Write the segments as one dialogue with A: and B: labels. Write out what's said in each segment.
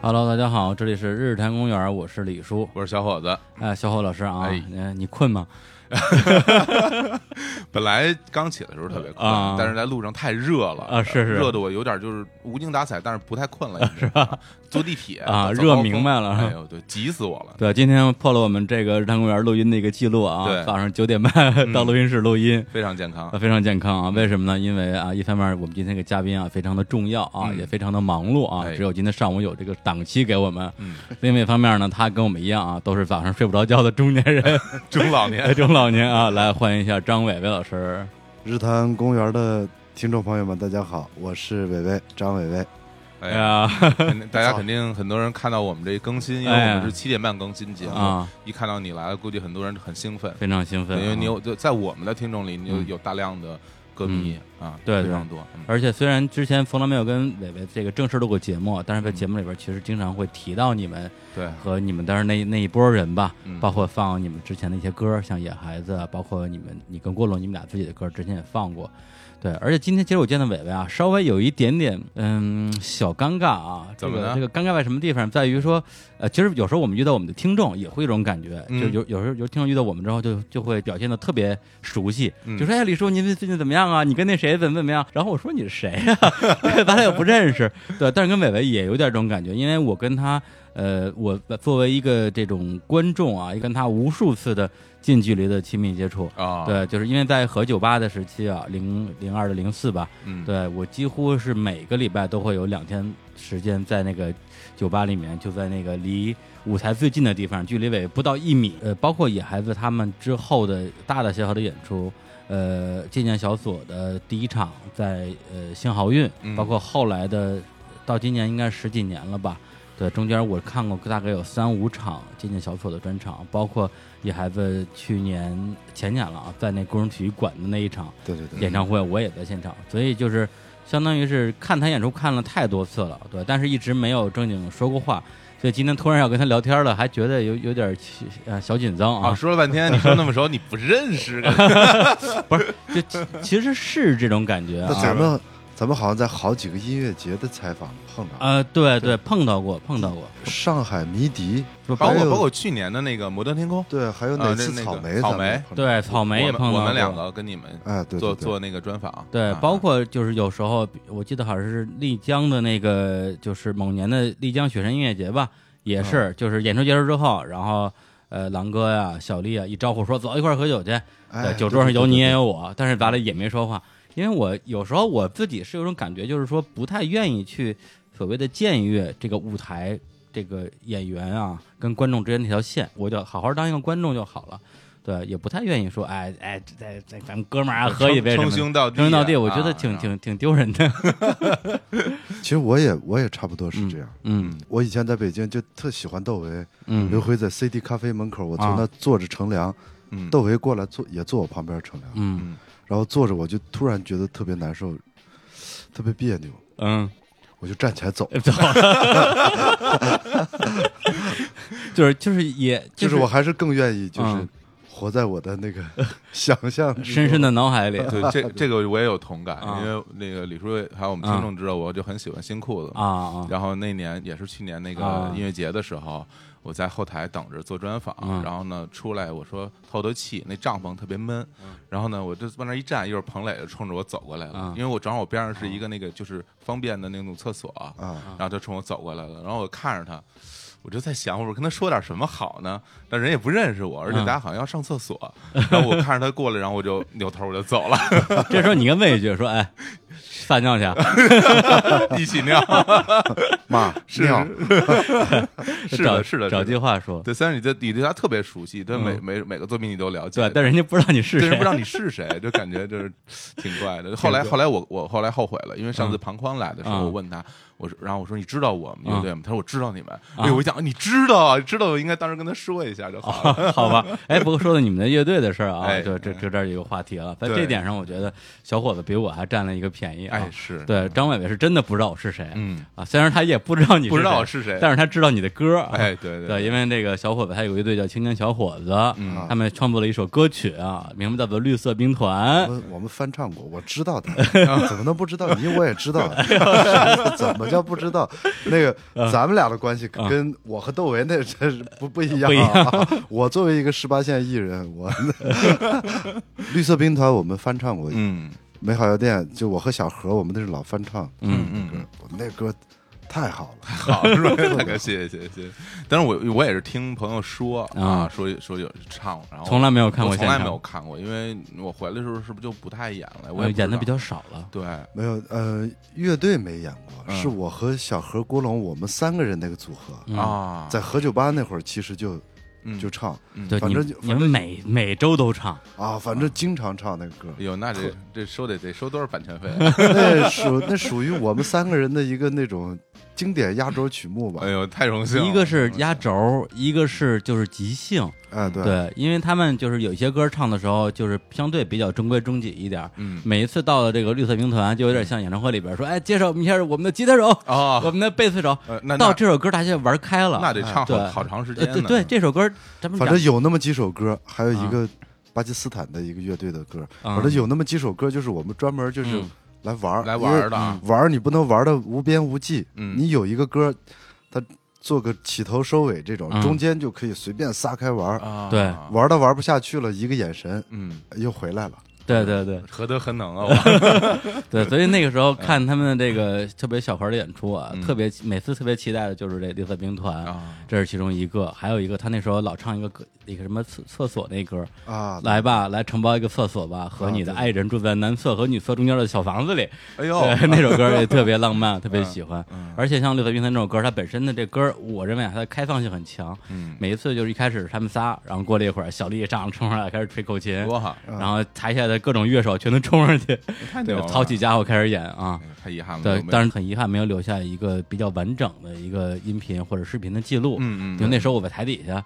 A: Hello，大家好，这里是日坛公园，我是李叔。
B: 我是小伙子。
A: 哎，小伙老师啊，
B: 哎
A: 呃你困吗？
B: 本来刚起来的时候特别困，
A: 啊
B: 但是在路上太热了
A: 啊是是
B: 热的我有点就是无精打采，但是不太困了，是吧？坐地铁
A: 啊
B: 走
A: 热
B: 高峰
A: 明白了
B: 哎呦，对，急死我了。
A: 对，今天破了我们这个日坛公园录音的一个记录啊，
B: 对嗯
A: 早上九点半 到录音室录音。
B: 非常健康
A: 呃，非常健康啊！为什么呢？因为啊，一方面我们今天这个嘉宾啊非常的重要啊，
B: 嗯
A: 也非常的忙碌啊，
B: 哎
A: 只有今天上午有这个档期给我们。
B: 嗯，
A: 另外一方面呢，他跟我们一样啊，都是早上睡不着觉的中年 人、
B: 中老年
A: 中老年啊。来欢迎一下张伟伟老师。
C: 日坛公园的听众朋友们，大家好，我是伟伟张伟伟。
B: 哎
A: 哎
B: 呀，
A: 呀
B: 肯定大家肯定很多人看到我们这一更新，因为
A: 哎呀
B: 我们是七点半更新节目，
A: 啊，
B: 一看到你来了，估计很多人很兴奋，
A: 非常兴奋
B: 因
A: 啊，
B: 为你有就在我们的听众里，你有
A: 嗯
B: 有大量的歌迷啊，
A: 对
B: 非常多。嗯
A: 而且虽然之前冯兰没有跟伟伟这个正式录过节目，但是在节目里边其实经常会提到你们
B: 对，
A: 和你们当时那那一波人吧，
B: 嗯
A: 包括放你们之前的一些歌，像《野孩子》啊，包括你们你跟郭龙你们俩自己的歌，之前也放过。对，而且今天其实我见到伟伟啊，稍微有一点点嗯小尴尬啊。
B: 怎么
A: 这
B: 呢
A: 个这个尴尬在什么地方？在于说，呃，其实有时候我们遇到我们的听众也会有这种感觉，
B: 嗯
A: 就有有时候有听众遇到我们之后就，就会表现的特别熟悉，
B: 嗯
A: 就说哎，李叔您最近怎么样啊？你跟那谁怎么怎么样？然后我说你是谁呀、 对，咱俩也不认识。对，但是跟伟伟也有点这种感觉，因为我跟他，呃，我作为一个这种观众啊，也跟他无数次的近距离的亲密接触。
B: 啊，，
A: 对，就是因为在和酒吧的时期啊，零零二的零四吧，
B: 嗯，
A: 对我几乎是每个礼拜都会有两天时间在那个酒吧里面，就在那个离舞台最近的地方，距离尾不到一米。呃，包括野孩子他们之后的大大小小的演出，呃，纪念小左的第一场在呃新豪运，
B: 嗯
A: 包括后来的到今年应该十几年了吧。对，中间我看过大概有三五场纪念小左的专场，包括野孩子去年前年了啊，在那工人体育馆的那一场，
C: 对对
B: 嗯
C: 对，
A: 演唱会，我也在现场，所以就是 相当于是看他演出看了太多次了，对，但是一直没有正经说过话，所以今天突然要跟他聊天了，还觉得有有点儿奇呃小紧张
B: 啊，
A: 啊，
B: 说了半天，你说那么熟，你不认 识，
A: 就其其实是这种感觉
C: 那
A: 啊，
C: 咱们咱们好像在好几个音乐节的采访碰着，
B: 啊
A: 呃，对对，碰到过碰到过，
C: 上海迷笛，
B: 包
C: 还
B: 括
C: 有
B: 包括去年的那个摩登天空，
C: 对，还有哪
B: 啊
C: 次
B: 那那个
C: 草莓？
B: 草
C: 咱们
B: 莓
C: 也碰着，
A: 对，草莓也
B: 我们
A: 碰到过，
B: 我们两个跟你们
C: 哎，对
B: 做
C: 对对，
B: 做那个专访，
A: 对，
B: 啊
A: 包括就是有时候，我记得好像是丽江的那个，就是某年的丽江雪山音乐节吧，也
B: 嗯
A: 是，就是演出结束之后，然后呃，狼哥呀、小丽啊一招呼说走一块儿喝酒去，
C: 哎，
A: 酒桌上有你也
C: 对，
A: 有我，但是咱俩也没说话，因为我有时候我自己是有种感觉，就是说不太愿意去所谓的僭越这个舞台、这个演员啊跟观众之间那条线，我就好好当一个观众就好了。对，也不太愿意说，哎哎，在在咱们哥们儿啊喝一杯什么
B: 称
A: 的
B: 兄道弟，
A: 称兄道弟，我觉得
B: 啊
A: 挺
B: 啊
A: 挺挺丢人的。
C: 对对其实我也我也差不多是这样。
A: 嗯
C: 我以前在北京就特喜欢窦唯，刘
A: 嗯
C: 辉在 CD 咖啡门口，我
A: 啊
C: 从那坐着乘凉，
B: 嗯
C: 窦唯过来坐也坐我旁边乘凉，
A: 嗯
C: 然后坐着我就突然觉得特别难受，特别别扭，
A: 嗯，哎
C: 我就站起来走。
A: 走 了，就是就是也
C: 就是
A: 是
C: 我还是更愿意就是
A: 嗯
C: 活在我的那个想象里，
A: 深深的脑海里
B: 对，这这个我也有同感，
A: 啊
B: 因为那个李叔还有我们听众知道，我就很喜欢新裤子
A: 啊。啊
B: 然后那年也是去年那
A: 啊
B: 个音乐节的时候，我在后台等着做专访
A: 嗯，
B: 然后呢出来我说透透气，那帐篷特别闷，
A: 嗯
B: 然后呢我就往那一站，一会儿彭磊就冲着我走过来
A: 啊
B: 了，因为我正好我边上是一个那个就是方便的那种厕所，
A: 嗯
C: 啊，
B: 然后他冲我走过来了，然后我看着他，我就在想，我跟他说点什么好呢？但人也不认识我，而且
A: 嗯
B: 大家好像要上厕所，然后我看着他过来，然后我就扭头我就走了，
A: 这时候你跟魏姐说，哎，撒尿去啊，
B: 一起 尿，
C: 妈
B: 是啊
C: 尿
B: 是
A: 找
B: 的，是的，
A: 找
B: 是
A: 句
B: 的
A: 话说，
B: 对，虽然你对你对他特别熟悉，对每
A: 嗯
B: 每每个作品你都了解，
A: 对，但人家不知道你是
B: 但是
A: 谁，
B: 不 知道你是谁，就感觉就是挺怪的。后来后来我我后来后悔了，因为上次庞宽来的时候，
A: 嗯
B: 我问他，我说，然后我说你知道我们乐队吗？他说我知道你们。
A: 啊
B: 哎，我一想啊你知道啊，知道我应该当时跟他说一下就好了。
A: 啊，好吧，哎，不过说到你们的乐队的事儿啊，
B: 哎
A: 就这这这儿有个话题了，在
B: 对
A: 这点上，我觉得小伙子比我还占了一个便宜啊，
B: 哎，是，
A: 对，张伟伟是真的不知道我是谁、
B: 嗯，
A: 啊，虽然他也不知道你
B: 不知道我
A: 是
B: 是谁
A: 谁，，但是他知道你的歌啊。
B: 哎，对
A: 对，因为这个小伙子他有一队叫青年小伙子，
B: 嗯
A: 他们创作了一首歌曲啊，名字叫做《绿色兵团》。
C: 我我们翻唱过，我知道的，怎么能不知道你？我也知道， 怎么叫不知道？那个咱们俩的关系跟我和窦唯那真是不不一样
A: 不一
C: 啊！我作为一个十八线艺人，我绿色兵团我们翻唱过，
B: 嗯
C: 美好药店就我和小何，我们那是老翻唱，
A: 嗯，
B: 嗯嗯，
C: 我们那歌太好了，
B: 好，是吧？大哥，谢谢谢谢谢谢。但是我我也是听朋友说
A: 啊
B: 啊，说说有唱，然后
A: 从来没有看过
B: 我
A: 现
B: 从
A: 场，
B: 来没有看过，因为我回来的时候是不是就不太演了？我
A: 呃
B: 也
A: 演的比
B: 较
A: 较少了。
B: 对，
C: 没有呃，乐队没演过，
B: 嗯
C: 是我和小何、郭龙我们三个人那个组合，
A: 嗯
B: 啊，
C: 在何九八那会儿其实就
B: 嗯
C: 就唱
B: 嗯
A: 对，
C: 反
A: 你
C: 正
A: 们
C: 就
A: 你们每每周都唱，
C: 啊，反正经常唱那个歌
B: 哎。呦，那这这收得得收多少版权 费啊？
C: 那属那属于我们三个人的一个那种经典压轴曲目吧
B: 哎。呦，太荣幸了！
A: 一个是压轴，一个是就是即兴。
C: 哎，对，
A: 对，因为他们就是有些歌唱的时候，就是相对比较中规中矩一点儿。
B: 嗯
A: 每一次到了这个绿色兵团，就有点像演唱会里边说：“哎，介绍我们一下我们的吉他手，
B: 啊
A: 我，们的贝斯手。
B: 呃那”
A: 到
B: 那
A: 这首歌，大家就玩开了。
B: 那得唱
A: 对
B: 好好长时
A: 呃
B: 间
A: 对
B: 呢。
A: 对，这首歌咱们
C: 反正有那么几首歌，还有一
A: 啊
C: 个巴基斯坦的一个乐队的歌，
A: 嗯
C: 反正有那么几首歌，就是我们专门就是
A: 嗯
C: 来玩儿
B: 来玩儿的啊
C: 因为玩儿你不能玩的无边无际，
B: 嗯
C: 你有一个歌，它做个起头收尾这种，
A: 嗯
C: 中间就可以随便撒开玩儿，
B: 啊，
A: 对
C: 玩儿到玩不下去了，一个眼神
B: 嗯，
C: 又回来了。
A: 对对对
B: 何德 何能啊！我
A: 对，所以那个时候看他们这个特别小孩的演出啊
B: 嗯，
A: 特别每次特别期待的就是这绿色兵团，
B: 啊，
A: 这是其中一个，还有一个他那时候老唱一个歌，一个什么厕厕所那歌，
C: 啊，
A: 来吧，来承包一个厕所吧，和你的爱人住在男厕和女厕中间的小房子里，
B: 啊哎呦，
A: 对， 那首歌也特别浪 漫，特别喜欢
B: 嗯。
A: 而且像《绿色兵团》这首歌，它本身的这歌，我认为啊它的开放性很强。
B: 嗯，
A: 每一次就是一开始是他们仨，然后过了一会儿，小丽上冲上来开始吹口琴，
B: 多好，
A: 然后台下的各种乐手全都冲上去，
B: 太
A: 对
B: 牛，了！
A: 掏起家伙开始演啊。
B: 哎太遗憾了。
A: 对
B: 我，没
A: 但是很遗憾没有留下一个比较完整的一个音频或者视频的记录。
B: 嗯嗯
A: 因为那时候我在台底下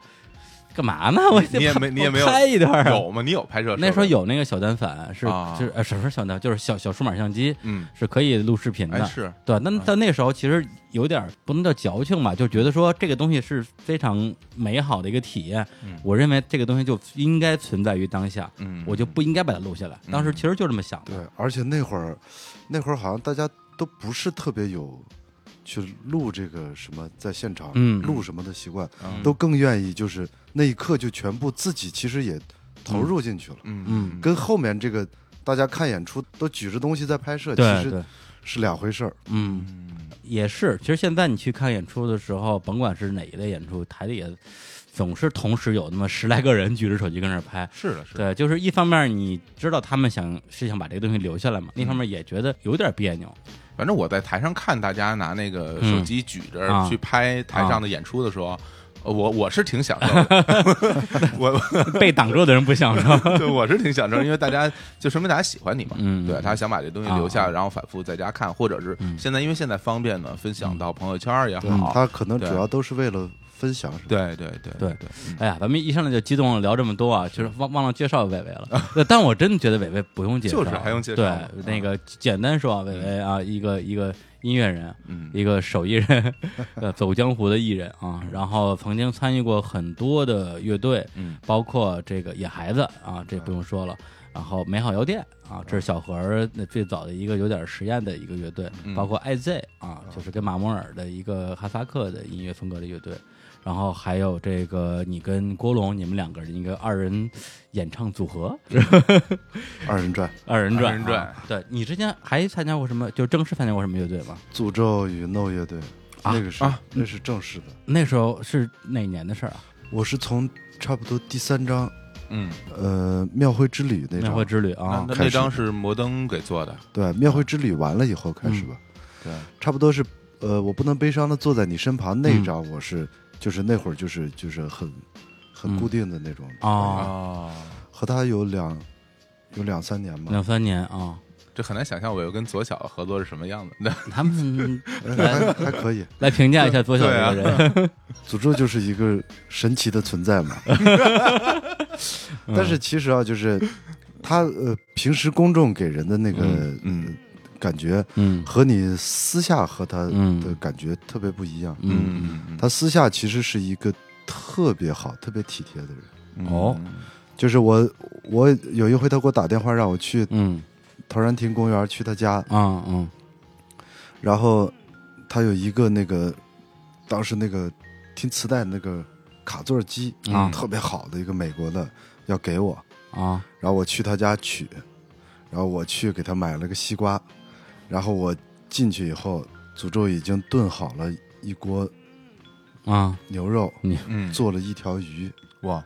A: 干嘛呢？我
B: 你也没你也没有
A: 我拍一段啊。
B: 有吗？你有拍摄？
A: 那时候，有那个小单反，是
B: 啊
A: 就是呃什么是小单，就是小小数码相机，
B: 嗯，
A: 是可以录视频
B: 哎
A: 的。
B: 是，
A: 对，嗯那到那时候其实有点儿不能叫矫情吧，就觉得说这个东西是非常美好的一个体验。
B: 嗯
A: 我认为这个东西就应该存在于当下，
B: 嗯，
A: 我就不应该把它录下来。当时其实就这么想的。
C: 对，而且那会儿，那会儿好像大家都不是特别有去录这个什么在现场
A: 嗯
C: 录什么的习惯，
B: 嗯
C: 都更愿意就是那一刻就全部自己其实也投入进去了，
B: 嗯
A: 嗯
C: 跟后面这个大家看演出都举着东西在拍摄，其
A: 对
C: 实
A: 对，
C: 是两回事儿。
A: 嗯，也是。其实现在你去看演出的时候，甭管是哪一类演出，台底下总是同时有那么十来个人举着手机跟那儿拍。
B: 是的，是
A: 对，
B: 的，
A: 就是一方面你知道他们想是想把这个东西留下来嘛，另一方面也觉得有点别扭。
B: 反正我在台上看大家拿那个
A: 嗯
B: 手机举着
A: 啊
B: 去拍台上的演出的时候，呃我我是挺享受的， 我
A: 被挡住的人不享受。
B: 对我是挺享受，因为大家就说明大家喜欢你嘛，
A: 嗯
B: 对他想把这东西留下，
A: 啊嗯
B: 然后反复在家看，或者是现在因为现在方便呢，分享到朋友圈也好，
C: 嗯他可能主
B: 对
C: 要都是为了分享，是吧？
B: 对对对
A: 对
B: 对， 嗯
A: 哎呀，咱们一上来就激动了，聊这么多啊，就是忘忘了介绍伟伟了。 对但我真的觉得伟伟不用介绍，
B: 就是还用介绍嗯吗
A: 对，那个简单说啊，伟伟啊，一个一个音乐人，
B: 嗯
A: 一个手艺人，呃，走江湖的艺人啊，然后曾经参与过很多的乐队，
B: 嗯，
A: 包括这个野孩子啊，这不用说了。然后美好药店啊，这是小何儿那最早的一个有点实验的一个乐队，
B: 嗯
A: 包括 IZ 啊，就是跟马莫尔的一个哈萨克的音乐风格的乐队。然后还有这个你跟郭龙，你们两个人一个二人演唱组 合，
C: 二人转，
A: 二人转、啊
B: 二人转。
A: 对你之前还参加过什么？就正式参加过什么乐队吗？
C: 诅咒与 No 乐队，
A: 啊
C: 那个是
B: 啊
C: 那是正式的。
A: 那时候是哪年的事儿啊？
C: 我是从差不多第三张，
B: 嗯，
C: 呃，庙会之旅那
A: 庙
C: 张
A: 会之旅
B: 那
A: 啊，
B: 那那
C: 开始
B: 张是摩登给做的，
C: 对，庙会之旅完了以后开始吧，
A: 嗯
B: 对，
C: 差不多是，呃，我不能悲伤的坐在你身旁那一张，我是、就是那会儿就是就是很很
A: 嗯
C: 固定的那种，
A: 哦
B: 哦，
C: 和他有两有两三年吧，
A: 两三年 啊，
B: 这很难想象我又跟左小合作是什么样子，
A: 他们
C: 呃还还可以。
A: 来评价一下左小这个
C: 啊
A: 人，
C: 诅咒就是一个神奇的存在嘛，但是其实啊，就是他呃平时公众给人的那个、
B: 嗯嗯
C: 呃感觉
A: 嗯
C: 和你私下和他
A: 嗯
C: 的感觉特别不一样。
B: 嗯
C: 他私下其实是一个特别好、特别体贴的人。
B: 嗯
A: 哦
C: 就是我，我有一回他给我打电话让我去
A: 嗯
C: 陶然亭公园去他家，
A: 啊嗯
C: 然后他有一个那个当时那个听磁带那个卡座机
A: 啊
C: 特别好的一个美国的要给我，
A: 啊
C: 然后我去他家取，然后我去给他买了个西瓜，然后我进去以后，诅咒已经炖好了一锅
A: 啊
C: 牛肉，
B: 嗯
C: 做了一条鱼，
B: 哇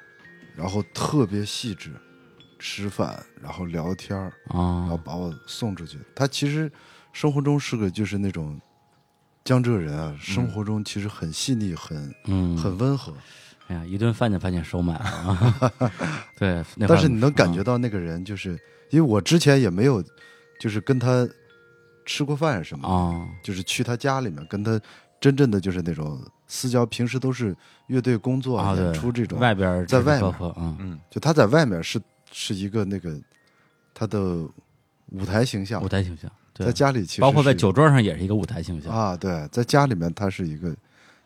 C: 然后特别细致，吃饭，然后聊天儿，然后
A: 啊
C: 把我送出去。他其实生活中是个就是那种江浙人啊，生活中其实很细腻，很
A: 嗯，
C: 很温和，
A: 哎呀，一顿饭就把你收买了啊。 对，那会嗯儿
C: 但是你能感觉到那个人就是，因为我之前也没有就是跟他吃过饭什么，
A: 啊
C: 就是去他家里面跟他真正的就是那种私交，平时都是乐队工作、
A: 啊，对
C: 演，出这种，
A: 外边儿
C: 在
A: 吃吃
C: 外
A: 喝
C: 面
A: 喝嗯
B: 嗯
C: 就他在外面是是一个那个他的舞台形象
A: 舞，台形象，对
C: 在，家里其实
A: 包括在
C: 是
A: 酒桌上也是一个舞台形象，
C: 啊，对，在家里面他是一个，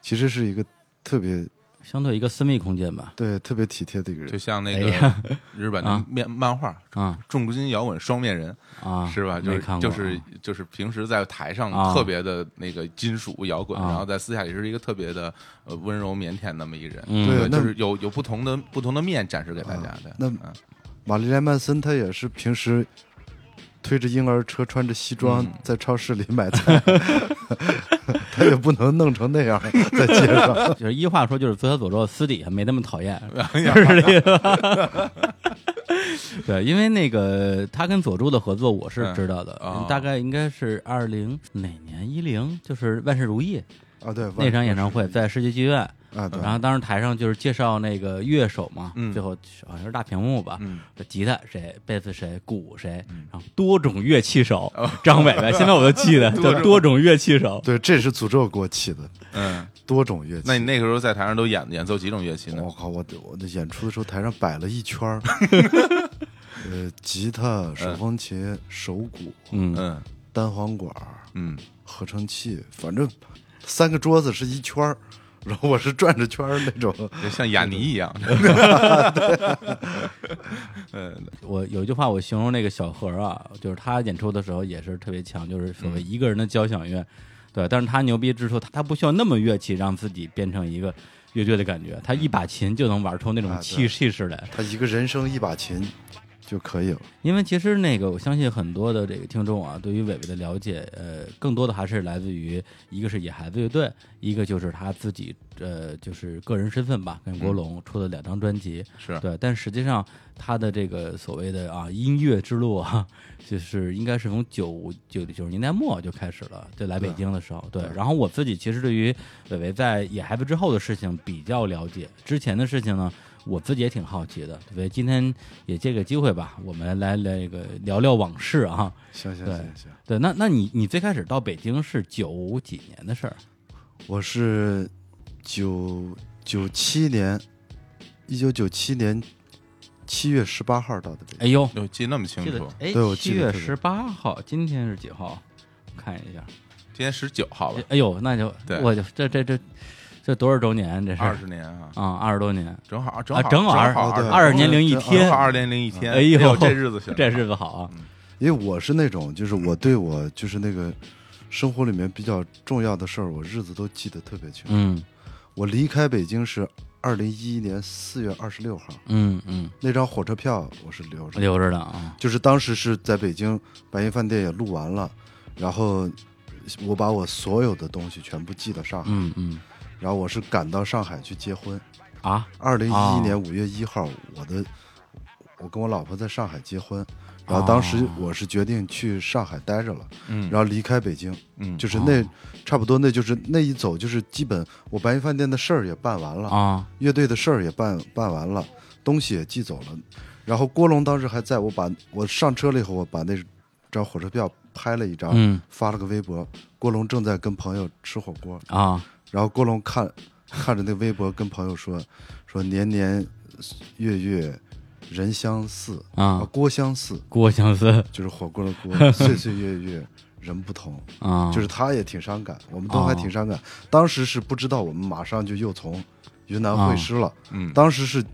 C: 其实是一个特别
A: 相对一个私密空间吧。
C: 对特别体贴的一个
B: 就
C: 人，
B: 像那
A: 哎
B: 个
A: 呀
B: 日本的
A: 啊
B: 面漫画
A: 啊
B: 重金摇滚双面人
A: 啊，
B: 是吧？就
A: 没
B: 是
A: 看过，
B: 就是就是平时在台上
A: 啊
B: 特别的那个金属摇滚，
A: 啊
B: 然后在私下里是一个特别的呃温柔腼腆那么一人，
A: 嗯
C: 对那
B: 就是有有不同的不同的面展示给大家的
C: 啊。那
B: 嗯
C: 玛丽莲曼森她也是平时推着婴儿车，穿着西装
B: 嗯
C: 在超市里买菜， 她也不能弄成那样 在街上。
A: 啊就是一话说，就是左小左右私底下没那么 讨厌，
B: 哎
A: 是这个。 对，因为那个他跟佐助的合作，我是知道的，
B: 嗯哦
A: 大概应该是二零哪年一零，就是万事如意
C: 啊，对，
A: 那场演唱会在世界剧院，
C: 啊，对，
A: 然后当时台上就是介绍那个乐手嘛，
B: 嗯
A: 最后好像是大屏幕吧，
B: 嗯
A: 吉他谁，贝斯谁，鼓谁
B: 嗯，
A: 然后多种乐器手，张伟呗，现在我都记得叫多种乐器手，
C: 对，这是诅咒给我起的
B: 嗯，
C: 多种乐器。
B: 那你那个时候在台上都演演奏几种乐器呢
A: 哦
C: 我？靠，我我的演出的时候台上摆了一 圈儿，呃，吉他、手风琴、手鼓、
A: 嗯
B: 嗯
C: 单簧管儿。
B: 嗯，
C: 合成器，反正三个桌子是一圈儿，然后我是转着圈儿那 种。
B: 就像雅尼一样。嗯，
A: 我有一句话我形容那个小何啊，就是他演出的时候也是特别强，就是所谓一个人的交响乐，对，但是他牛逼之处，他他不需要那么乐器让自己变成一个乐队的感觉，他一把琴就能玩出那种
C: 啊
A: 气
C: 对
A: 气势来。
C: 他一个人生一把琴就可以了。
A: 因为其实那个，我相信很多的这个听众啊，对于伟伟的了解，呃，更多的还是来自于一个是野孩子乐队，一个就是他自己，呃，就是个人身份吧，跟国龙出的两张专辑，
B: 是
A: 对。但实际上他的这个所谓的啊音乐之路啊，就是应该是从九九九十年代末就开始了，就来北京的时候，对。然后我自己其实对于伟伟在野孩子之后的事情比较了解，之前的事情呢，我自己也挺好奇的，所以今天也借个机会吧，我们来那个聊聊往事啊。
C: 行行
A: 对
C: 行行，
A: 对，那那你你最开始到北京是九几年的事儿
C: 我是九九七年，一九九七年七月十八号到的北京。
A: 哎呦，
B: 哟，记那么清
A: 记得
B: 楚，
A: 哎
C: 对，我
A: 七
C: 记得
A: 月
C: 特别
A: 十八号，今天是几号？我看一下，
B: 今天十九号吧
A: 哎，哎呦，那就
B: 对
A: 我就这这这这多少周年？这是
B: 二十年啊，
A: 啊，二十多年，
B: 正好正
A: 啊
B: 好
A: 正好
B: 正
C: 哦对
B: 好
A: 二十年零一
C: 正好
A: 天
B: 正好二零零一天，
A: 哎呦
B: 这日子行，
A: 这日子好啊！
C: 因为我是那种，就是我对我就是那个生活里面比较重要的事儿，我日子都记得特别清。
A: 嗯
C: 我离开北京是二零一一年四月二十六号，
A: 嗯嗯，
C: 那张火车票我是留着的。
A: 留着呢啊，
C: 就是当时是在北京白银饭店也录完了，然后我把我所有的东西全部寄到上海，
A: 嗯嗯
C: 然后我是赶到上海去结婚。
A: 啊
C: 二零一
A: 哦
C: 一年五月一号，我的我跟我老婆在上海结婚，然
A: 哦
C: 后当时我是决定去上海待着了，
B: 嗯
C: 然后离开北京，
B: 嗯，
C: 就是那
A: 哦
C: 差不多那就是那一走就是基本我白银饭店的事儿也办完了，
A: 啊
C: 乐队的事儿也办办完了，东西也寄走了，然后郭龙当时还在我把我上车了以后，我把那张火车票拍了一张，
A: 嗯
C: 发了个微博。郭龙正在跟朋友吃火锅，
A: 啊
C: 然后郭龙看 看着那微博跟朋友说说年年月月人相似
A: 啊
C: 啊，，锅相似
A: 郭相思
C: 就是火锅的锅，岁岁月月人不同，
A: 啊，
C: 就是他也挺伤感，我们都还挺伤感。当时是不知道我们马上就又从云
A: 啊
C: 南会师了，
B: 嗯，
C: 当时是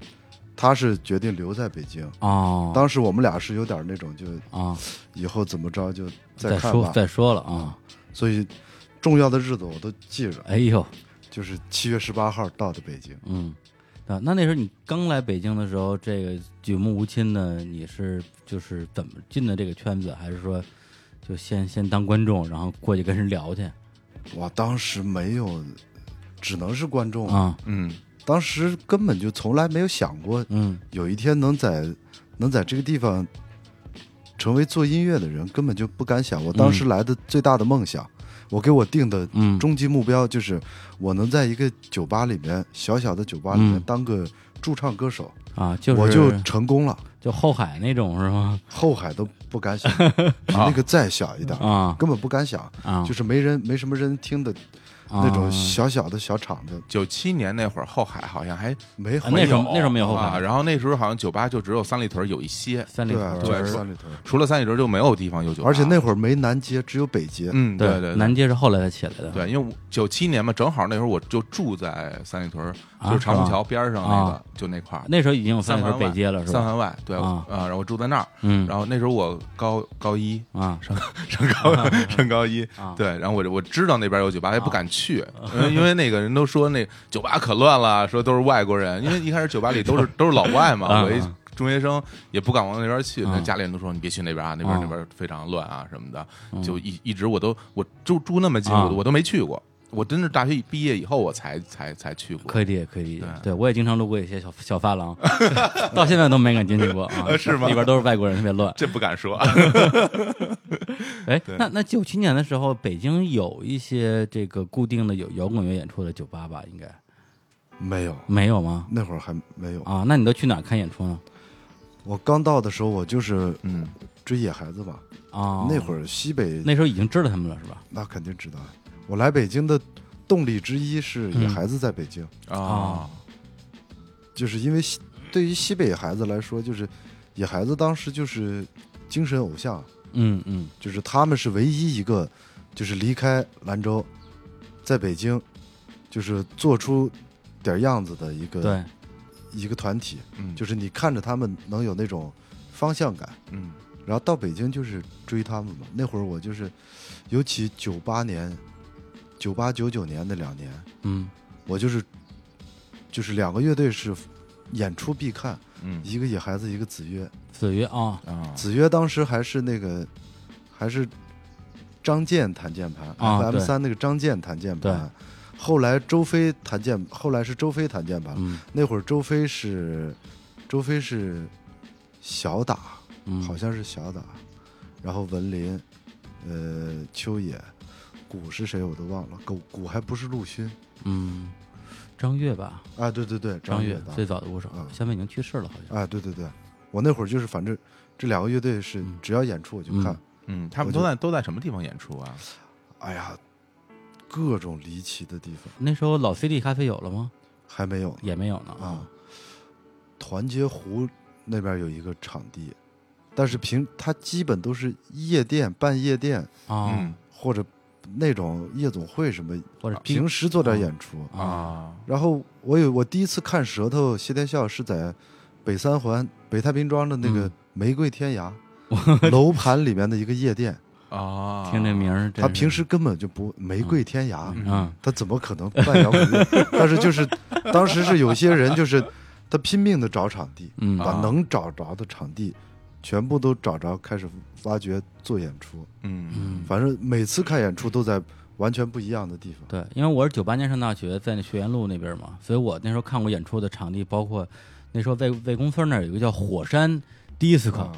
C: 他是决定留在北京，
A: 哦，
C: 当时我们俩是有点那种就
A: 啊，
C: 以后怎么着就
A: 再
C: 看
A: 说
C: 吧，嗯
A: 再说了啊，
C: 所以重要的日子我都记着，
A: 哎呦，
C: 就是七月十八号到的北京。
A: 嗯，啊，那那时候你刚来北京的时候，这个举目无亲的，你是就是怎么进的这个圈子，还是说就先先当观众，然后过去跟人聊去
C: 哇，当时没有，只能是观众，
A: 啊？
B: 嗯
C: 当时根本就从来没有想过
A: 嗯
C: 有一天能在能在这个地方成为做音乐的人，根本就不敢想。我当时来的最大的梦想，我给我定的
A: 嗯，
C: 终极目标就是，我能在一个酒吧里面，小小的酒吧里面
A: 嗯
C: 当个驻唱歌手，
A: 啊，就是
C: 我就成功了。
A: 就后海那种是吗？
C: 后海都不 敢想，比那个再小一点，
A: 啊
C: 根本不敢想，
A: 啊，
C: 就是没人没什么人听的那种小小的小场子，
B: 九七年那会儿后海好像还
C: 没
A: 啊那时候
B: 有
A: 那时候没有后海
B: 啊然后那时候好像酒吧就只有三里屯有一些，
A: 三里
C: 对
A: 屯，
C: 就是
B: 对
C: 三里屯，
B: 除了三里屯就没有地方有酒吧。
C: 而且那会儿没南街，只有北街。
B: 嗯对对
A: 南街是后来才起来的，
B: 对，因为九七年嘛，正好那会儿我就住在三里屯，
A: 啊，
B: 就是长
A: 是
B: 虹
A: 吧
B: 桥边上那
A: 啊
B: 个，就那块儿。
A: 那时候已经有三里屯
B: 环外
A: 北街了，是
B: 三
A: 吧？
B: 环外，对
A: 啊
B: 然后我住在那儿。
A: 嗯，
B: 然后那时候我高高一，
A: 啊
B: 上高 上高一
A: 啊，
B: 对，然后我就我知道那边有酒吧，也不敢去，因为因为那个人都说那酒吧可乱了，说都是外国人，因为一开始酒吧里 都是都是老外
A: 啊
B: 嘛，我一中学生也不敢往那边去，
A: 啊
B: 那家里人都说你别去那边啊，那
A: 啊
B: 边那边非常乱啊什么的，
A: 嗯
B: 就一一直我都我就住那么近，
A: 啊
B: 我都我都没去过，我真是大学毕业以后我才才才去过，
A: 可以理解，可以理解对
B: 对。
A: 我也经常路过一些小小发 廊，到现在都没敢进去过啊，
B: 是吗
A: 里边都是外国人，特别乱。
B: 这不敢 说，啊
A: 哎，
B: 对
A: 那那九七年的时候，北京有一些这个固定的有摇滚乐演出的酒吧吧？应该
C: 没有，
A: 没有吗？
C: 那会儿还没有。
A: 啊，那你都去哪儿看演出呢？
C: 我刚到的时候，我就是
B: 嗯，
C: 追野孩子嘛。
A: 啊，
C: 那会儿西北
A: 那时候已经知道他们了是吧？
C: 那肯定知道。啊我来北京的动力之一是野孩子在北京，
A: 啊
B: 啊，
C: 就是因为西对于西北野孩子来说，就是野孩子当时就是精神偶像，
A: 嗯嗯
C: 就是他们是唯一一个就是离开兰州，在北京就是做出点样子的一个
A: 对，
C: 一个团体，
B: 嗯，
C: 就是你看着他们能有那种方向感。
B: 嗯
C: 然后到北京就是追他们嘛。那会儿我就是，尤其九八年、九八九九年那两年，
A: 嗯
C: 我就是，就是两个乐队是演出必看，
B: 嗯
C: 一个野孩子，一个子曰。
A: 子曰啊
B: 啊，
C: 子曰当时还是那个，还是张健弹键盘、
A: 啊
C: f m 三那个张健弹键盘。后来周飞弹键，后来是周飞弹键盘。
A: 嗯
C: 那会儿周飞是，周飞是小打，
A: 嗯，
C: 好像是小打，然后文林，呃，秋野，鼓是谁我都忘了，鼓鼓还不是陆勋
A: 嗯，张悦吧，
C: 啊，对对对，
A: 张
C: 张
A: 悦
C: 的，
A: 最早的鼓手，
C: 嗯
A: 现在已经去世了，好像。
C: 啊，对对对，我那会儿就是反正这两个乐队是
A: 嗯
C: 只要演出我就看，
A: 嗯
B: 嗯，他们都在都在什么地方演出啊？
C: 哎呀，各种离奇的地方
A: 那时候老 CD 咖啡有了吗？
C: 还没有呢
A: 也没有呢
C: 啊，，团结湖那边有一个场地，但是平它基本都是夜店、半夜店
A: 啊
B: 嗯，
C: 或者那种夜总会什么，
A: 或者
C: 啊平时做点演出。
B: 啊，
C: 然后我有我第一次看舌头谢天笑是在北三环北太平庄的那个
A: 嗯
C: 玫瑰天涯、楼盘里面的一个夜店，
B: 啊，
A: 听这名儿，
C: 他平时根本就不玫瑰天涯，
B: 嗯
A: 啊
C: 他怎么可能办摇滚乐？ 但是就是当时是有些人就是他拼命的找场地，
A: 嗯
C: 把
B: 啊
C: 能找着的场地全部都找着，开始挖掘做演出。
B: 嗯
C: 反正每次看演出都在完全不一样的地方。
A: 对，因为我是九八年上大学，在那学院路那边嘛，所以我那时候看过演出的场地，包括那时候在魏公村那儿有一个叫火山 disco，、
C: 啊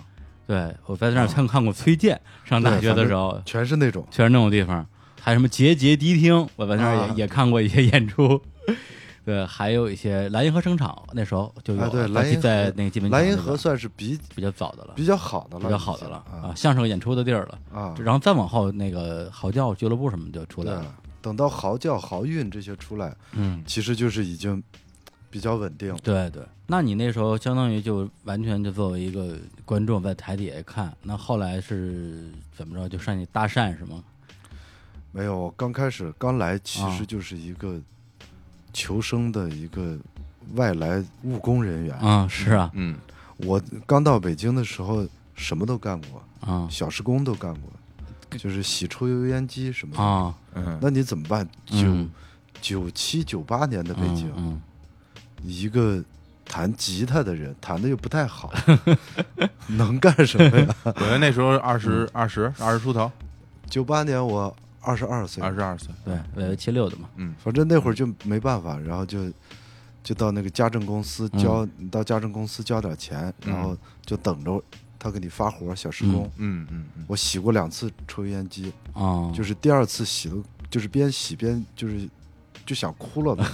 A: 对我在那儿看看过崔健，上大学的时候
C: 全是那种
A: 全是那种地方，还有什么节节迪厅，我在那儿也、
C: 啊
A: 也看过一些演出。 对，还有一些莱茵河声场，那时候就有了、
C: 啊对
A: 在
C: 莱茵河
A: 在那个基本
C: 莱茵河算是比
A: 比较早的了，
C: 比较好的了，
A: 比较好的了
C: 已经
A: 啊，像是个演出的地儿了。
C: 啊啊！
A: 然后再往后，那个嚎叫俱乐部什么就出来
C: 对
A: 了。
C: 啊，等到嚎叫、嚎韵这些出来，
A: 嗯
C: 其实就是已经比较稳定。
A: 对对，那你那时候相当于就完全就作为一个观众在台底下看，那后来是怎么着就上去搭讪是吗？
C: 没有，刚开始刚来其
A: 啊
C: 实就是一个求生的一个外来务工人员。
A: 啊、是啊，
B: 嗯
C: 我刚到北京的时候什么都干过，
A: 啊
C: 小时工都干过，就是洗抽油烟机什么的。
A: 啊，
B: 嗯，
C: 那你怎么办？九
A: 嗯
C: 九七九八年的北京，
A: 嗯
C: 一个弹吉他的人弹的又不 太好，能干什么呀？
B: 我觉得那时候二十二十二十出头，
C: 九八年我二十二岁，
B: 二十二岁，
A: 嗯对，为七六的嘛，
B: 嗯
C: 反正那会儿就没办法，然后就就到那个家政公司交，你到家政公司交点钱，
B: 嗯
C: 然后就等着他给你发活小时工。
B: 嗯嗯嗯
C: 我洗过两次抽油烟机，
A: 啊，
C: 就是是第二次洗了，就是边洗边就是就想哭了嘛，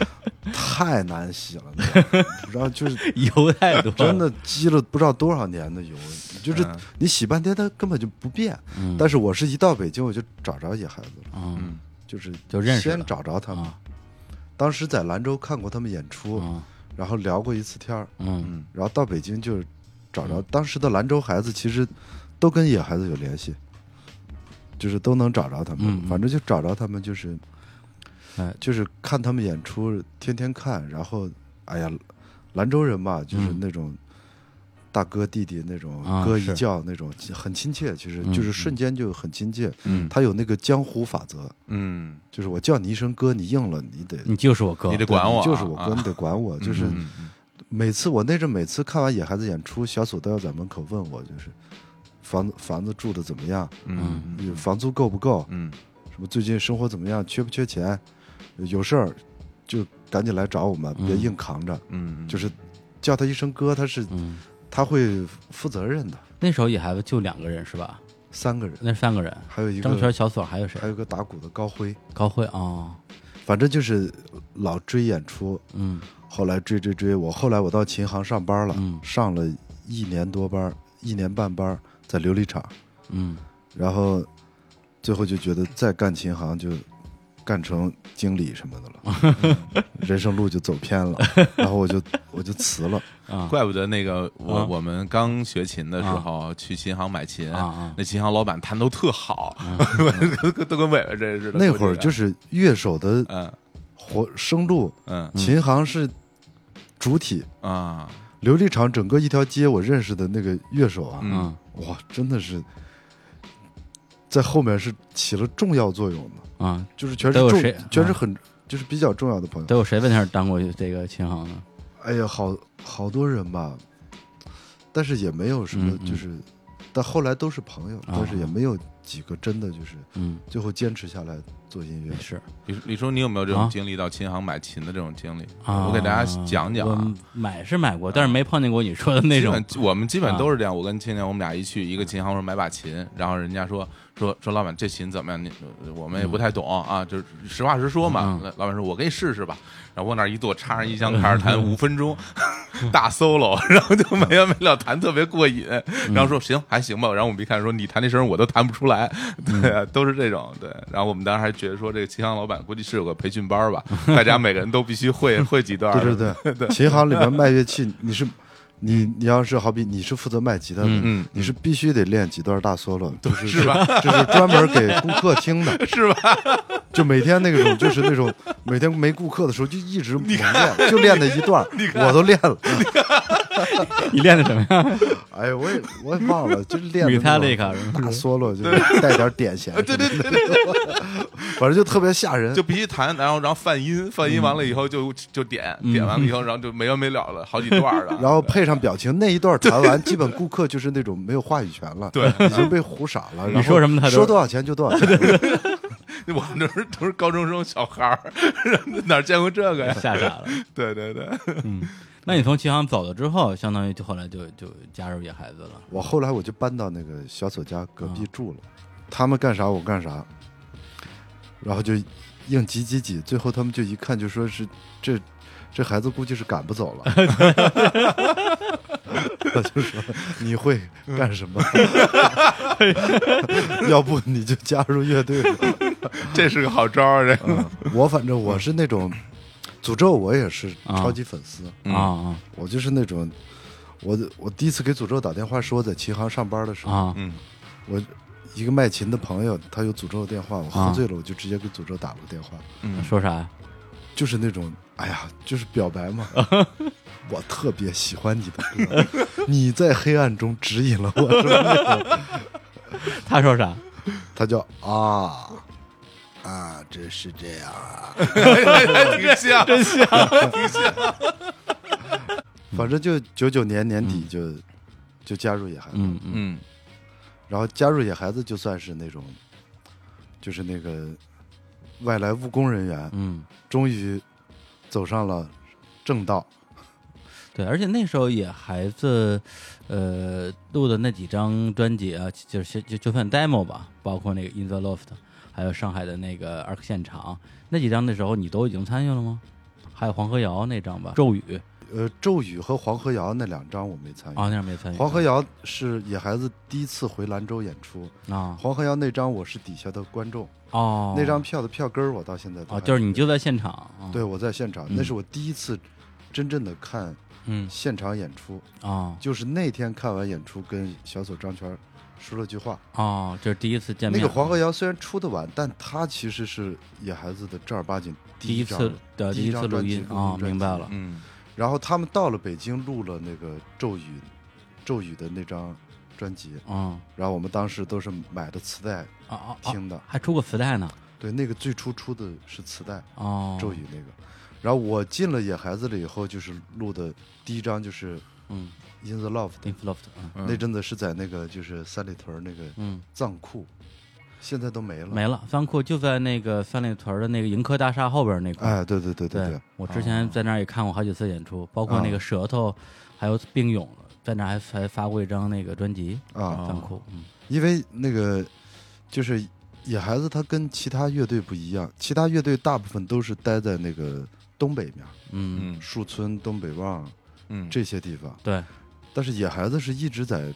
C: 太难洗了，那个然后就是
A: 油太 多，
C: 真，的积了不知道多少年的油，就是
B: 嗯
C: 你洗半天它根本就不变。
A: 嗯、
C: 但
A: 是
C: 是我是一到北京我就找着野孩子了，
A: 嗯
B: 嗯
C: 就是
A: 就认识了
C: 先找着他们。
A: 啊
C: 当时在兰州看过他们演出，
A: 啊
C: 然后聊过一次天儿，
A: 嗯
B: 嗯
C: 然后到北京就找着当时的兰州孩子，其实都跟野孩子有联系，就是都能找着他们，
A: 嗯嗯
C: 反正就找着他们就是，
A: 哎
C: 就是看他们演出，天天看，然后哎呀，兰州人嘛，就是
A: 嗯
C: 那种。大哥弟弟那种
A: 啊
C: 哥一
A: 是
C: 叫那种很亲切，其实
A: 嗯
C: 就是
A: 嗯
C: 瞬间就很亲切。
B: 嗯
C: 他有那个江湖法则，
B: 嗯，
C: 就是我叫你一声哥，你应了，你得
A: 你就是我哥
B: 你，得管我啊，
C: 就是我哥，
B: 啊
C: 你得管我。就是
B: 嗯嗯嗯
C: 每次我那阵每次看完野孩子演出，小左都要在门口问我，就是房子房子住的怎么样，
B: 嗯嗯
C: 房租够不够，
B: 嗯
C: 什么最近生活怎么样，缺不缺钱，有事儿就赶紧来找我们，
A: 嗯
C: 别硬扛着。
B: 嗯，
C: 就是叫他一声哥，他是
A: 嗯，
C: 他会负责任的。
A: 那时候野孩子就两个人是吧？
C: 三个人，
A: 那三个人，
C: 还有一
A: 张全、
C: 个
A: 小锁还有谁
C: 还？有一个打鼓的高辉，
A: 高慧啊、哦
C: 反正就是老追演出，
A: 嗯
C: 后来追追追，我后来我到琴行上班了，
A: 嗯
C: 上了一年多班儿，一年半班儿在琉璃厂，
A: 嗯
C: 然后最后就觉得再干琴行就干成经理什么的了，人生路就走偏了，然后我就我就辞了，
A: 啊
B: 怪不得那个我
A: 啊
B: 我们刚学琴的时候去琴行买琴
A: 啊，啊
B: 那琴行老板弹都特好，都跟伟伟这似的。
C: 那会儿就是是乐手的
B: 嗯
C: 活生路，
B: 嗯
C: 琴行是主体，
B: 啊
C: 琉璃厂整个一条街我认识的那个乐手啊，
A: 嗯
C: 哇，真的是在后面是起了重要作用的。
A: 啊，
C: 就是全是
A: 都有
C: 重
A: 谁，
C: 全是
A: 啊
C: 很、就是比较重要的朋友。
A: 都有谁在那儿当过这个琴行的？
C: 哎呀，好好多人吧，但是也没有什么
A: 嗯，嗯啊
C: 就是，但后来都是朋友，但是也没有几个真的就是
A: 嗯，
C: 最后坚持下来做音乐
A: 也。是
B: 李李叔，你有没有这种
A: 啊
B: 经历到琴行买琴的这种经历？
A: 啊。
B: 我给大家讲讲
A: 我
B: 啊。
A: 买是买过，但是没碰见过你说的那种。
B: 基本我们基
C: 啊
B: 本都是这样。我跟青年，我们俩一去一个琴行，我说买把琴，然后人家说说说老板这琴怎么样？你我们也不太懂啊，就是实话实说嘛。
C: 嗯
B: 老板说我给你试试吧，然后往那儿一坐，插上音箱开始弹五分钟， 大 solo，然 后就没完没了弹，特别过瘾。
C: 嗯
B: 然后说行还行吧，然后我们一看说你弹那声我都弹不出来，对
C: 嗯
B: 啊，都是这种对。然后我们当时还觉得说这个琴行老板估计是有个培训班儿吧，大家每个人都必须会会几段儿。
C: 对 对对，琴行里面卖乐器， 你是你你要是好比你是负责卖吉他的，
B: 嗯
C: 你是必须得练几段大 solo，就是
B: 是吧？
C: 就是专门给顾客听 的，
B: 是吧？
C: 就每天那种，就是那种每天没顾客的时候就一直猛练，就练那一段，我都练了。
A: 你练的什么呀？
C: 哎呀，我也我也忘了，就是练的那
A: Metallica
C: 种
A: 是
C: 大 solo，就是带点点
B: 呃
C: 弦，对对对反正就特别吓 人
B: 就。必须弹，然后然后泛音，泛音完了以后就就点，点完了以后，然后就没完没了了，好几段了。
C: 嗯然后配上表情，那一段弹完，基本顾客就是那种没有话语权了，
B: 对，
C: 已经被唬傻 了。然后
A: 说什么他都
C: 说多少钱就多少钱，
B: 我们这是都是高中生小孩儿，哪见过这个呀？
A: 吓傻了。
B: 对对对，
A: 那你从琴行走了之后，相当于就后来就就加入野孩子了。
C: 我后来我就搬到那个小左家隔壁住了，
A: 啊
C: 他们干啥我干啥，然后就硬挤挤挤，最后他们就一看就说是这这孩子估计是赶不走了， 我就说你会干什么？ 要不你就加入乐队吧。嗯啊
B: 这是个好招儿，这个
C: 我反正我是那种，诅咒我也是
A: 啊
C: 超级粉丝，
B: 嗯
A: 啊啊
C: 我就是那种，我我第一次给诅咒打电话说在琴行上班的时候，
A: 啊
B: 嗯
C: 我一个卖琴的朋友他有诅咒的电话，我
A: 啊
C: 喝醉了我就直接给诅咒打了个电话，
B: 嗯，
A: 说啥呀？
C: 就是那种哎呀，就是表白 嘛。我特别喜欢你的歌，你在黑暗中指引了我，是吧？ 那种
A: 他说啥？
C: 他叫啊啊，真是这样啊！
B: 挺 像，真像，挺像。
C: 反正就九九年年底就、就加入野孩子，
A: 嗯嗯
B: 嗯
C: 然后加入野孩子就算是那种，就是那个外来务工人员，
A: 嗯，
C: 终于走上了正道。
A: 对，而且那时候野孩子，呃，录的那几张专辑啊，就是就就算 demo 吧，包括那个 In the Loft，还有上海的那个 Arc 现场，那几张那时候你都已经参与了吗？还有黄河谣那张吧，咒语
C: 呃，咒语和黄河谣那两张我没参与。
A: 啊，那张没参与。
C: 黄河谣是野孩子第一次回兰州演出，
A: 啊
C: 黄河谣那张我是底下的观众，
A: 哦，
C: 那张票的票根儿我到现在都
A: 哦，
C: 还
A: 就是你就在现场啊，
C: 对我在现场，
A: 嗯
C: 那是我第一次真正的看
A: 嗯
C: 现场演出，
A: 啊
C: 就是那天看完演出跟小左张全说了句话，
A: 哦，这是第一次见
C: 那
A: 面，
C: 个黄河谣虽然出的晚，但他其实是野孩子的正儿八经
A: 第
C: 一
A: 一
C: 张
A: 次的
C: 第
A: 第
C: 一
A: 一
C: 张
A: 次录
C: 专辑
A: 音
C: 录
A: 啊，
C: 音专
A: 明白
C: 辑
A: 了，
B: 嗯
C: 然后他们到了北京录了那个《咒语》，《咒语》的那张专辑，
A: 嗯
C: 然后我们当时都是买的磁带
A: 啊啊啊，
C: 听的。
A: 还出过磁带呢，
C: 对，那个最初出的是磁带
A: 哦，
C: 《咒语》那个。然后我进了野孩子了以后，就是录的第一张就是《
A: 嗯
C: In the Love》
A: ，In Loft，嗯
B: 嗯
C: 那阵子是在那个就是三里屯那个
A: 嗯。
C: 藏库，现在都没了。
A: 没了，仓库就在那个三里屯的那个盈科大厦后边那块儿。
C: 哎，对对对对哦对，
A: 我之前在那儿也看过好几次演出，包括那个舌头，还有并勇，在那儿还还发过一张那个专辑
C: 啊
A: 仓库，嗯
C: 因为那个就是野孩子，他跟其他乐队不一样，其他乐队大部分都是待在那个东北面，
A: 嗯，
B: 嗯
C: 树村、东北旺
B: 嗯，
C: 这些地方，
A: 对，
C: 但是野孩子是一直在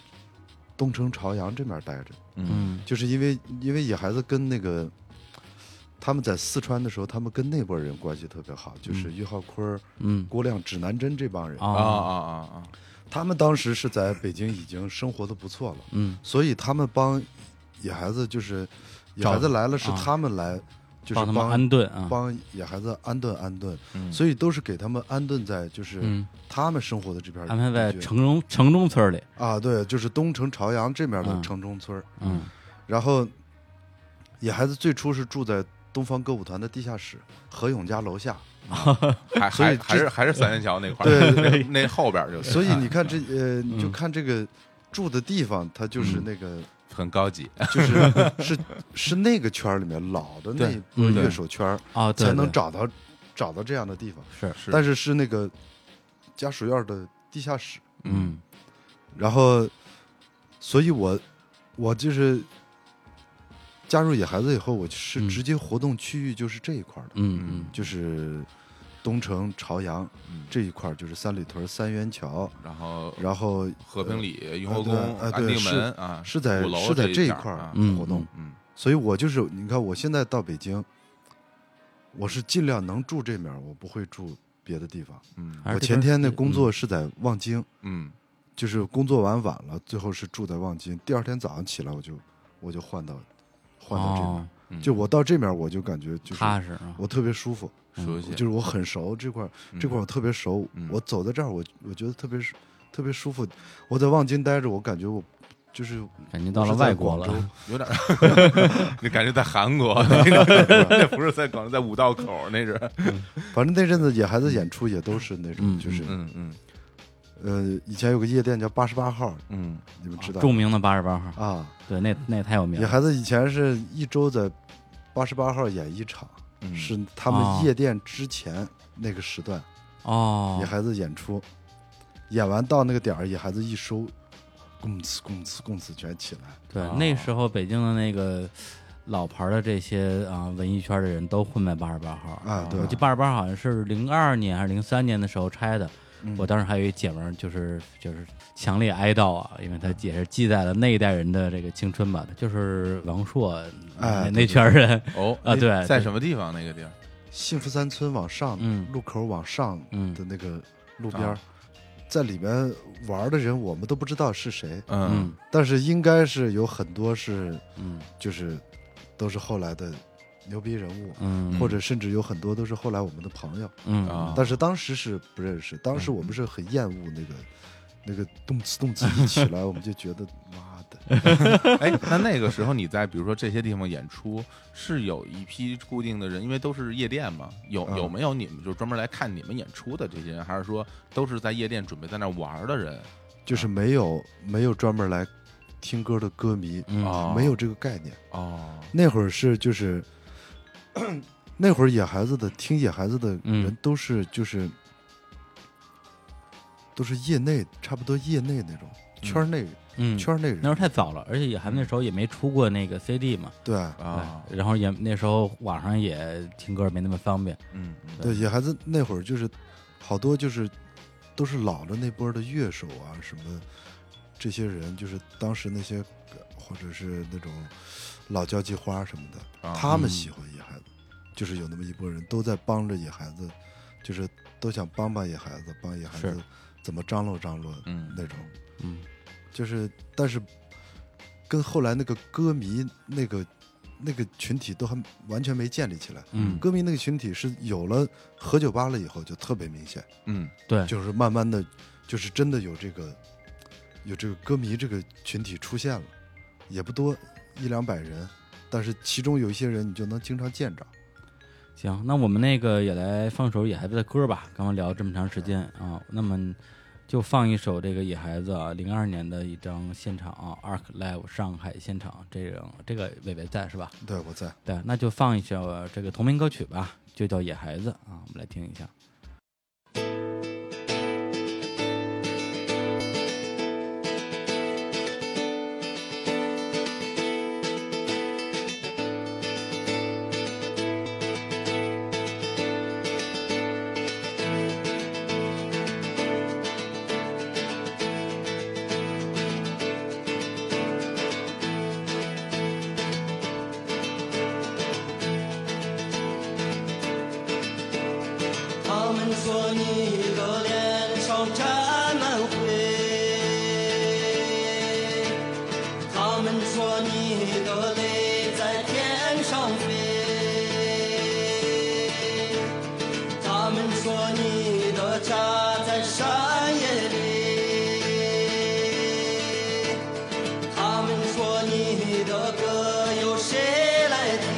C: 东城朝阳这面待着，
B: 嗯
A: 嗯
C: 就是因为因为野孩子跟那个。他们在四川的时候，他们跟那波人关系特别好，就是俞浩坤儿、
A: 嗯
C: 郭亮、指南针这帮人。
B: 啊
A: 啊
B: 啊啊啊，
C: 他们当时是在北京已经生活的不错了，
A: 嗯
C: 所以他们帮野孩子就是野
A: 找
C: 孩子来了，是
A: 啊
C: 他们来，就是
A: 帮他们
C: 帮
A: 安顿啊，
C: 帮野孩子安顿安顿，
B: 嗯
C: 所以都是给他们安顿在就是
A: 嗯，
C: 他们生活的这边儿
A: 安排在
C: 地区
A: 城中城中村里，
C: 啊，对，就是东城朝阳这面的
A: 嗯
C: 城中村儿。
A: 嗯
C: 然后野孩子最初是住在东方歌舞团的地下室，何勇家 楼下，
B: 还
C: 所以
B: 还
C: 这
B: 还是还是三元桥那块
C: 对对
B: 儿，那那后边儿就是，
C: 所以你看 这呃，你就
A: 嗯
C: 看这个住的地方，它就是
A: 嗯
C: 那个。
B: 很高级，
C: 就是是 是那个圈儿里面老的那
A: 对
C: 一波
A: 嗯
C: 乐
A: 对
C: 手圈儿
A: 啊，对
C: 才能
A: 对
C: 找到找到这样的地方，
A: 是
B: 是
C: 但是是那个家属院的地下室，
A: 嗯
C: 然后，所以我我就是加入野孩子以后，我是
A: 嗯
C: 直接活动区域就是这一块儿的，
A: 嗯嗯
C: 就是东城朝阳
B: 嗯
C: 这一块儿，就是三里屯三元桥，
B: 然后
C: 然后
B: 和平里、雍和
C: 呃对
B: 宫、
C: 呃
B: 安
C: 对
B: 定
C: 是
B: 门啊，
C: 是在
B: 鼓楼
C: 是在
B: 这
C: 这一
B: 片儿
C: 块儿
B: 啊
A: 嗯
C: 活动，
B: 嗯
C: 所以我就是你看，我现在到北京，我是尽量能住这面儿，我不会住别的地方。
B: 嗯
A: 还是
C: 我
A: 这边
C: 前天的
A: 是
C: 工作是在望京，
B: 嗯
C: 就是工作完晚了，最后是住在望京。第二天早上起来，我就我就换到换到这面儿，
A: 哦
B: 嗯，
C: 就我到这面儿，我就感觉就是
A: 踏实啊，
C: 我特别舒服，
B: 熟悉
C: 就是我很熟这块儿这块儿我特别熟，
B: 嗯
C: 我走在这儿，我我觉得特别舒特别舒服。我在望京待着，我感觉我就是
A: 感觉到了外国了啊
C: 我是在广
B: 有点儿， 你感觉在韩国， 那不是在广州，在五道口那是，
C: 反正那阵子野孩子演出也都是那种
A: 嗯
C: 就是。
B: 嗯嗯
C: 呃，以前有个夜店叫八十八号，
B: 嗯
C: 你们知道
A: 著名的八十八号，
C: 啊？
A: 对，那那太有名
C: 野
A: 了，
C: 孩子以前是一周在八十八号演一场，
B: 嗯，
C: 是他们夜店之前那个时段，
A: 哦
C: 野，孩子演出，演完到那个点儿，野孩子一收，供呲供呲供呲全起来。
A: 对，
B: 哦
A: 那时候北京的那个老牌儿的这些啊、文艺圈的人都混在八十八号
C: 啊对
A: 我记得八十八好像是零二年还是零三年的时候拆的。
C: 嗯
A: 我当时还有一姐们儿，就是就是强烈哀悼啊，因为她也是记载了那一代人的这个青春吧，就是王朔那
C: 哎对
A: 嗯那圈儿人
B: 哦
A: 啊对
B: 在什么地方那个地儿？
C: 幸福三村往上、
A: 嗯
C: 路口往上
A: 嗯
C: 的那个路边儿，
B: 啊
C: 在里面玩的人我们都不知道是谁，
B: 嗯
A: 嗯
C: 但是应该是有很多是
A: 嗯
C: 就是都是后来的牛逼人物，
A: 嗯，
C: 或者甚至有很多都是后来我们的朋友，
A: 嗯
B: 啊
C: 但是当时是不认识，当时我们是很厌恶那 个。那个动词动词一起来，我们就觉得妈的，
B: 哎，那那个时候你在比如说这些地方演出，是有一批固定的人，因为都是夜店嘛，有
C: 嗯
B: 有没有你们就专门来看你们演出的这些人，还是说都是在夜店准备在那玩儿的人
C: 就是没有没有专门来听歌的歌迷，
A: 嗯
B: 哦
C: 没有这个概念。
B: 哦，
C: 那会儿是就是， 那会儿野孩子的听野孩子的人
A: 嗯
C: 都是就是、都是业内差不多业内那种圈儿内、
A: 嗯，
C: 圈儿内人，
A: 那时候太早了，而且也还那时候也没出过那个 CD 嘛，
C: 对、
B: 啊，
A: 然后也那时候网上也听歌没那么方便，
B: 嗯，嗯
C: 对野孩子那会儿就是好多就是都是老的那波的乐手啊什么这些人，就是当时那些或者是那种老交际花什么的，
B: 啊
C: 他们
A: 嗯
C: 喜欢野孩子，就是有那么一拨人都在帮着野孩子，就是都想帮帮野孩子，帮野孩子
A: 是
C: 怎么张罗张罗
B: 嗯
C: 那种，
A: 嗯
C: 就是但是跟后来那个歌迷那个那个群体都还完全没建立起来。
A: 嗯，
C: 歌迷那个群体是有了和酒吧了以后就特别明显，
B: 嗯
A: 对，
C: 就是慢慢的，就是真的有这个有这个歌迷这个群体出现了，也不多一两百人，但是其中有一些人你就能经常见着。
A: 行，那我们那个也来放首野孩子的歌吧。刚刚聊这么长时间啊，那么就放一首这个野孩子啊，零二年的一张现场、啊、Arc Live 上海现场，这个这个伟伟在是吧？
C: 对，我在。
A: 对，那就放一首这个同名歌曲吧，就叫《野孩子》啊，我们来听一下。
D: 他们说你的脸上沾满灰，他们说你的泪在天上飞，他们说你的家在山野里，他们说你的歌由谁来听？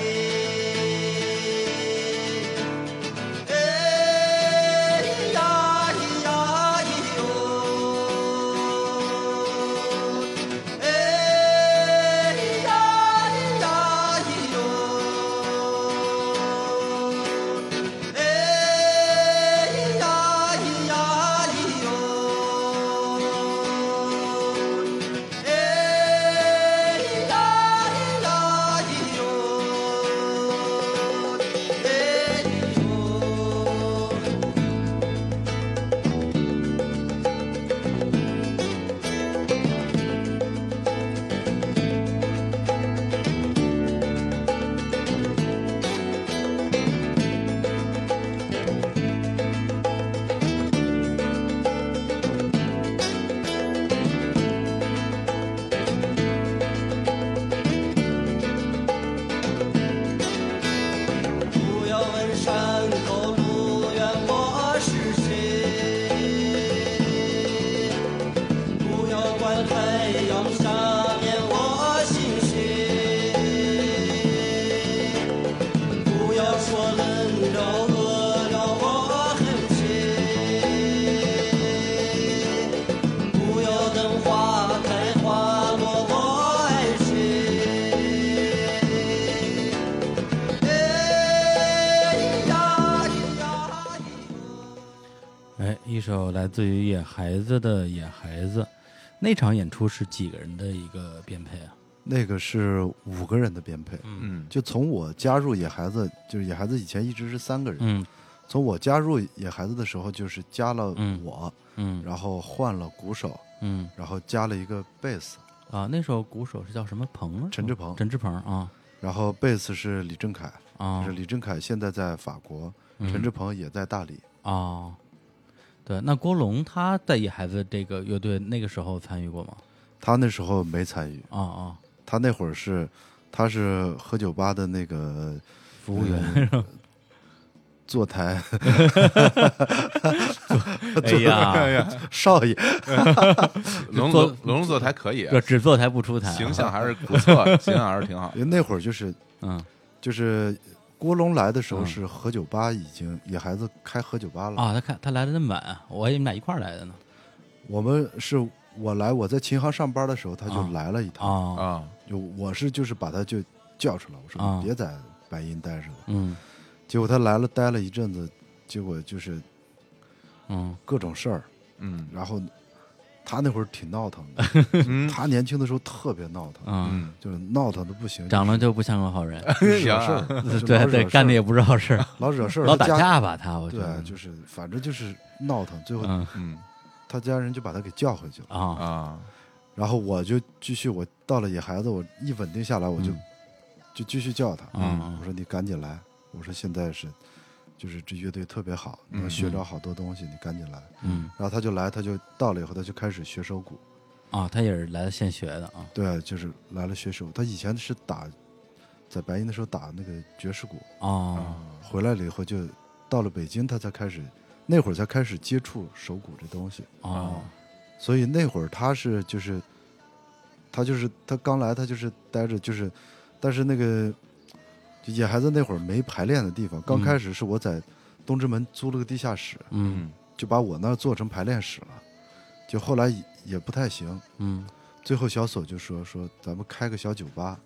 D: 哎呀咿呀咿哟，哎呀咿呀咿哟，哎呀咿呀咿哟，哎呀咿呀咿哟，哎哟。不要问山高路远我是谁，不要管太阳下面我心谁，不要说冷了饿了我很谁，不要等花开花落我爱谁。哎呀咿呀咿哟。
A: 哎，一首来自于野孩子的《野孩子》，那场演出是几个人的一个编配啊？
C: 那个是五个人的编配，
B: 嗯
C: 就从我加入野孩子，就是野孩子以前一直是三个人，
A: 嗯
C: 从我加入野孩子的时候，就是加了
A: 嗯
C: 我，
A: 嗯
C: 然后换了鼓手，
A: 嗯
C: 然后加了一个贝斯，
A: 啊，那首鼓手是叫什么鹏啊？
C: 陈志鹏
A: 陈志鹏啊，
C: 然后贝斯是李正凯，
A: 啊
C: 就是李正凯现在在法国，
A: 嗯
C: 陈志朋也在大理。
A: 哦，对，那郭龙他在野孩子这个乐队那个时候参与过吗？
C: 他那时候没参与，
A: 啊啊，
C: 他那会儿是他是喝酒吧的那个呃
A: 服务员，
C: 坐台
A: 哎 呀，
C: 少爷，
B: 龙
A: 做
B: 龙龙坐台可以，啊
A: 这只坐台不出台，
B: 形象，还是 不错，形象还是挺好。啊
C: 因为那会儿就是
A: 嗯
C: 就是郭龙来的时候
A: 嗯
C: 是喝酒吧已经野孩子开喝酒吧了，
A: 啊，他看他来的那么晚啊，我还以为你们俩一块儿来的呢，
C: 我们是我来我在琴行上班的时候他就
A: 啊
C: 来了一趟，
A: 啊，
B: 啊，
C: 就我是就是把他就叫出来，我说
A: 啊
C: 你别在白银待着了，
A: 嗯
C: 结果他来了待了一阵子，结果就是
A: 嗯
C: 各种事儿，
B: 嗯
C: 然后他那会儿挺闹腾 的，
B: 嗯
C: 他年轻的时候特别闹腾，
A: 啊，
B: 嗯，
C: 就是闹腾的 不行，
A: 长得就不像个好人，
C: 就是
B: 行
C: 惹事
B: 啊
C: 儿，就
A: 对
C: 老惹
A: 对，
C: 事儿
A: 干的也不是好事儿，
C: 老惹事儿，
A: 老
C: 他
A: 打
C: 家。
A: 架吧他，我觉得
C: 对，，就是反正就是闹腾，最后
A: 嗯
B: 嗯
C: 他家人就把他给叫回去了。
A: 啊
B: 啊，
C: 然后我就继续，我到了野孩子，我一稳定下来，我就、
A: 嗯
C: 就继续叫他，
A: 嗯
C: 我说你赶紧来，我说现在是，就是这乐队特别好，
B: 嗯
C: 能学着好多东西，你赶紧来。
A: 嗯
C: 然后他就来，他就到了以后，他就开始学手鼓，
A: 啊，他也是来现学的啊，
C: 对，就是来了学手鼓。他以前是打，在白银的时候打那个爵士鼓，
A: 哦
C: 回来了以后就到了北京，他才开始，那会儿才开始接触手鼓这东西。
A: 哦
C: 所以那会儿他是就是，他就是他刚来，他就是待着就是，但是那个就野孩子那会儿没排练的地方，刚开始是我在东直门租了个地下室，
A: 嗯
B: 嗯
C: 就把我那儿做成排练室了，就后来也也不太行，
A: 嗯
C: 最后小锁就说说咱们开个小酒吧，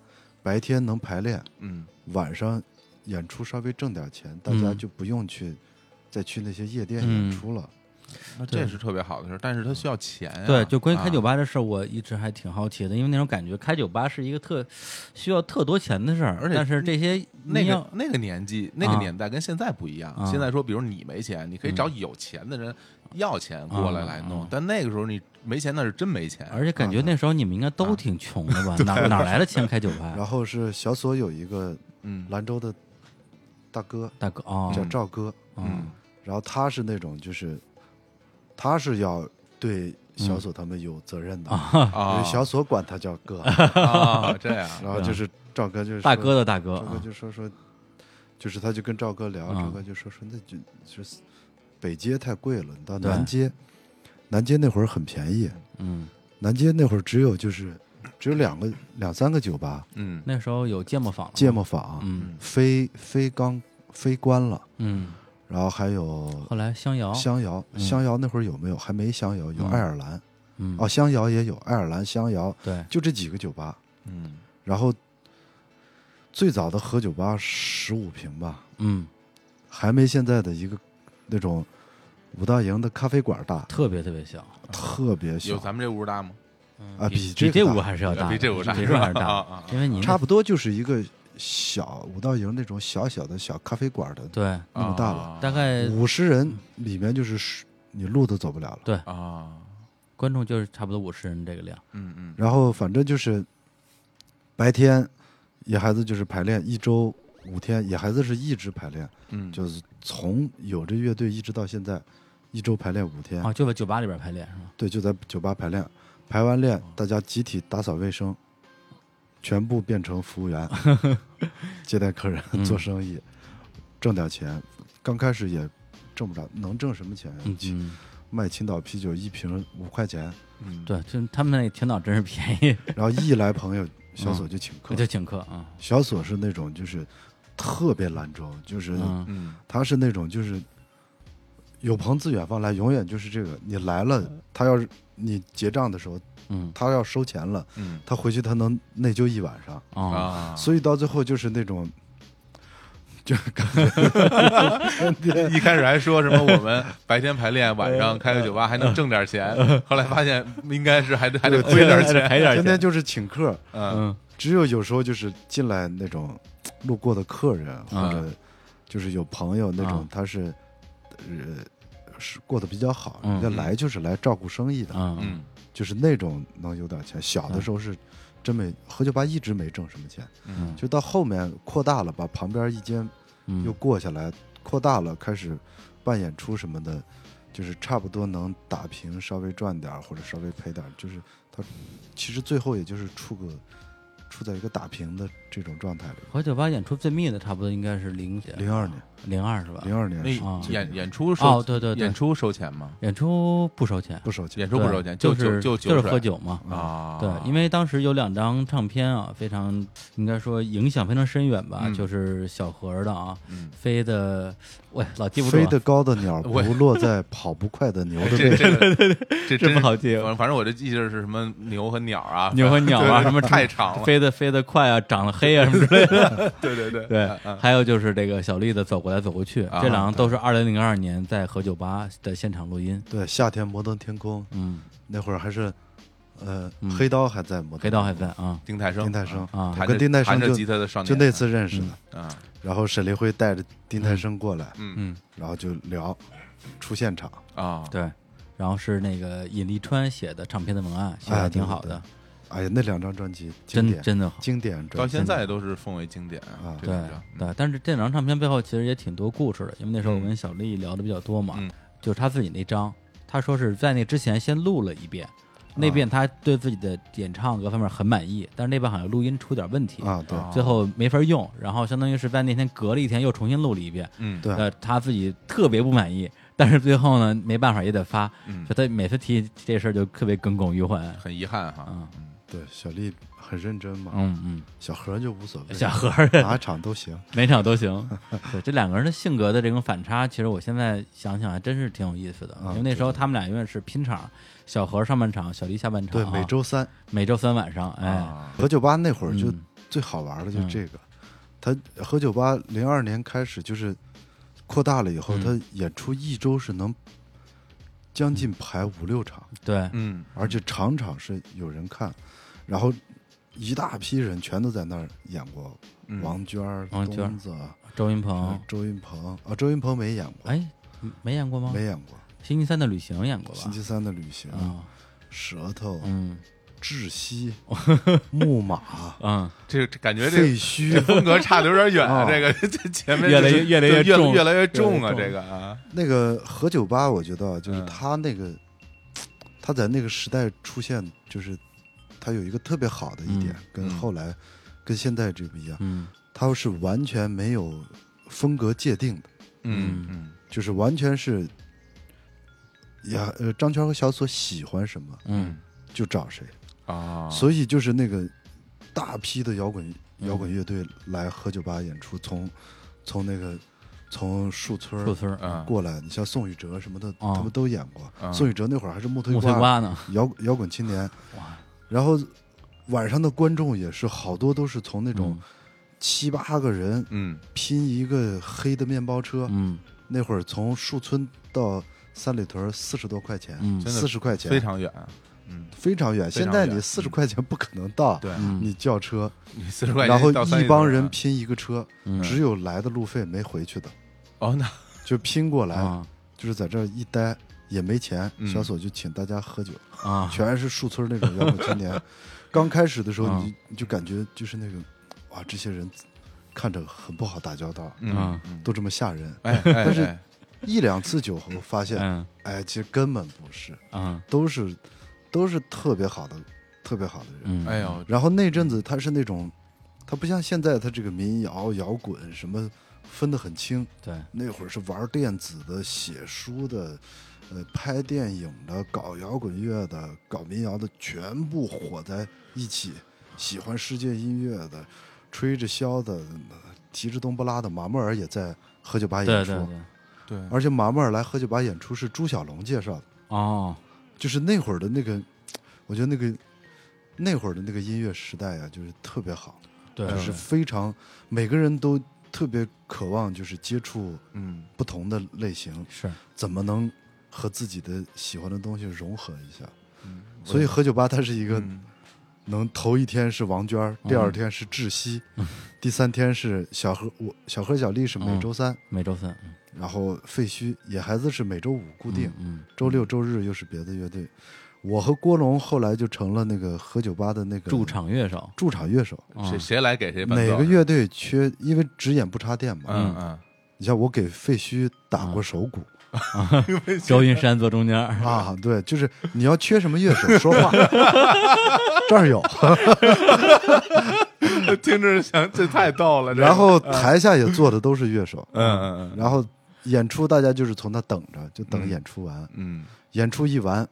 C: 白天能排练，
B: 嗯
C: 晚上演出稍微挣点钱，大家
A: 嗯
C: 就不用去再去那些夜店
A: 嗯
C: 演出了，
B: 那
A: 对
B: 这是特别好的事儿，但是他需要钱啊。
A: 对，就关于开酒
B: 吧，
A: 吧这事儿，我一直还挺好奇的，因为那种感觉，开酒吧是一个特需要特多钱的事儿，
B: 而且
A: 但是这些
B: 那
A: 你要
B: 个那个年纪、那个
A: 啊
B: 年代跟现在不一样
A: 啊。嗯
B: 现在说，比如你没钱，你可以找有钱的人要钱过来来
A: 啊啊
B: 弄，但那个时候你没钱那是真没钱。
A: 而且感觉那时候你们应该都挺穷的吧？哪哪来的钱开酒吧
C: 然
A: 呀？
C: 后是小锁有一个
B: 嗯
C: 兰州的大哥。
A: 大哥哦，
C: 叫赵哥，
B: 嗯
C: 然后他是那种就是，他是要对小锁他们有责任的，
A: 嗯
B: 啊
C: 因为小锁管他叫 哥，
B: 啊这样
C: 然后就是赵哥就是
A: 大哥
C: 的，
A: 的大哥
C: 赵哥
A: 啊，
C: 就说说，就是他就跟赵哥聊，
A: 啊
C: 赵哥就说说那就就是北街太贵了，你到
A: 对
C: 南街，南街那会儿很便宜，
A: 嗯，
C: 南街那会儿只有就是只有两个两三个酒吧，
B: 嗯
A: 那时候有芥末坊了，
C: 芥末坊、
A: 嗯
C: 飞飞刚飞关了，
A: 嗯，
C: 然后还有
A: 后来香瑶，
C: 香瑶，
A: 嗯
C: 香瑶那会儿有没有？还没香瑶，有
A: 嗯
C: 爱尔兰
A: 嗯
C: 哦，香瑶也有爱尔兰、香瑶，
A: 对，
C: 就这几个酒吧。
B: 嗯
C: 然后最早的和酒吧十五平吧，
A: 嗯，
C: 还没现在的一个那种五大营的咖啡馆大，
A: 特别特别小，
C: 特别小
B: 有咱们这屋大吗？
C: 啊，
A: 比
C: 这
A: 这
C: 个
A: 屋
C: 大
A: 还是要大的，
B: 比这屋大
A: 比这屋还是
B: 啊
A: 大
B: 啊啊，
A: 因为你那
C: 差不多就是一个小五道营那种小小的小咖啡馆的，
A: 对，
C: 那么大了
B: 啊
A: 大概
C: 五十人里面就是十你路都走不了了。
A: 对
B: 啊，
A: 观众就是差不多五十人这个量，
B: 嗯嗯
C: 然后反正就是白天野孩子就是排练一周五天，野孩子是一直排练，
B: 嗯，
C: 就是从有这乐队一直到现在，一周排练五天，
A: 啊，就在酒吧里边排练是吧？
C: 对，就在酒吧排练，排完练大家集体打扫卫生，全部变成服 务员，接待客人
A: 嗯
C: 做生意，挣点钱，刚开始也。挣不着，能挣什么钱呀？
A: 嗯
C: 青
A: 嗯，
C: 卖青岛啤酒一瓶五块钱，
B: 嗯
A: 对，就他们那个青岛真是便宜，
C: 然后一来朋
A: 嗯
C: 友，小左就请客，
A: 就请客啊，
C: 小锁是那种就是特别兰州，就是
A: 嗯
B: 嗯
C: 他是那种就是有朋自远方来，永远就是这个。你来了，他要是你结账的时候，
A: 嗯
C: 他要收钱了，
B: 嗯
C: 他回去他能内疚一晚上，
A: 啊，
B: 啊，
C: 所以到最后就是那种。就感
B: 一开始还说什么我们白天排练，晚上开个酒吧还能挣点 钱，后来发现应该是还得还得 亏点钱。
A: 赔
C: 觉
A: 点
C: 天
A: 钱
C: 天，嗯就是请客，
B: 嗯
A: 嗯
C: 只有有时候就是进来那种路过的客人，或
A: 啊
C: 者就是有朋友那种
A: 啊，
C: 他是呃是过得比较好，
A: 嗯
C: 人家来就是来照顾生意的，
A: 嗯嗯
B: 嗯
C: 嗯就是那种能有点钱。小的时候是真没何九八一直没挣什么钱，
B: 嗯
C: 就到后面扩大了，把旁边一间
A: 嗯
C: 又过下来，扩大了，开始办演出什么的，就是差不多能打平，稍微赚点儿或者稍微赔点儿，就是他其实最后也就是处个处在一个打平的这种状态里。
A: 和酒吧演出最密的差不多应该是零
C: 零二年，
A: 零二是吧？
C: 零二年是
A: 啊
B: 那演演出
A: 哦
B: 收，
A: 对对对
B: 演，出收钱吗？
A: 演出不收钱，
C: 不收钱
B: 演，出不
A: 对
B: 收钱，
A: 就
B: 就是就
A: 就是喝
B: 水
A: 酒嘛。嗯
B: 啊，
A: 对，因为当时有两张唱片啊，非常应该说影响非常深远吧，
B: 嗯
A: 就是小何儿的啊，
B: 嗯
A: 飞的，喂，老记不住啊、
C: 飞得高的鸟
B: 我
C: 不落在跑不快的 牛的位
B: 哎这
C: 置。
B: 这个这
A: 这
B: 真
A: 不好记
B: 反正反正我这记着是什么牛和鸟啊，
A: 牛和鸟啊，
B: 对
A: 什么
B: 太长了，
A: 飞得飞得快啊，长得黑啊什么之类的。
B: 对对对
A: 对
B: 嗯，嗯
A: 还有就是这个小丽的走过来走过去，
B: 啊
A: 这两个都是二零零二年在何酒吧的现场录音。
C: 对，夏天摩登天空
A: 嗯，
C: 那会儿还是，呃，
A: 嗯
C: 黑刀还在摩登，
A: 黑刀还在啊
B: 丁太生，
C: 丁太生
A: 啊
C: 我
B: 弹
C: 跟
B: 着
C: 丁太
B: 弹
C: 生
B: 着
C: 就
B: 吉他的少年，
C: 就那次认识的。
B: 啊，
C: 然后沈立辉带着丁太生过来，
B: 嗯
A: 嗯
C: 然后就聊，出现场，
B: 啊，
A: 对，然后是那个尹立川写的唱片的文案，写的
C: 哎对
A: 挺好
C: 对
A: 的，
C: 哎呀，那两张专辑经
A: 真
C: 典，
A: 真的好。
C: 经典
B: 到
C: 专辑，
B: 现在都是奉为经典
C: 啊
B: 这
A: 对
B: 两张
A: 对，但是这两张唱片背后其实也挺多故事的，因为那时候我
B: 嗯
A: 跟小丽聊的比较多嘛，
B: 嗯
A: 就是他自己那张，他说是在那之前先录了一遍，那
C: 啊
A: 遍他对自己的演唱各方面很满意，但是那遍好像录音出点问题，
C: 啊，对
B: 啊
A: 最后没法用，然后相当于是在那天隔了一天又重新录了一遍，
B: 嗯，
C: 对
A: 呃，他自己特别不满意，但是最后呢没办法也得发，
B: 嗯
A: 所以他每次提这事儿就特别耿耿于怀，
B: 很遗憾哈，
A: 嗯
C: 对，小丽很认真嘛，
A: 嗯
C: 小何就无所
A: 嗯，
C: 谓，
A: 小何儿
C: 哪场都行，
A: 每场都行。 对，这两个人的性格的这种反差，其实我现在想想还真是挺有意思的。
C: 啊
A: 因为那时候他们俩永远是拼场，小何上半场，小黎下半场
C: 对
A: 啊、，
C: 每周三
A: 每周三晚上，哎，
B: 啊
C: 何九八那会儿就
A: 嗯
C: 最好玩的就
A: 嗯
C: 这个，他何九八零二年开始就是扩大了以后，
A: 嗯
C: 他演出一周是能将近排五六场，
A: 对，
B: 嗯，
C: 而且场场是有人看，然后一大批人全都在那儿演过，
B: 嗯
C: 王娟儿、
A: 王娟儿
C: 东子、
A: 周云鹏，
C: 周云鹏啊，周云鹏没演过，
A: 哎，没演过吗？
C: 没演过，
A: 星期三的旅行演过吧？
C: 星期三的旅行、
A: 啊，
C: 舌头、
A: 嗯
C: 窒 息、木马、
A: 嗯，
B: 这这感觉这
C: 废
B: 这
C: 墟，
B: 风格差的有点远啊，
C: 哦
B: 这个这前面
A: 越来
B: 就
A: 越
B: 是
A: 越来越
B: 对越
A: 重
B: 越来越重
A: 越来
B: 啊，
A: 越重
B: 这个啊，
C: 那个何九八，我觉得啊就是
B: 嗯
C: 他那个，他在那个时代出现，就是他有一个特别好的一点，
A: 嗯
C: 跟
B: 嗯
C: 后来、跟现在这不一样，
A: 嗯
C: 他是完全没有风格界定的，
A: 嗯
B: 嗯嗯
C: 就是完全是。也呃，张圈和小锁喜欢什么
A: 嗯
C: 就找谁，
B: 啊，
C: 所以就是那个大批的摇滚摇滚乐队来喝酒吧演出，从从那个从树村
A: 树
C: 儿
A: 村儿，
B: 啊
C: 过来，你像宋雨哲什么的，
A: 啊
C: 他们都演过。
B: 啊
C: 宋雨哲那会儿还是木头
A: 木翠瓜呢？
C: 摇摇滚青年，
A: 哇，
C: 然后晚上的观众也是好多都是从那
A: 那
C: 种七八个人
B: 嗯
C: 拼一个黑的面包车，
A: 嗯
C: 那会儿从树村到三里屯四十多块钱，
A: 嗯
B: 真的
C: 四十块
B: 非
C: 钱。
B: 常远，嗯
C: 非常远，
B: 非常
C: 现在
B: 远
C: 你
B: 嗯
C: 四十块钱不可能到，
B: 对，
A: 嗯
C: 你叫车，
B: 你 四十块钱
C: 然后
B: 到三
C: 一
B: 里
C: 帮
B: 屯
C: 人
B: 啊
C: 拼一个车，
A: 嗯
C: 只有来的路费没回去的，
B: 哦那
C: 就拼过来，
A: 啊
C: 就是在这儿一待也没钱
B: 嗯。
C: 小锁就请大家喝酒，
A: 啊，
C: 全是树村那种摇滚青 年。刚开始的时候，
A: 啊
C: 你就你就感觉就是那个，哇，这些人看着很不好打交道，
B: 嗯
A: 啊
B: 嗯
C: 都这么吓人。
B: 哎哎
C: 但是
B: 哎
C: 一两次酒后发现，
A: 嗯
C: 哎，其实根本不是，
A: 啊
C: 都是都是特别好的，特别好的人。
A: 嗯，
B: 哎呦，
C: 然后那阵子他是那种，他不像现在他这个民谣、摇滚什么分得很清，
A: 对，
C: 那会儿是玩电子的、写书的，呃，拍电影的、搞摇滚乐的、搞民谣的，全部火在一起。喜欢世界音乐的，吹着箫的，提着东布拉的，马莫尔也在喝酒吧
A: 对
C: 演
A: 对
C: 出，
A: 对，
B: 对，
C: 而且马莫尔来喝酒吧演出是朱小龙介绍的，
A: 哦，
C: 就是那会儿的那个，我觉得那个那会儿的那个音乐时代啊，就是特别好，
A: 对，
C: 就是非常每个人都特别渴望就是接触
B: 嗯
C: 不同的类型，
A: 是，
C: 怎么能和自己的喜欢的东西融合一下？
B: 嗯
C: 所以喝酒吧它是一个
B: 嗯
C: 能头一天是王娟儿，
A: 嗯
C: 第二天是 窒息，第三天是小何，我小何小丽是每周三，
A: 每周三嗯
C: 然后废墟野孩子是每周五固定，
A: 嗯
C: 周六周日又是别的乐队。我和郭龙后来就成了那个和酒吧的那个
A: 驻场乐手，
C: 驻场乐手，
A: 啊
B: 嗯谁谁来给谁伴奏？
C: 哪个？乐队缺，因为只演不插电嘛。
B: 嗯嗯，
C: 你像我给废墟打
A: 嗯
C: 过手鼓、
A: 周云山坐中间 儿，
C: 啊，对，就是你要缺什么乐手说话， 这儿有。
B: 嗯 听着想这太逗了。这
C: 然后台下也坐的都是乐手，
B: 嗯嗯嗯
C: 然后演出大家就是从那等着，就等演出完，
B: 嗯
C: 演出一完，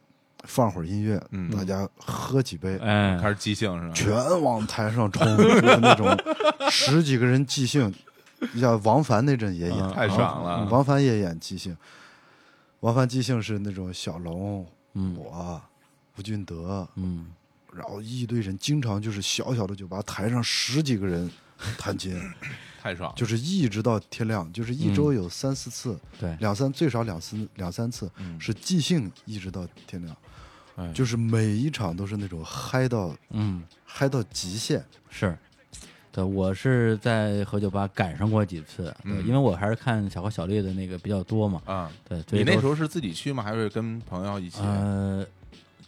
C: 放会儿音乐，
B: 嗯
C: 大家喝几杯，
B: 嗯，
A: 哎，
B: 开始即兴是吧？
C: 全往台 上冲，就是那种十几个人即兴。你像王凡那阵也演，
B: 嗯太爽
A: 啊
B: 了
C: 嗯王凡也演即兴，王凡即兴是那种小龙、我、吴俊德，
A: 嗯，
C: 然后一堆人，经常就是小小的酒吧台上十几个人弹琴，
B: 太爽了。
C: 就是一直到天亮，就是一周有三四次，
A: 嗯对，嗯
C: 两三最少两三两三次、是即兴，一直到天亮，
B: 哎
C: 就是每一场都是那种嗨到
A: 嗯，
C: 嗨到极限，
A: 是。对，我是在何酒吧赶上过几次，对
B: 嗯
A: 因为我还是看小何、小烈的那个比较多嘛。
B: 啊，
A: 对，所以
B: 你那
A: 都
B: 时候是自己去吗？还是跟朋友一起？
A: 呃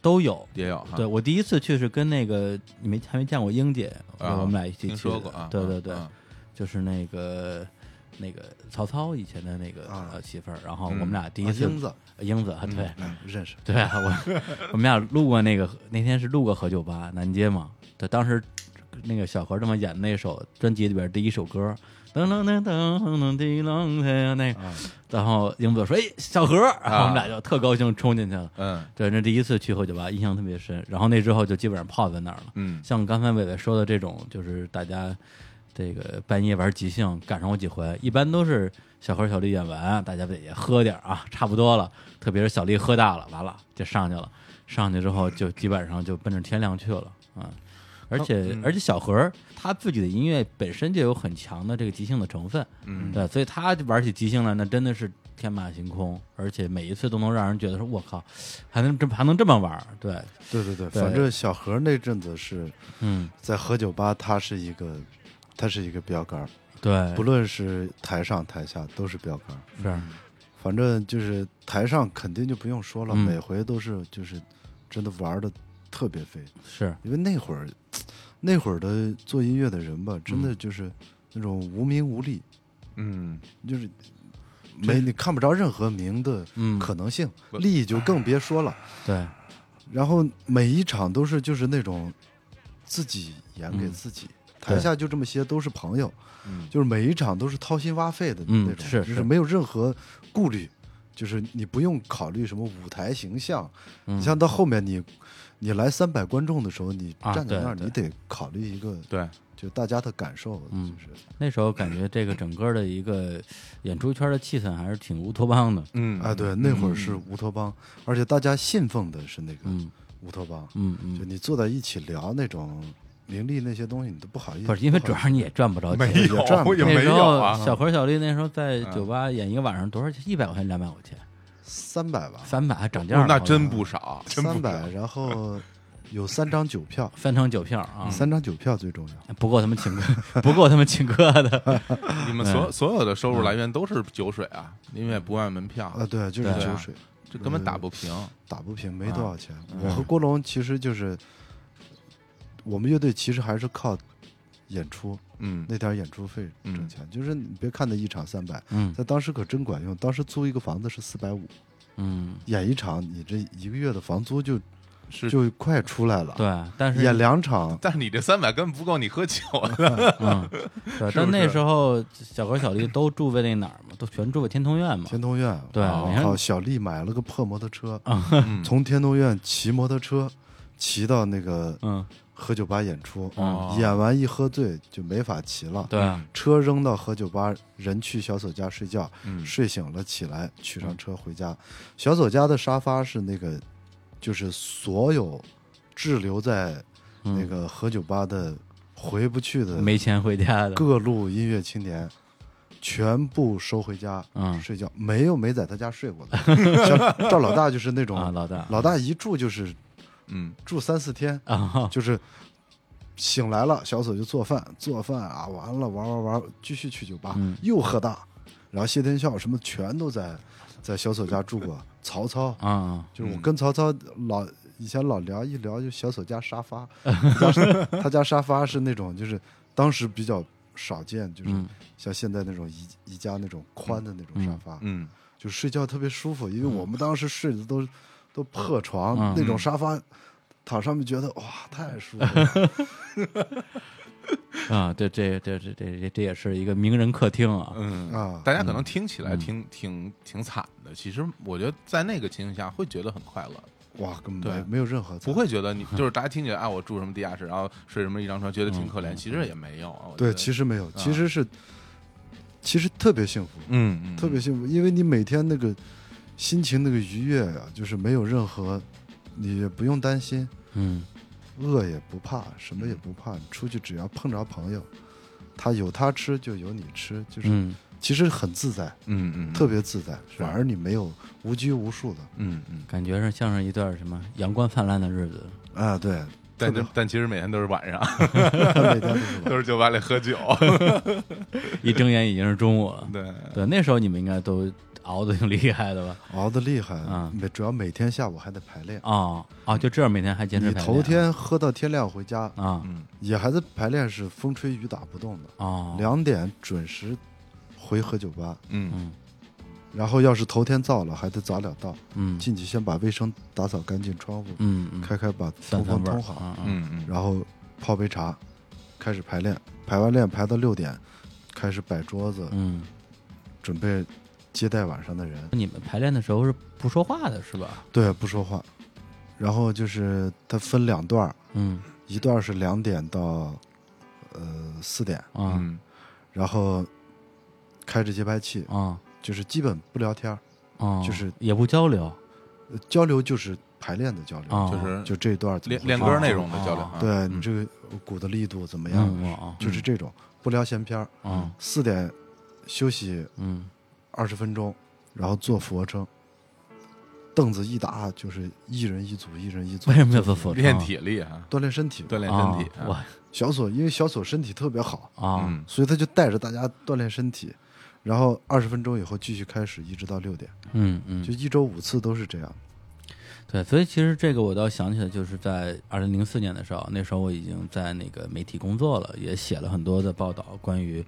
A: 都有，
B: 也有哈。
A: 对我第一次去是跟那个你没还没见过英姐，
B: 啊，
A: 我们俩一起去的。
B: 听说过啊。
A: 对
B: 啊
A: 对对，
B: 啊
A: 就是那个那个曹操以前的那个、
C: 啊
A: 呃媳妇儿，然后我
B: 嗯
A: 们俩第
C: 啊
A: 一次、
C: 英子
A: 呃英子啊，对、
C: 嗯认识，
A: 对啊，我我们俩路过那个那天是路过何酒吧南街嘛，对，当时那个小何这么演那首专辑里边第一首歌。噔噔噔噔噔滴啷的呀，啊那个，然后英子说：“哎，小何！”然后我们俩就特高兴冲进去了。
B: 嗯
A: 对，那第一次去喝酒吧，印象特别深。然后那之后就基本上泡在那儿了。
B: 嗯
A: 像刚才伟伟说的这种，就是大家这个半夜玩即兴，赶上过几回，一般都是小何小丽演完，大家也喝点儿啊，差不多了。特别是小丽喝大了，完了就上去了，上去之后就基本上就奔着天亮去了啊。而
C: 哦
A: 且
C: 嗯
A: 而且小何儿他自己的音乐本身就有很强的这个即兴的成分，
B: 嗯
A: 对，所以他玩起即兴来，那真的是天马行空，而且每一次都能让人觉得说，我靠，还能这还能这么玩儿，对，
C: 对对对，
A: 对
C: 反正小何那阵子是
A: 嗯，
C: 在喝酒吧，他是一个。他是一个标杆儿，
A: 对，
C: 不论嗯是台上台下都是标杆儿。
A: 是，
C: 反正就是台上肯定就不用说了，
A: 嗯
C: 每回都是就是真的玩的特别飞，
A: 是，
C: 因为那会儿那会儿的做音乐的人
A: 嗯
C: 吧，真的就是那种无名无利，
B: 嗯，
C: 就是没你看不着任何名的
A: 嗯
C: 可能性，利就更别说了。
A: 对，
C: 然后每一场都是就是那种自己演给
A: 嗯
C: 自己，
A: 对
C: 台下就这么些都是朋友，
B: 嗯
C: 就是每一场都是掏心挖肺的
A: 嗯
C: 那种，
A: 是
C: 就是是没有任何顾虑，就是你不用考虑什么舞台形象，
A: 嗯
C: 你像到后面你。你来三百观众的时候，你
A: 啊
C: 站在那儿，
A: 对
C: 你得考虑一个，
B: 对，
C: 就大家的感受，
A: 嗯
C: 就是
A: 那时候感觉这个整个的一个演出圈的气氛还是挺乌托邦的，
B: 嗯
C: 啊，对，那会儿是乌托邦，而且大家信奉的是那个乌托邦，
A: 嗯嗯，
C: 就你坐在一起聊那种名利那些东西，你都不好意思，
A: 不是因为主
C: 好意
A: 要你也赚不着
B: 没
A: 钱。
C: 也赚
B: 有
C: 不
B: 也
A: 那
B: 没
A: 时
B: 有
A: 候
B: 啊，
A: 小何、小丽那时候在酒吧演一个晚上多少钱？一百块钱、两百块钱，
C: 思 三百吧，
A: 三百还涨价了。
B: 那真
A: 好像
B: 不少，啊真不
C: 三
B: 少
C: 百，。然后有三张酒 票，
A: 三张酒票啊，
C: 三张酒票最重要。
A: 不够他们请客， 不够他们请客 的。
B: 你
A: 嗯
B: 们所所有的收入来源都是酒水啊，因为不按门票，
C: 啊，对，就是
B: 对啊
C: 酒水，
B: 这根本打不平。
C: 打不平，没多少钱。我和郭龙其实就是，我们乐队其实还是靠演出
B: 嗯
C: 那点儿演出费挣钱。就是你别看那一场三百，
A: 嗯
C: 在当时可真管用。当时租一个房子是四百五，
A: 嗯，
C: 演一场你这一个月的房租就是就快出来了。
A: 对，但是
C: 演两场，
B: 但是你这三百根本不够你喝酒的，
A: 嗯， 对，但那时候小何、小丽都住在那哪儿嘛，都全住在天通苑嘛。
C: 天通苑，
A: 对
C: 我
A: 你看
C: 靠，小丽买了个破摩托 车，
B: 嗯
C: 从天通苑骑摩托车骑到那个
A: 嗯，
C: 喝酒吧演出，
B: 哦
C: 演完一喝醉就没法骑了。
A: 对，
C: 车扔到喝酒吧，人去小左家睡觉，
B: 嗯
C: 睡醒了起来，取上车回家。小左家的沙发是那个，就是所有滞留在那个喝酒吧的回不去的
A: 嗯没钱回家的。
C: 各路音乐青年。全部收回家，
A: 嗯
C: 睡觉没有没在他家睡过 的。像赵老大就是那种、
A: 啊老大
C: 老大一住就是
B: 嗯，
C: 住三四天，
A: 啊，
C: 就是醒来了，小左就做饭，做饭啊，完了玩玩玩，继续去酒吧、
A: 嗯
C: 又喝大，然后谢天笑什么全都在在小左家住过，曹操
A: 啊，
B: 嗯
C: 就是我跟曹操老以前老聊一聊就小锁家 沙发，他家他家沙发是那种就是当时比较少见，就是
A: 嗯
C: 像现在那种宜宜家那种宽的那种沙发，
B: 嗯，
C: 就睡觉特别舒服，因为我们当时睡的都都破床，
A: 嗯
C: 那种沙发躺上面觉得哇太舒服 了，
A: 啊，对，这这这这这这也是一个名人客厅啊，
B: 嗯
C: 啊
B: 大家可能听起来
A: 嗯
B: 挺挺挺惨的，其实我觉得在那个情况下会觉得很快乐，
C: 哇根
B: 对
C: 本没没有任何
B: 不会觉得你就是大家听起来啊，我住什么地下室，然后睡什么一张床，觉得挺可
A: 嗯
B: 怜，其实也没有啊。我觉
C: 对，
B: 得
C: 其实没有，其实是、其实特别幸福，
B: 嗯，嗯
C: 特别幸福，因为你每天那个心情那个愉悦啊，就是没有任何，你也不用担心，
A: 嗯
C: 饿也不怕，什么也不怕，你出去只要碰着朋友，他有他吃就有你吃，就是、
A: 嗯
C: 其实很自在，
B: 嗯嗯，
C: 特别自在，反而你没有无拘无束的
B: 嗯嗯，
A: 感觉上像是一段什么阳光泛滥的日子，
C: 啊，对，特
B: 但
C: 别
B: 但
C: 好，
B: 但其实每天都是晚上，
C: 每天都是
B: 都是酒吧里喝酒，
A: 一睁眼已经是中午了。
B: 对，
A: 对，那时候你们应该都熬的挺厉害的吧？
C: 熬得厉害
A: 啊，
C: 每主要每天下午还得排练，
A: 啊啊，就这样每天还坚持
C: 嗯你
A: 排
C: 头
A: 练
C: 天喝到天亮回家，
A: 啊
B: 嗯
C: 也还在排练是风吹雨打不动的，
A: 啊，
C: 两点准时回喝酒吧，
B: 嗯
C: 然后要是头天到了，还得早点到，
A: 嗯
C: 进去先把卫生打扫干净，窗户
A: 嗯嗯，
C: 开开，把
A: 散
C: 通
A: 散
C: 风
A: 味儿
C: 通好，
A: 啊啊
B: 嗯嗯，
C: 然后泡杯茶，开始排练，排完练排到六点，开始摆桌子，
A: 嗯，
C: 准备接待晚上的人，
A: 你们排练的时候是不说话的是吧？
C: 对，不说话，然后就是它分两段儿，
A: 嗯
C: 一段儿是两点到呃四点，
A: 啊
B: 嗯
C: 然后开着节拍器，
A: 啊
C: 就是基本不聊天儿，
A: 啊，
C: 就是
A: 也不交流
C: 呃交流就是排练的交流，
A: 啊，
B: 就是
C: 就这一段儿怎么
B: 练
C: 回
B: 练
C: 事
B: 歌
C: 儿
B: 内容的交流
A: 哦
B: 啊，
C: 对
B: 嗯
C: 你这个鼓的力度怎么样？
A: 嗯啊
C: 就是这种不聊闲篇儿，
A: 啊
C: 四点休息
A: 嗯
C: 二十分钟，然后做俯卧撑，凳子一打就是一人一组，一人一组。
A: 为什么要做俯卧撑
B: 练体力啊，
C: 锻炼身体？
B: 锻炼
A: 啊
B: 身体，啊
A: 我
C: 小锁因为小锁身体特别好，
A: 啊
B: 嗯
C: 所以他就带着大家锻炼身体，然后二十分钟以后继续开始，一直到六点，
A: 嗯嗯
C: 就，一周五次都是这样。
A: 对，所以其实这个我倒想起来，就是在二零零四年的时候，那时候我已经在那个媒体工作了，也写了很多的报道关于，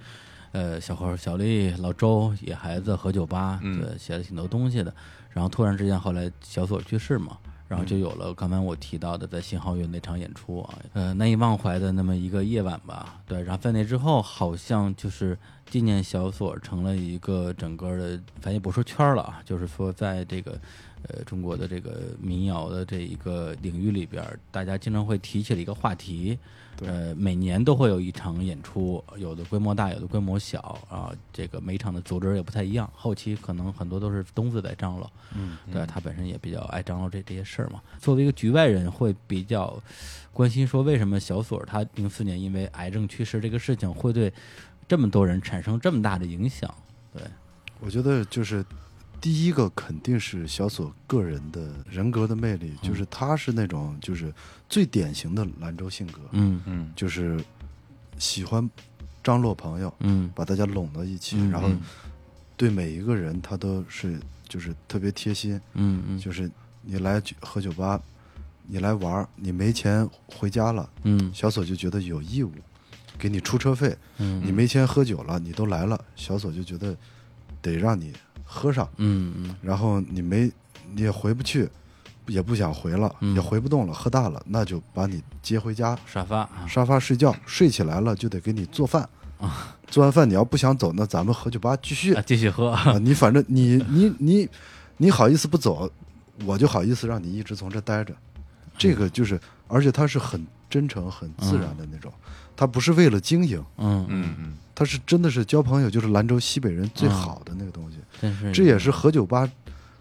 A: 呃，小何、小丽、老周、野孩子和酒吧，
B: 嗯
A: 对，写了挺多东西的。然后突然之间，后来小左去世嘛，然后就有了刚才我提到的在新浩园那场演出啊，呃，难以忘怀的那么一个夜晚吧。对，然后在那之后，好像就是纪念小左成了一个整个的，咱也不说圈儿了啊，就是说在这个呃中国的这个民谣的这一个领域里边儿，大家经常会提起的一个话题。呃，每年都会有一场演出，有的规模大，有的规模小啊。这个每场的组织也不太一样，后期可能很多都是东子在张罗，嗯，对他本身也比较爱张罗这这些事儿嘛。作为一个局外人，会比较关心说，为什么小锁他零四年因为癌症去世这个事情，会对这么多人产生这么大的影响？对，
C: 我觉得就是第一个肯定是小锁个人的人格的魅力，
A: 嗯
C: 就是他是那种就是最典型的兰州性格，
A: 嗯
B: 嗯
C: 就是喜欢张罗朋友，
A: 嗯
C: 把大家拢到一起，
A: 嗯
C: 然后对每一个人他都是就是特别贴心，
A: 嗯嗯
C: 就是你来酒喝酒吧，你来玩儿，你没钱回家了，
A: 嗯
C: 小锁就觉得有义务给你出车费，
A: 嗯
C: 你没钱喝酒了，你都来了，小锁就觉得得让你喝上，
A: 嗯嗯
C: 然后你没你也回不去，也不想回了，
A: 嗯
C: 也回不动了，喝大了，那就把你接回家，
A: 沙发啊
C: 沙发睡觉，睡起来了就得给你做饭啊，做完饭你要不想走，那咱们喝酒吧继续
A: 啊，继续喝，
C: 啊，你反正你你你你好意思不走，我就好意思让你一直从这待着。这个就是，而且他是很真诚、很自然的那种，他不是为了经营，
A: 嗯嗯，
B: 嗯嗯，
C: 他是真的是交朋友，就是兰州西北人最好的那个东西。
A: 真是
C: 这也是何酒吧，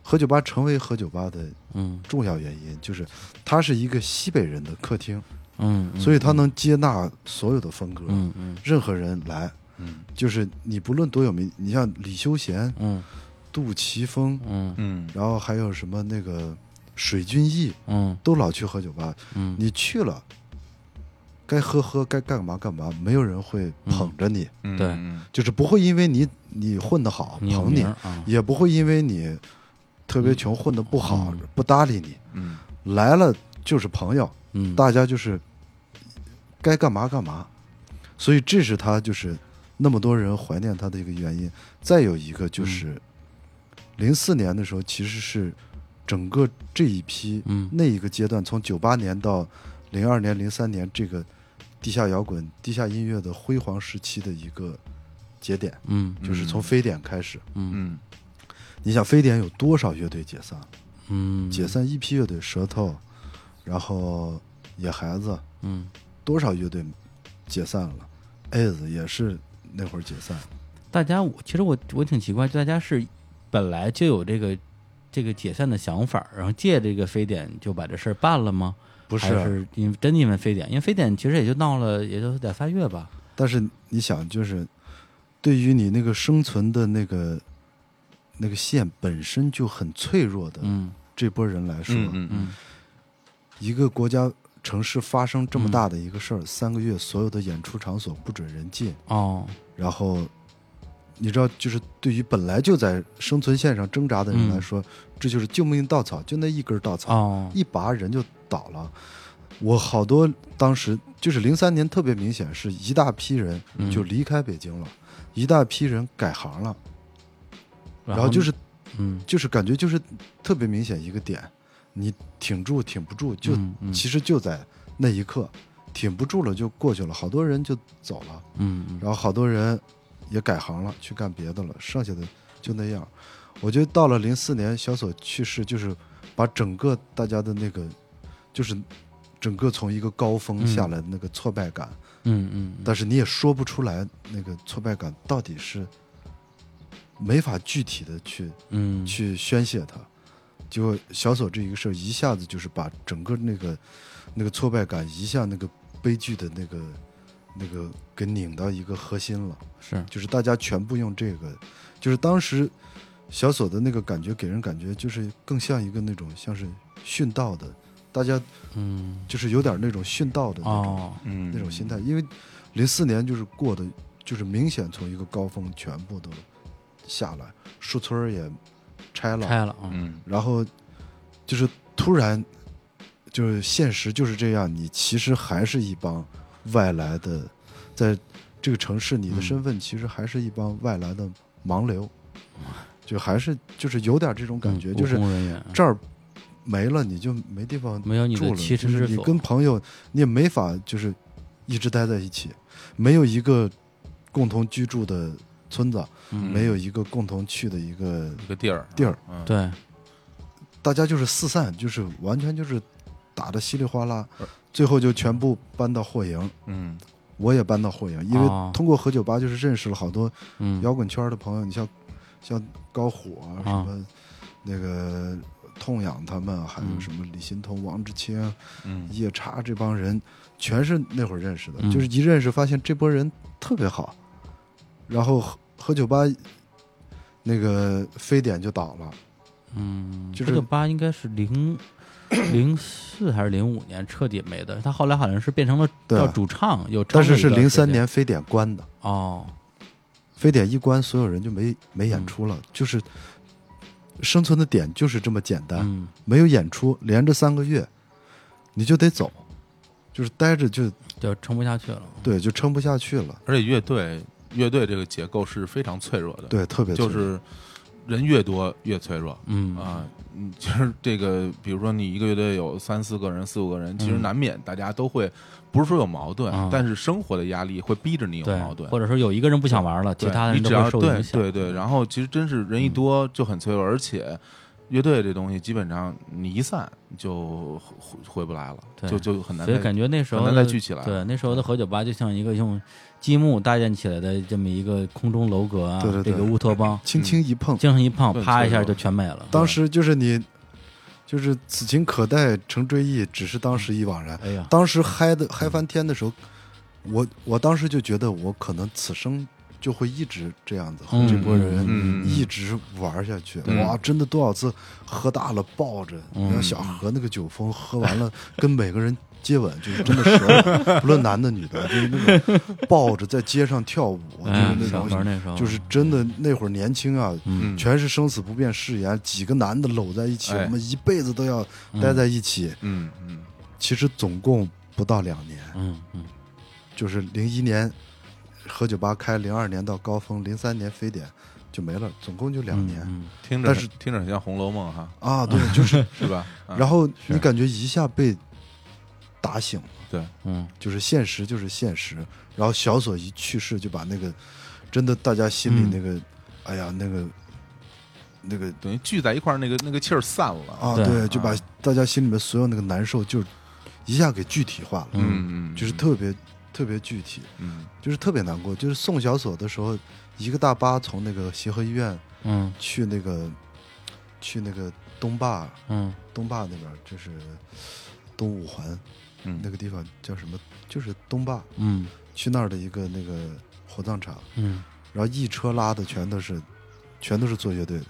C: 何酒吧成为何酒吧的
A: 嗯
C: 重要原因，就是它是一个西北人的客厅，
A: 嗯，
C: 所以它能接纳所有的风格，
A: 嗯嗯
C: 任何人来。
B: 嗯
C: 就是你不论多有名，你像李修贤、
A: 嗯
C: 杜琪峰，
A: 嗯
B: 嗯
C: 然后还有什么那个水军艺，
A: 嗯
C: 都老去喝酒吧。
A: 嗯，
C: 你去了，该喝喝，该干嘛干嘛，没有人会捧着你，
B: 嗯，
A: 对
B: 嗯
C: 就是不会因为你你混得好
A: 你有
C: 捧
A: 名
C: 你
A: 儿，啊，
C: 也不会因为你特别穷混得不好、
A: 嗯
C: 不搭理你。
B: 嗯
C: 来了就是朋友，
A: 嗯，
C: 大家就是该干嘛干嘛，所以这是他就是那么多人怀念他的一个原因。再有一个就是，
A: 嗯
C: 零四年的时候其实是整个这一批
A: 嗯
C: 那一个阶段，从九八年到零二年、零三年这个地下摇滚、地下音乐的辉煌时期的一个节点，
A: 嗯
C: 就是从非典开始。
B: 嗯
C: 你想非典有多少乐队解散了？
A: 嗯，
C: 解散一批乐队，舌头，然后野孩子，
A: 嗯，
C: 多少乐队解散了？AS 也是那会儿解散，
A: 大家我其实我我挺奇怪，大家是本来就有这个这个解散的想法，然后借这个非典就把这事儿办了吗？
C: 不
A: 还是，因为真因为非典，因为非典其实也就闹了也就两三月吧。
C: 但是你想，就是对于你那个生存的那个那个线本身就很脆弱的
A: 嗯
C: 这波人来说，
B: 嗯嗯
A: 嗯
C: 一个国家城市发生这么大的一个事儿，三个月所有的演出场所不准人进，
A: 哦
C: 然后你知道，就是对于本来就在生存线上挣扎的人来说，这就是救命稻草，就那一根稻草，
A: 哦
C: 一拔人就倒了。我好多当时就是零三年特别明显，是一大批人
A: 嗯
C: 就离开北京了，一大批人改行了，然后就是
A: 嗯
C: 就是感觉就是特别明显一个点，你挺住挺不住，就、
A: 嗯嗯
C: 其实就在那一刻，挺不住了就过去了，好多人就走了。
A: 嗯嗯
C: 然后好多人也改行了，去干别的了，剩下的就那样。我觉得到了零四年小索去世，就是把整个大家的那个，就是整个从一个高峰下来的那个挫败感，
A: 嗯嗯嗯
C: 但是你也说不出来那个挫败感到底是没法具体的去
A: 嗯
C: 去宣泄它。结果小索这一个事儿一下子就是把整个那个那个挫败感一下那个悲剧的那个那个给拧到一个核心了，
A: 是
C: 就是大家全部用这个，就是当时小索的那个感觉给人感觉就是更像一个那种像是殉道的，大家
A: 嗯
C: 就是有点那种殉道的那种、
A: 哦
B: 嗯
C: 那种心态，因为零四年就是过的就是明显从一个高峰全部都下来，树村儿也拆了，
A: 拆了啊
B: 嗯
C: 然后就是突然，就是现实就是这样，你其实还是一帮外来的，在这个城市，你的身份其实还是一帮外来的盲流，就还是就是有点这种感觉，
A: 嗯
C: 就是
A: 务工人员
C: 这儿没了你就没地方
A: 没有你
C: 住
A: 的
C: 了，
A: 栖
C: 就
A: 身
C: 是
A: 之
C: 你
A: 所
C: 跟朋友你也没法就是一直待在一起，没有一个共同居住的村子，
A: 嗯
C: 没有一个共同去的一个
B: 一个地儿
C: 地儿。
B: 嗯
A: 对
C: 大家就是四散，就是完全就是打的稀里哗啦，
A: 呃
C: 最后就全部搬到霍营，
B: 嗯
C: 我也搬到霍营，因
A: 哦
C: 为通过何酒吧就是认识了好多
A: 嗯
C: 摇滚圈的朋友，你像像高虎啊
A: 啊
C: 什么那个痛痒他们啊，还有
A: 嗯
C: 什么李欣桐、王志清、
B: 嗯
C: 夜叉这帮人，全是那会儿认识的，
A: 嗯
C: 就是一认识发现这波人特别好，然后何何酒吧那个非典就倒了，
A: 嗯
C: 就
A: 这
C: 是
A: 个八应该是零零四还是零五年彻底没的，他后来好像是变成了
C: 对啊
A: 叫主唱，有撑
C: 但
A: 了
C: 是是
A: 一段
C: 零
A: 时
C: 三
A: 间
C: 年非典关的。
A: 哦，
C: 非典一关，所有人就没没
A: 嗯
C: 演出了，就是生存的点就是这么简单，
A: 嗯
C: 没有演出，连着三个月，你就得走，就是待着就
A: 就撑不下去了，
C: 对，就撑不下去了，
B: 而且乐队乐队这个结构是非常脆弱的，
C: 对，特别
B: 就是人越多越脆弱
A: 嗯
B: 啊。嗯，就是这个，比如说你一个乐队有三四个人、四五个人，其实
A: 嗯
B: 难免大家都会，不是说有矛盾
A: 啊，
B: 但是生活的压力会逼着你有
A: 对
B: 矛，盾，
A: 或者说有一个人不想玩了，其
B: 对
A: 他
B: 你
A: 人都
B: 只要
A: 会受
B: 对
A: 影响，嗯
B: 对对，然后其实真是人一多就很脆弱，而且乐队这东西基本上你一散就回回不来了，
A: 对
B: 就就很难
A: 所以
B: 再
A: 感觉那时候
B: 很难
A: 的
B: 再聚起来
A: 对，那时候的何酒吧就像一个用积木搭建起来的这么一个空中楼阁啊，
C: 对对对
A: 这个乌托邦，
C: 轻轻一碰，
A: 精神一碰，
B: 对
A: 啪一
B: 脆
A: 下
B: 弱
A: 就全没了。
C: 当时就是你，就是此情可待成追忆，只是当时已惘然。
A: 哎呀，
C: 当时嗨的嗨翻天的时候，我我当时就觉得我可能此生就会一直这样子，和
A: 嗯
C: 这波人
B: 嗯嗯嗯
C: 一直玩下去。
B: 嗯
C: 哇，真的多少次喝大了抱着，
A: 嗯
C: 然后小何那个酒疯，喝完了跟每个人接吻，就是真的舌， 不论男的女的，就是那种抱着在街上跳舞，就是
A: 哎，
C: 那
A: 小何
C: 种。
A: 那时候
C: 就是真的，那会儿年轻啊，
B: 嗯
C: 全是生死不变誓言，几个男的搂在一起，
B: 哎
A: 嗯
C: 我们一辈子都要待在一起。
B: 嗯嗯
C: 其实总共不到两年，
A: 嗯嗯
C: 就是零一年何酒吧开，零二年到高峰，零三年非典就没了，总共就两年、
A: 嗯
B: 听着
C: 但
B: 很
C: 是
B: 听着很像《红楼梦》 哈，
C: 啊。对， 就是，
B: 是吧？啊
C: 然后
B: 是
C: 你感觉一下被打醒了，
B: 对，
A: 嗯
C: 就是现实就是现实。然后小左一去世，就把那个真的大家心里
A: 嗯
C: 那个，哎呀，那个那个
B: 等于聚在一块儿，那个那个气儿散了
C: 啊，
A: 对
C: 对，就把
B: 啊
C: 大家心里面所有那个难受，就是一下给具体化了，
B: 嗯嗯，
C: 就是特别特别具体，
B: 嗯
C: 就是特别难过。就是送小左的时候，一个大巴从那个协和医院
A: 嗯
C: 去那个去那个东坝，
A: 嗯
C: 东坝那边儿就是东五环
B: 嗯
C: 那个地方叫什么？就是东坝，
A: 嗯
C: 去那儿的一个那个火葬场，
A: 嗯
C: 然后一车拉的全都是全都是做乐队的，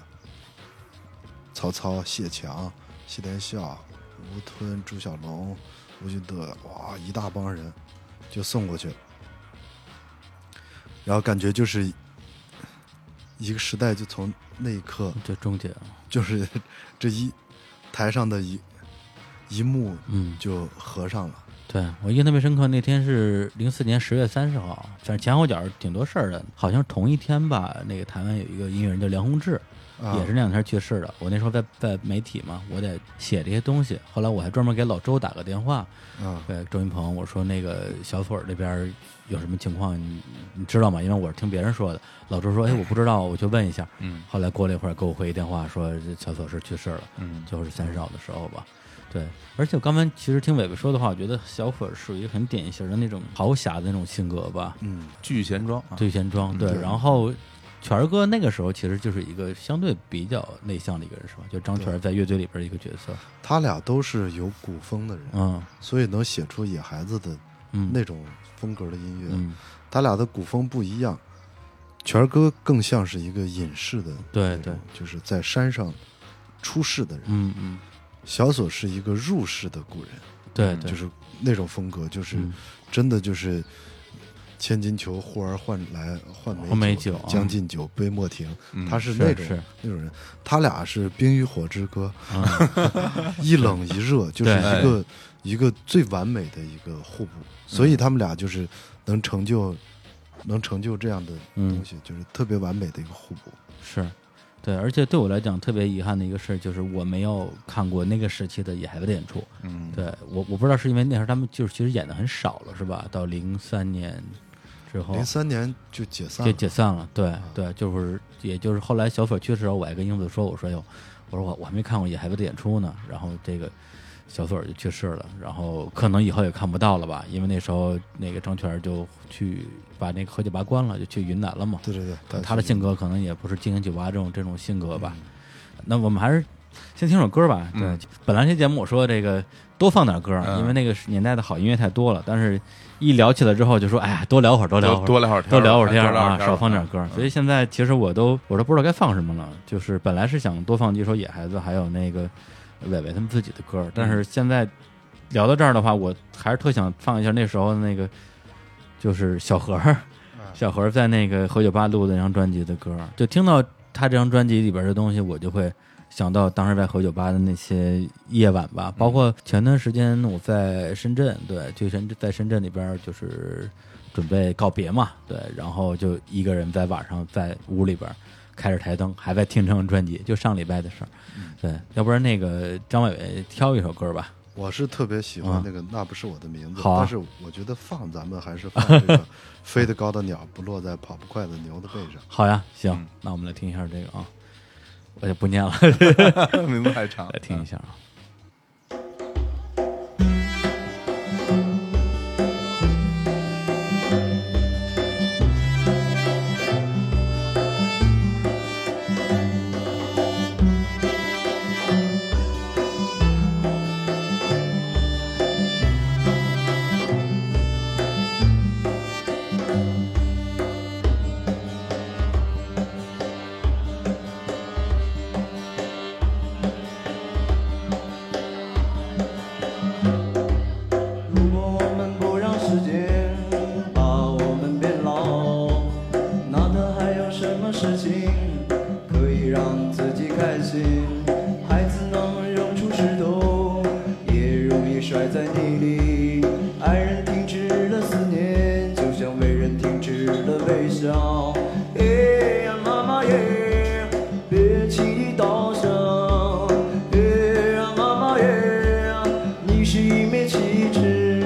C: 曹操、谢强、谢天笑、吴吞、朱小龙、吴俊德，哇，一大帮人就送过去了。然后感觉就是一个时代，就从那一刻，
A: 就终结了，
C: 就是 这一台上的一一幕
A: 嗯。
C: 就合上了。
A: 对我印象特别深刻，那天是零四年十月三十号，反正前后脚挺多事儿的，好像同一天吧。那个台湾有一个音乐人叫梁宏志，
C: 啊、
A: 也是那两天去世的。我那时候在在媒体嘛，我得写这些东西。后来我还专门给老周打个电话，
C: 啊，
A: 对周云鹏，我说那个小腿儿这边儿有什么情况，你你知道吗？因为我是听别人说的。老周说，哎，我不知道，我去问一下。
B: 嗯
A: 后来过了一会儿，给我回一电话说，这小左是去世了。
B: 嗯
A: 就是三十号的时候吧。对，而且我刚才其实听伟伟说的话，我觉得小粉儿属于很典型的那种豪侠的那种性格吧，
C: 嗯，
B: 聚贤庄啊，
A: 对钱庄。对，
C: 对
A: 然后权儿哥那个时候其实就是一个相对比较内向的一个人，是吧？就张权儿在乐队里边儿一个角色。
C: 他俩都是有古风的人，
A: 嗯
C: 所以能写出野孩子的
A: 嗯，
C: 那种风格的音乐。
A: 嗯，
C: 他俩的古风不一样，权儿哥更像是一个隐士的，
A: 对对，，
C: 就是在山上出世的人。
A: 嗯嗯，
C: 小左是一个入世的古人，嗯
A: 对对，
C: 就是那种风格，就是
A: 嗯
C: 真的就是千金裘呼儿唤来换
A: 换美
C: 美
A: 酒啊
C: 将进酒杯莫停，
B: 嗯
C: 他是
A: 是
C: 那种
A: 是
C: 那种人。他俩是《冰与火之歌
A: 嗯》，
C: 一冷一热，就是
A: 对
C: 一个一个最完美的一个互补，所以他们俩就是能成就。能成就这样的东
A: 嗯
C: 西，就是特别完美的一个互补。
A: 是，对，而且对我来讲特别遗憾的一个事儿就是我没有看过那个时期的野孩子的演出。
B: 嗯
A: 对我我不知道是因为那时候他们就是其实演的很少了，是吧？到零三年之后
C: 零三年就解散
A: 就
C: 了，
A: 哦
C: 啊
A: 解散了，对对，就是也就是后来小粉去的时候，我还跟英子说，我说哟，我说我我还没看过野孩子的演出呢，然后这个。小粉就去世了，然后可能以后也看不到了吧，因为那时候那个张全就去把那个何酒吧关了，就去云南了嘛。
C: 对对对，
A: 对
C: 他
A: 他的性格可能也不是经营酒吧这种这种性格吧。那我们还是先听首歌吧。对，
B: 嗯
A: 本来这节目我说这个多放点歌，
B: 嗯
A: 因为那个年代的好音乐太多了，但是一聊起来之后就说，哎呀，多聊会儿，多聊会
B: 多
A: 儿。
B: 多聊会儿天儿，
A: 多聊会儿天
B: 多
A: 儿
B: 聊会
A: 啊，
B: 儿嗯天儿
A: 少放点 歌。所以现在其实我都我都不知道该放什么了。就是本来是想多放几首野孩子，还有那个伟伟他们自己的歌，但是现在聊到这儿的话，我还是特想放一下那时候那个就是小何 儿小何在那个何酒吧录的那张专辑的歌，就听到他这张专辑里边的东西，我就会想到当时在何酒吧的那些夜晚吧，包括前段时间我在深圳，对，就深在深圳里边就是准备告别嘛，对，然后就一个人在晚上在屋里边开着台灯，还在听这张专辑，就上礼拜的事儿，对，要不然那个张伟伟挑一首歌吧，
C: 我是特别喜欢
A: 嗯
C: 那个《那不是我的名字》
A: 好啊
C: 但是我觉得放咱们还是放这 个飞得高的鸟不落在跑不快的牛的背上。
A: 好呀，行，那我们来听一下这个啊，我就不念了，
B: 嗯名字太长，
A: 来听一下啊。
D: 如果我们不让时间把我们变老，那他还有什么事情可以让自己开心？孩子能扔出石头，也容易受摔在泥里。爱人停止了思念，就像为人停止了微笑。耶呀妈妈耶，别祈祷声。耶呀妈妈耶，你是一面旗帜。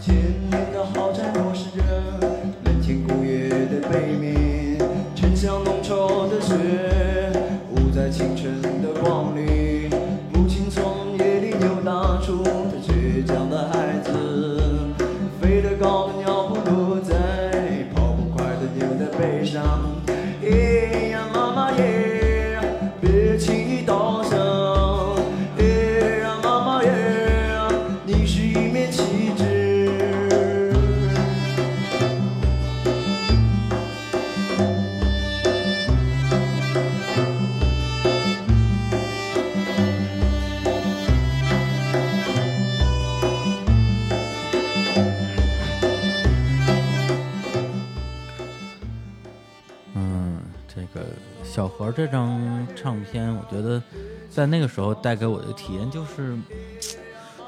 D: 千年的豪宅落实着人情古月的背面，沉香浓稠的雪捂在清晨的光里。母亲从夜里扭打出她倔强的孩子，飞得高的鸟不躲在，跑不快的牛在背上。咿呀妈妈耶，别祈祷声。咿呀妈妈耶，你是一面旗帜。
A: 嗯，这个小何这张唱片，我觉得在那个时候带给我的体验就是嘖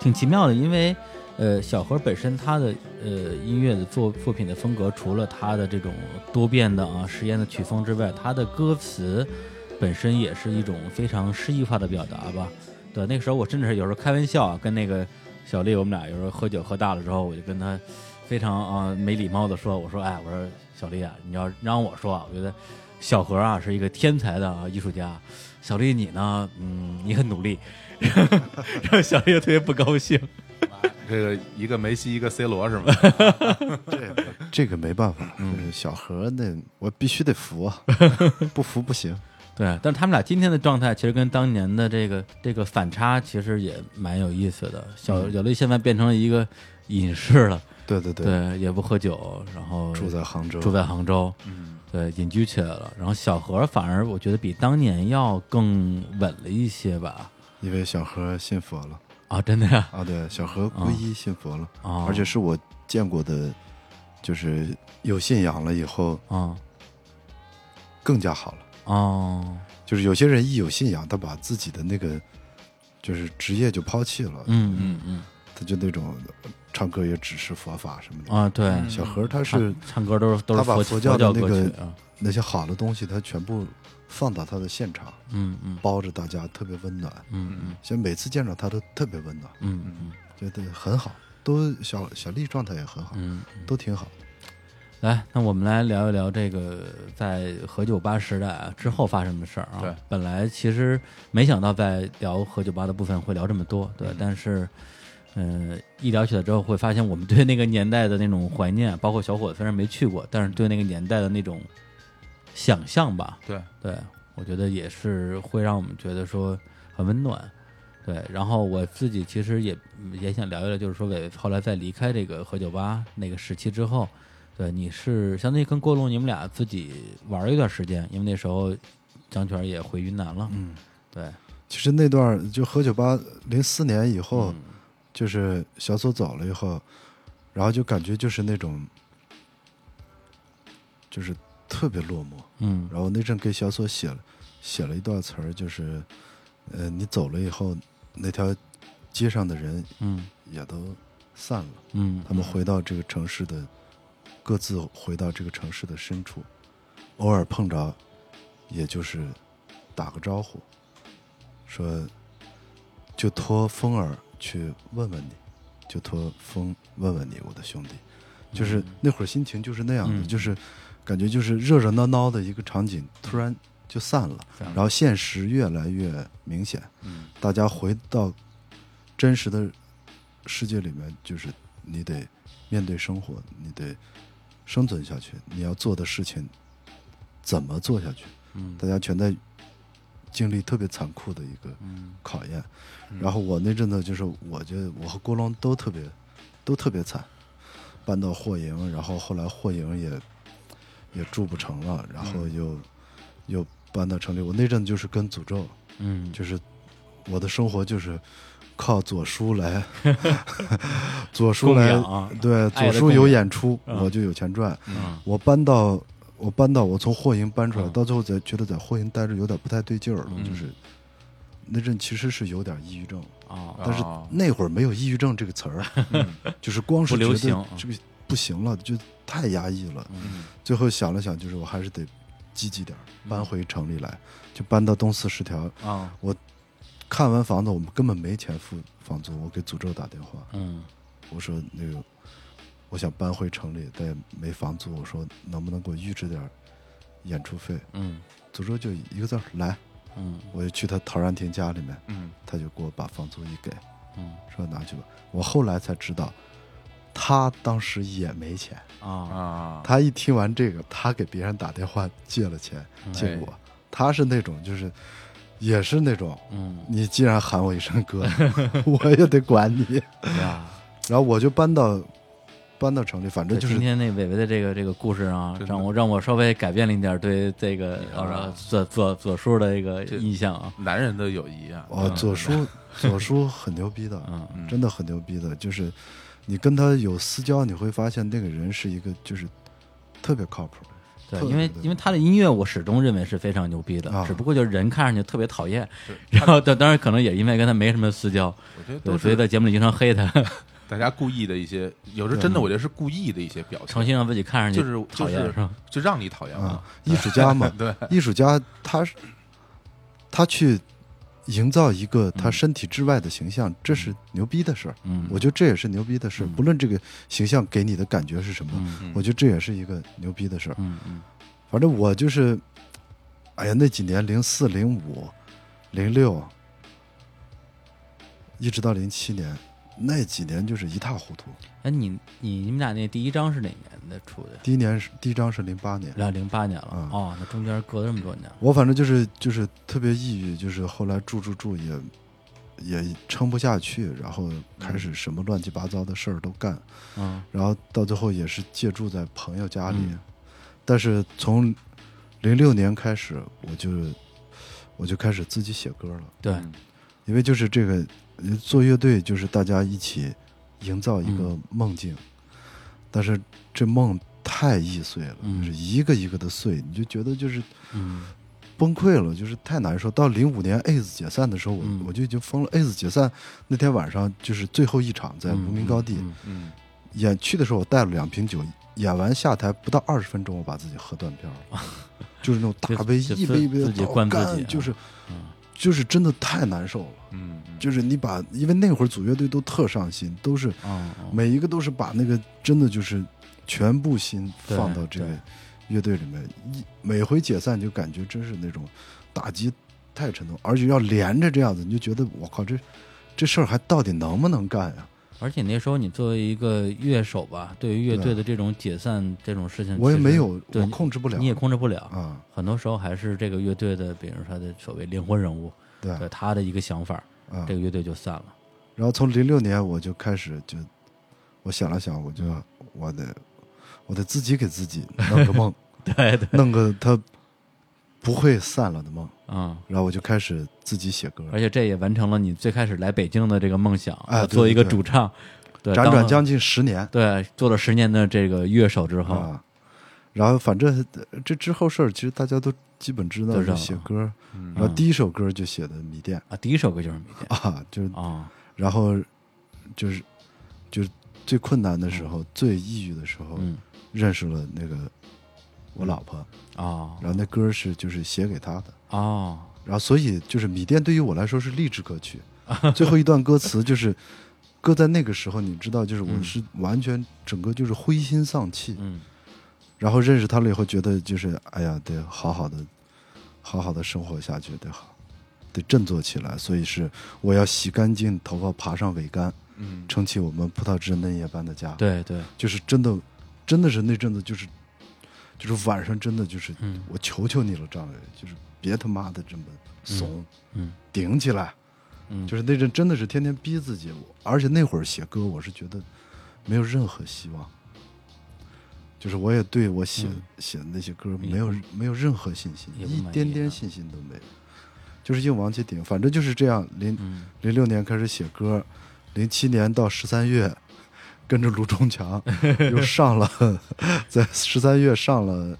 A: 挺奇妙的，因为呃，小何本身他的呃音乐的作作品的风格，除了他的这种多变的啊实验的曲风之外，他的歌词本身也是一种非常诗意化的表达吧。对，那个时候我真的是有时候开玩笑啊，跟那个小丽，我们俩有时候喝酒喝大了之后，我就跟她非常啊、呃没礼貌的说，我说哎，我说小丽啊，你要让我说啊，我觉得小何啊是一个天才的啊艺术家，小丽你呢，嗯，你很努力， 然后小丽就特别不高兴，
B: 这个一个梅西，一个 C 罗是吗？
C: 这个这个没办法，
A: 嗯
C: 就是小何那我必须得 服啊，不服不行。
A: 对，但是他们俩今天的状态其实跟当年的这个这个反差其实也蛮有意思的，小小丽现在变成了一个隐士了，
C: 对对对，
A: 嗯对，也不喝酒，然后
C: 住在杭州，
A: 住在杭州，嗯，对，隐居起来了。然后小何反而我觉得比当年要更稳了一些吧。
C: 因为小何信佛了
A: 啊，真的呀、
C: 啊，对，小何皈依信佛了，
A: 啊，
C: 而且是我见过的，就是有信仰了以后
A: 啊
C: 更加好了。
A: 哦，
C: 就是有些人一有信仰，他把自己的那个就是职业就抛弃了，
A: 嗯 嗯嗯
C: 他就那种唱歌也只是佛法什么的。
A: 啊，对，
C: 小何他
A: 唱
C: 是
A: 唱歌都是都是
C: 他把
A: 佛
C: 佛
A: 教
C: 教的那
A: 歌
C: 个
A: 曲啊，
C: 那些好的东西，他全部放到他的现场，
A: 嗯嗯
C: 包着大家，特别温暖。
A: 嗯嗯
C: 所以每次见着他都特别温暖，
A: 嗯嗯
C: 觉得很好。都小小丽状态也很好，
A: 嗯。
C: 都挺好。
A: 来，那我们来聊一聊这个在何九八时代啊之后发生的事儿啊。
B: 对，
A: 本来其实没想到在聊何九八的部分会聊这么多，对，但是，嗯、一聊起来之后会发现我们对那个年代的那种怀念，包括小伙子虽然没去过，但是对那个年代的那种想象吧，
B: 对，
A: 对，我觉得也是会让我们觉得说很温暖。对，然后我自己其实也嗯也想聊一聊，就是说伟后来在离开这个何酒吧那个时期之后，对，你是相当于跟郭龙你们俩自己玩了一段时间，因为那时候张全也回云南了，嗯，对，
C: 其实那段儿就何九八零四年以后，
A: 嗯
C: 就是小左走了以后，然后就感觉就是那种，就是特别落寞。
A: 嗯
C: 然后那阵给小左写了写了一段词儿，就是，呃，你走了以后，那条街上的人
A: 嗯
C: 也都散了，
A: 嗯
C: 他们回到这个城市的，各自回到这个城市的深处，偶尔碰着，也就是打个招呼，说，就托风儿去问问你，就托风问问你，我的兄弟，就是那会儿心情就是那样的，
A: 嗯
C: 就是感觉就是热热闹闹的一个场景，突然就散了，然后现实越来越明显，
B: 嗯
C: 大家回到真实的世界里面，就是你得面对生活，你得生存下去，你要做的事情怎么做下去？
A: 嗯
C: 大家全在经历特别残酷的一个考验。
A: 嗯
C: 然后我那阵子就是，我觉得我和郭龙都特别都特别惨，搬到霍营，然后后来霍营也也住不成了，然后又、又搬到城里。我那阵就是跟诅咒，
A: 嗯
C: 就是我的生活就是靠左叔 来，左叔来
A: 供养，啊
C: 对，
A: 爱
C: 左
A: 的供
C: 叔
A: 养
C: 有演出，
A: 嗯
C: 我就有钱赚。
A: 嗯
C: 我搬到我搬到我从霍营搬出来，
A: 嗯
C: 到最后才觉得在霍营待着有点不太对劲儿了，
B: 嗯
C: 就是那阵其实是有点抑郁症，
A: 哦，
C: 但是
B: 哦
C: 那会儿没有抑郁症这个词儿，
B: 嗯
C: 就是光是
A: 不流
C: 觉
A: 行
C: 得这个不行了，就太压抑了。
A: 嗯
C: 最后想了想，就是我还是得积极点儿，搬回城里来，就搬到东四十条。
A: 啊
C: 看完房子，我们根本没钱付房租，我给诅咒打电话，
A: 嗯
C: 我说那个我想搬回城里，但也没房租，我说能不能给我预支点儿演出费？
A: 嗯
C: 诅咒就一个字儿来，
A: 嗯
C: 我就去他陶然亭家里面，
B: 嗯
C: 他就给我把房租一给，
A: 嗯
C: 说拿去吧。我后来才知道，他当时也没钱，
A: 啊
B: 啊，
C: 他一听完这个，他给别人打电话借了钱
A: 哎
C: 借我，他是那种就是也是那种。
A: 嗯
C: 你既然喊我一声哥， 我也得管你。
A: 呀，
C: 然后我就搬到搬到城里，反正就
A: 今
C: 是
A: 天那伟伟的这个这个故事啊，
B: 真的
A: 让我让我稍微改变了一点对这个啊左左左叔的这个
B: 这
A: 印象啊，
B: 男人的友谊啊，
C: 哦，
B: 嗯
C: 左叔左叔很牛逼的，
A: 嗯
B: 嗯
C: 真的很牛逼的。就是你跟他有私交，你会发现那个人是一个就是特别靠谱。
A: 对，
C: 特别
A: 因为
C: 对
A: 因为他的音乐我始终认为是非常牛逼的，
C: 啊
A: 只不过就是人看上去特别讨厌，
B: 是
A: 然后当当然可能也因为跟他没什么私交，
B: 我觉得
A: 对，
B: 都
A: 所以
B: 是
A: 在节目里经常黑他，
B: 大家故意的一些，有时候
C: 对
A: 嗯
B: 真的我觉得是故意的一些表
A: 诚
B: 情，
A: 心让自己看上去
B: 就是
A: 讨厌、
B: 就是
A: 吧？
B: 就让你讨厌
C: 啊
B: 我。，，
A: 嗯
C: 艺术家嘛
B: 对，
C: 艺术家他是他去营造一个他身体之外的形象，这是牛逼的事儿。
A: 嗯，
C: 我觉得这也是牛逼的事儿，
A: 嗯
C: 不论这个形象给你的感觉是什么，
A: 嗯
B: 嗯
C: 我觉得这也是一个牛逼的事儿。
A: 嗯嗯
C: 反正我就是，哎呀，那几年零四、零五、零六，一直到零七年，那几年就是一塌糊涂。
A: 哎，你你你们俩那第一张是哪年的出的？
C: 第一年是第一张是零八年，
A: 然后零八年了、
C: 嗯
A: 哦，那中间隔了这么多年，
C: 我反正就是就是特别抑郁，就是后来住住住也也撑不下去，然后开始什么乱七八糟的事儿都干，
A: 嗯
C: 然后到最后也是借住在朋友家里，
A: 嗯
C: 但是从零六年开始，我就我就开始自己写歌了。
A: 对，
B: 嗯
C: 因为就是这个呃做乐队，就是大家一起营造一个梦境，但是这梦太易碎了，
A: 嗯
C: 就是一个一个的碎，你就觉得就是
A: 嗯
C: 崩溃了，就是太难受。到零五年 A 子解散的时候，我、
A: 嗯
C: 我就已经疯了。A 子解散那天晚上就是最后一场在
A: 嗯
C: 无名高地、
A: 嗯
B: 嗯
C: 演，去的时候我带了两瓶酒，演完下台不到二十分钟，我把自己喝断片了， 就是那种大杯
A: 就
C: 一
A: 自
C: 杯一杯的
A: 自己
C: 倒
A: 灌自
C: 干
A: 己啊
C: 就是
A: 嗯
C: 就是真的太难受了。
B: 嗯，嗯
C: 就是你把，因为那会儿组乐队都特上心，都是
A: 哦哦
C: 每一个都是把那个真的就是全部心
A: 对
C: 放到这个
A: 对
C: 乐队里面，一每回解散就感觉真是那种打击太沉重，而且要连着这样子，你就觉得我靠这这事儿还到底能不能干啊呀？
A: 而且那时候你作为一个乐手吧，对于乐队的这种解散这种事情，
C: 我也
A: 其实
C: 没有，
A: 对
C: 我控制不了
A: 你也控制不了。
C: 啊，
A: 很多时候还是这个乐队的，比如说他的所谓灵魂人物，
C: 对
A: 对他的一个想法，
C: 啊
A: 这。个乐队就散了。
C: 然后从零六年我就开始就，我想了想，我就我得我得自己给自己弄个 梦，
A: 对对，
C: 弄个他不会散了的梦。
A: 嗯，
C: 然后我就开始自己写歌，
A: 而且这也完成了你最开始来北京的这个梦想，
C: 哎
A: 我
C: 对
A: 做一个
C: 对对
A: 主唱，对，
C: 辗
A: 当
C: 转
A: 了
C: 将近十年
A: 对做了十年的这个乐手之后，
C: 啊。然后反正呃这之后事儿，其实大家都基本知道
A: 都知道
C: 就写歌。
B: 嗯
C: 然后第一首歌就写的《米店
A: 啊，第一首歌就是《米店》》
C: 啊，就是
A: 啊，
C: 然后就是就是最困难的时候、最抑郁的时候，
A: 嗯
C: 认识了那个我老婆。
A: 哦
C: 然后那歌是就是写给她的。
A: 哦，
C: 然后所以就是《米店》对于我来说是励志 歌曲，最后一段歌词就是。搁在那个时候，你知道，就是我
A: 嗯
C: 是完全整个就是灰心丧气，
A: 嗯
C: 然后认识他了以后，觉得就是哎呀，得好好的，好好的生活下去，得好，得振作起来。所以是我要洗干净头发，爬上桅杆，
B: 嗯
C: 撑起我们葡萄枝嫩叶般的家。，
A: 对对，
C: 就是真的，真的是那阵子就是，就是晚上真的就是，
A: 嗯
C: 我求求你了，张伟，就是别他妈的这么怂，
A: 嗯
C: 顶起来。
A: 嗯
C: 就是那阵真的是天天逼自己，我而且那会儿写歌，我是觉得没有任何希望。就是我也对我写、写的那些歌没有没有任何信心，
A: 嗯也不满
C: 一
A: 意
C: 点点
A: 啊
C: 信心都没有。就是应王杰顶，反正就是这样。零
A: 嗯
C: 零六年开始写歌，零七年到十三月，跟着卢中强 又上了，在十三月上了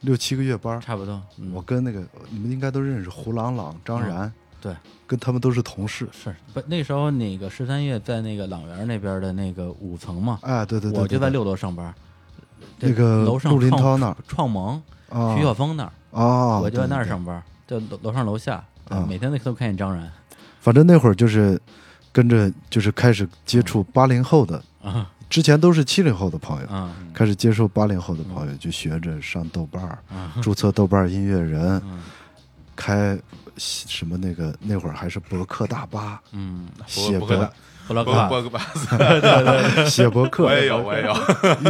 C: 六七个月班儿。
A: 差不多，嗯
C: 我跟那个你们应该都认识胡朗朗、张
A: 嗯
C: 然，
A: 对，
C: 跟他们都是同事。
A: 是不那时候那个十三月在那个朗园那边的那个五层嘛，
C: 哎，对对对，
A: 我就在
C: 对
A: 六楼上班，
C: 对那个
A: 楼上
C: 陆林
A: 创
C: 涛那儿
A: 创盟
C: 啊
A: 徐晓峰那儿，
C: 啊，
A: 我就在那儿
C: 对对对
A: 上班，就楼楼上楼下，对
C: 啊
A: 每天都看见张然
C: 反正那会儿就是跟着就是开始接触八零后的，
A: 啊
C: 之前都是七零后的朋友，
A: 啊
C: 开始接触八零后的朋友，就学着上豆瓣儿，
A: 啊
C: 注册豆瓣儿音乐人，
A: 嗯
C: 开什么那个那会儿还是博客大巴，
A: 嗯，
C: 写
B: 不会
C: 博
B: 的
A: 布拉
B: 不
A: 克
B: 不不，
C: 写博客，
B: 我也有，我也有，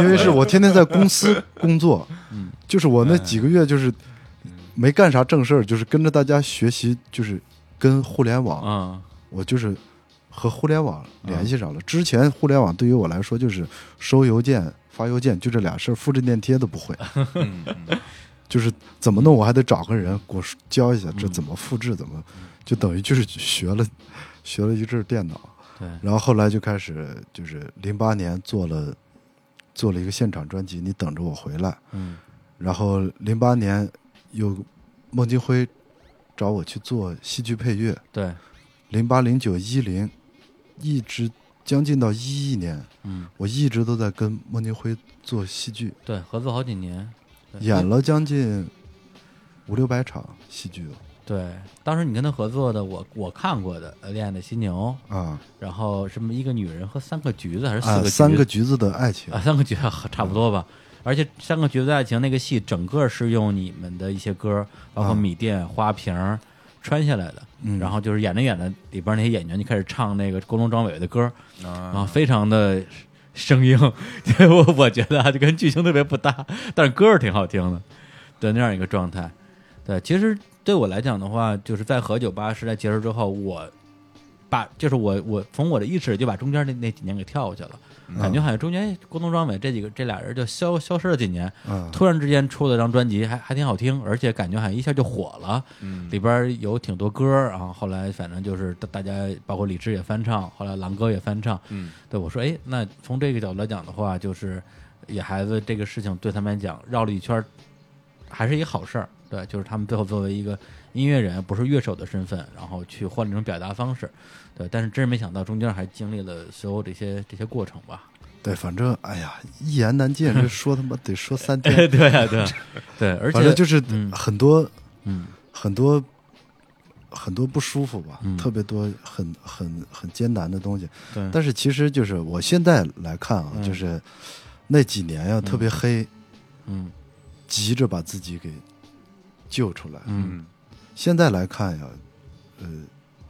C: 因为是我天天在公司工作，
A: 嗯
C: 就是我那几个月就是没干啥正事儿，就是跟着大家学习，就是跟互联网，
A: 啊
C: 我就是和互联网联系上了。之前互联网对于我来说就是收邮件、发邮件，就这俩事儿，复制粘贴都不会，
B: 嗯嗯
C: 就是怎么弄我还得找个人给我教一下这怎么复制，怎么
A: 嗯
C: 就等于就是学了学了一阵儿电脑。
A: 对，
C: 然后后来就开始就是零八年做了做了一个现场专辑，你等着我回来。
A: 嗯
C: 然后零八年又孟京辉找我去做戏剧配乐，
A: 对，
C: 零八零九一零一直将近到一一年，
A: 嗯
C: 我一直都在跟孟京辉做戏剧，
A: 对，合作好几年，对
C: 演了将近五六百场戏剧
A: 对，当时你跟他合作的，我我看过的《恋爱的犀牛》，
C: 啊，
A: 然后什么一个女人和三个橘子还是四
C: 啊，
A: 个橘子、
C: 三个橘子的爱情
A: 啊，三个橘子差不多吧。而且《三个橘子的爱情》那个戏，整个是用你们的一些歌，包括
C: 啊
A: 米店、花瓶儿穿下来的。
C: 嗯
A: 然后就是演着演着，里边那些演员就开始唱那个郭龙庄伟的歌，
B: 啊，
A: 啊，非常的生硬， 我我觉得啊，就跟剧情特别不搭，但是歌儿挺好听的，对那样一个状态。对，其实对我来讲的话，就是在和酒吧时代结束之后，我把就是我我从我的意识里就把中间那那几年给跳过去了，感觉好像中间郭东庄伟这几个这俩人就消消失了几年，
C: 啊，
A: 突然之间出了张专辑，还还挺好听，而且感觉好像一下就火了。
B: 嗯
A: 里边儿有挺多歌儿，然后后来反正就是大大家包括李志也翻唱，后来狼哥也翻唱，
B: 嗯
A: 对我说，哎，那从这个角度来讲的话，就是野孩子这个事情对他们来讲绕了一圈儿，还是一个好事儿。对，就是他们最后作为一个音乐人，不是乐手的身份，然后去换了一种表达方式。对，但是真是没想到中间还经历了所有这些这些过程吧。
C: 对，反正哎呀，一言难尽， 这说他妈得说三天，
A: 对对啊对啊对，而
C: 反
A: 且
C: 正就是
A: 嗯
C: 很多
A: 嗯
C: 很多很多不舒服吧，
A: 嗯
C: 特别多很很很艰难的东西。
A: 对，
C: 但是其实就是我现在来看啊，
A: 嗯
C: 就是那几年呀、特别黑，
A: 嗯
C: 急着把自己给救出来。
A: 嗯
B: 嗯
C: 现在来看呀，呃，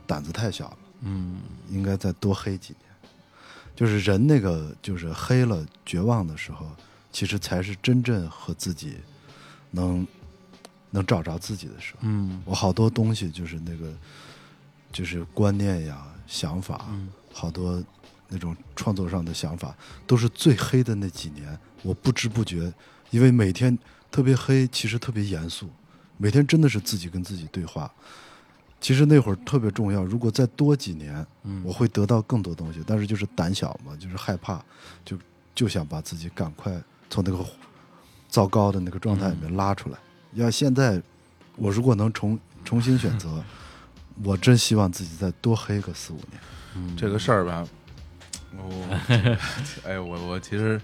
C: 胆子太小了，
A: 嗯
C: 应该再多黑几年。就是人那个就是黑了绝望的时候，其实才是真正和自己能能找着自己的时候。
A: 嗯
C: 我好多东西就是那个，就是观念呀、想法，好多那种创作上的想法，都是最黑的那几年，我不知不觉，因为每天特别黑，其实特别严肃，每天真的是自己跟自己对话。其实那会儿特别重要，如果再多几年，我会得到更多东西。但是就是胆小嘛，就是害怕，就就想把自己赶快从那个糟糕的那个状态里面拉出来。要现在，我如果能重重新选
A: 嗯
C: 择，我真希望自己再多黑个四五年。
B: 这个事儿吧，我， 哎，我我其实，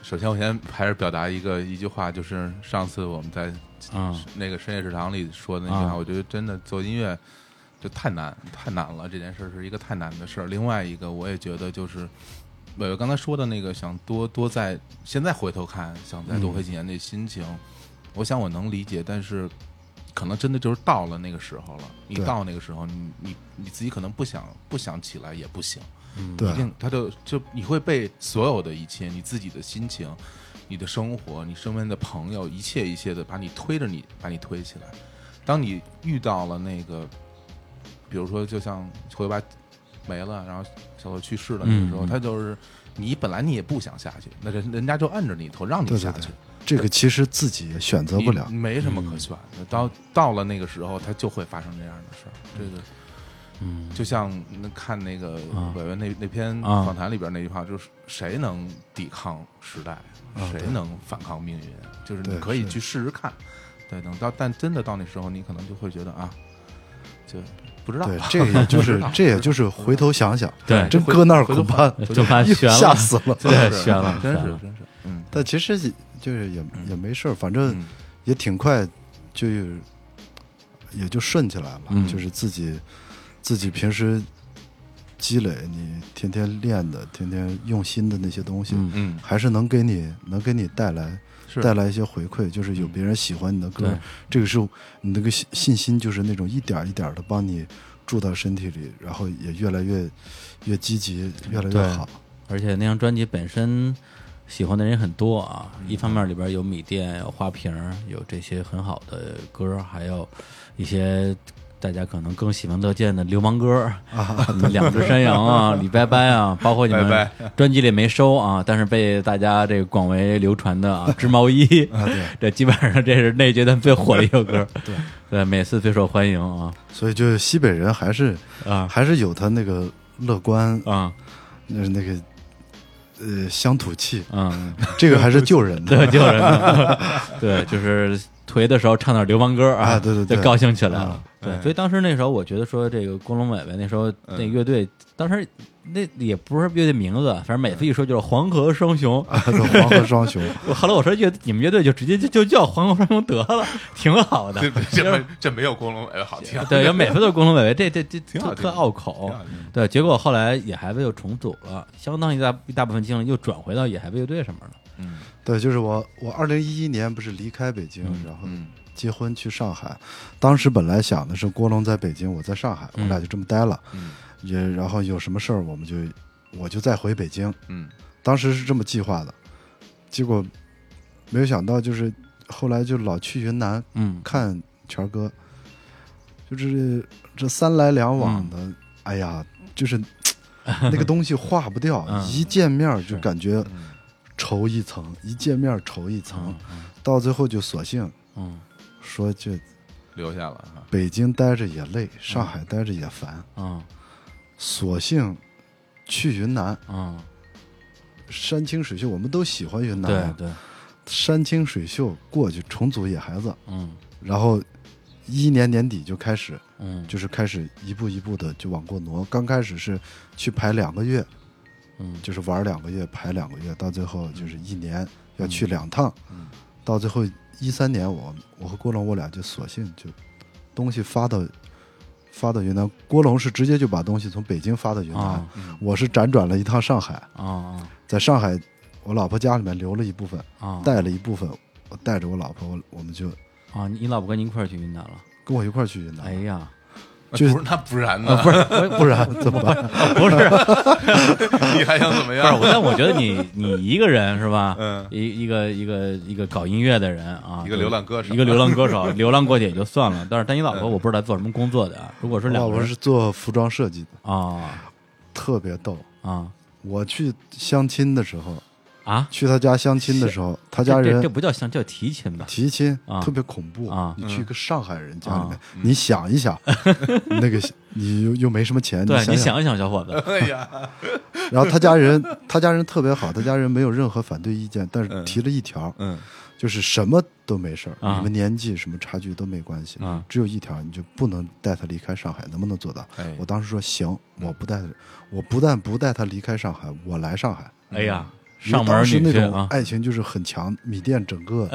B: 首先我先还是表达一个一句话，就是上次我们在
A: 啊
B: 那个深夜食堂里说的那句
A: 啊
B: 话，我觉得真的做音乐就太难太难了，这件事儿是一个太难的事儿。另外一个，我也觉得就是。伟伟刚才说的那个，想多多在现在回头看，想再多回几年那心情，我想我能理解，但是可能真的就是到了那个时候了。你
C: 对
B: 到那个时候，你你你自己可能不想不想起来也不行，
A: 嗯
C: 对啊
B: 一定他就就你会被所有的一切，你自己的心情，你的生活、你身边的朋友，一切一切的把你推着你，把你推起来。当你遇到了那个，比如说，就像回吧没了，然后小何去世了那个时候，
A: 嗯嗯
B: 他就是你本来你也不想下去，那人人家就摁着你一头让你
C: 对对
B: 下
C: 对
B: 去，
C: 这个其实自己也选择不了嗯
B: 你，没什么可选的。到到了那个时候，他就会发生这样的事儿。这个
A: 嗯，
B: 就像那看那个
A: 啊
B: 伟文那那篇
A: 啊
B: 访谈里边那句话，就是谁能抵抗时代，谁能反抗命运？就是你
C: 对
B: 可以
C: 是
B: 去试试看，对，等到但真的到那时候，你可能就会觉得啊，就不知道
C: 对，这也就
B: 不
C: 是
B: 知道
C: 这也就是回头想想，
A: 对
C: 真搁那儿
B: 回头
C: 恐怕
A: 就怕 悬了
C: 吓死了。
A: 对悬了
B: 真
A: 悬
B: 是
A: 了
B: 真是，嗯
C: 但其实也就是也也没事儿，反正
B: 嗯
C: 也挺快，就也就顺起来了。
A: 嗯
C: 就是自己自己平时积累，你天天练的、天天用心的那些东西，
A: 嗯
B: 嗯，
C: 还是能给你能给你带来
B: 是
C: 带来一些回馈，就是有别人喜欢你的歌，
A: 嗯对
C: 这个是你那个信信心，就是那种一点儿一点儿的帮你注到身体里，然后也越来越越积极，越来
A: 对
C: 越好。
A: 而且那张专辑本身喜欢的人也很多啊，一方面里边有米店、有花瓶儿、有这些很好的歌儿，还有一些大家可能更喜闻乐见的流氓歌儿，什么两只山羊啊、李拜拜啊，包括你们
B: 拜
A: 专辑里没收啊，但是被大家这个广为流传的啊，织毛衣， 这基本上这是那阶段最火的一首歌，对对，每次最受欢迎啊
C: 所以，就是西北人还是
A: 啊
C: 还是有他那个乐观，
A: 啊
C: 那那个呃乡土气，
A: 嗯。
C: 这个还是救人 的。
A: 对，救人的，对，就是颓的时候唱点流氓歌
C: 啊对对对
A: 就高兴起来了。
B: 嗯
A: 对，所以当时那时候，我觉得说这个工龙伟伟那时候那乐队，当时那也不是乐队名字，反正每次一说就是黄河双 雄。
C: 啊对黄河双雄，
A: 我后来我说乐你们乐队就直接就就叫黄河双雄得了，挺好 的
B: 这。这没这没有工龙哎好听，
A: 对，要每次都是工龙伟伟，这这这
B: 挺好
A: 特
B: 听
A: 特
B: 的
A: 拗口
B: 挺好听的。
A: 对，结果后来野孩子又重组了，相当一大一大部分精力又转回到野孩子乐队上面了。
B: 嗯
C: 对，就是我我二零一一年不是离开北京，然后
B: 嗯
C: 结婚去上海，当时本来想的是郭龙在北京，我在上海，我
A: 嗯
C: 俩就这么待了，
B: 嗯
C: 也然后有什么事儿我们就我就再回北京，
B: 嗯
C: 当时是这么计划的，结果没有想到就是后来就老去云南
A: 嗯
C: 看权哥，就是这三来两往的，
A: 嗯
C: 哎呀，就是那个东西化不掉，
A: 嗯
C: 一见面儿就是感觉
B: 嗯
C: 愁一层，一见面儿愁一层，
A: 嗯
C: 到最后就索性
A: 嗯
C: 说这
B: 留下了 啊，
C: 北京待着也累，上海待着也烦，
A: 嗯
C: 索性去云南，
A: 嗯，
C: 山清水秀，我们都喜欢云南
A: 对
C: 啊，
A: 对，
C: 山清水秀过去重组野孩子，
A: 嗯
C: 然后一一年年底就开始。
A: 嗯
C: 就是开始一步一步的就往过挪。刚开始是去排两个月，
A: 嗯
C: 就是玩两个月，排两个月，到最后就是一年要去两趟，
A: 嗯
C: 到最后一三年我我和郭龙我俩就索性就东西发到发到云南，郭龙是直接就把东西从北京发到云南，
A: 啊
C: 我是辗转了一趟上海，
A: 啊
C: 在上海我老婆家里面留了一部分，
A: 啊！
C: 带了一部分，我带着我老婆，我我们就
A: 啊，你老婆跟你一块儿去云南了？
C: 跟我一块儿去云南，
A: 哎呀，
C: 就是
B: 不是那 啊不然呢？
C: 不是 不然怎么办？
A: 哎不是，不
B: 你还想怎么
A: 是
B: 样？
A: 我，但我觉得你你一个人是吧？
B: 嗯
A: 一一个一个一个搞音乐的人啊，
B: 一个流浪歌手嗯
A: 一个流浪歌手， 流浪过去也就算了，但是但你老婆我不知道她做什么工作的啊。如果
C: 我
A: 是两
C: 老
A: 个
C: 婆
A: 人
C: 是做服装设计的。
A: 啊
C: 特别逗。
A: 啊
C: 我去相亲的时候，
A: 啊，
C: 去他家相亲的时候，他家
A: 这这这
C: 人
A: 不叫相，叫提亲吧？
C: 提亲
A: 啊
C: 特别恐怖
A: 啊
C: 你去一个上海人家里面
A: 啊，
C: 你想一想， 那个你又又没什么钱，
A: 对你
C: 想想。
A: 想一想，小伙 子，
B: 哎呀，
C: 然后他家人， 他家人特别好，他家人没有任何反对意见，但是提了一条，
B: 嗯
C: 就是什么都没事儿，
A: 啊
C: 你们年纪什么差距都没关系
A: 啊，
C: 只有一条，你就不能带他离开上海，能不能做到
B: 哎？
C: 我当时说行，我不带他，我不但不带他离开上海，我来上海。
A: 哎呀，
C: 因为
A: 上门
C: 当
A: 女
C: 时那
A: 婿
C: 种
A: 啊，
C: 爱情就是很强，米店整个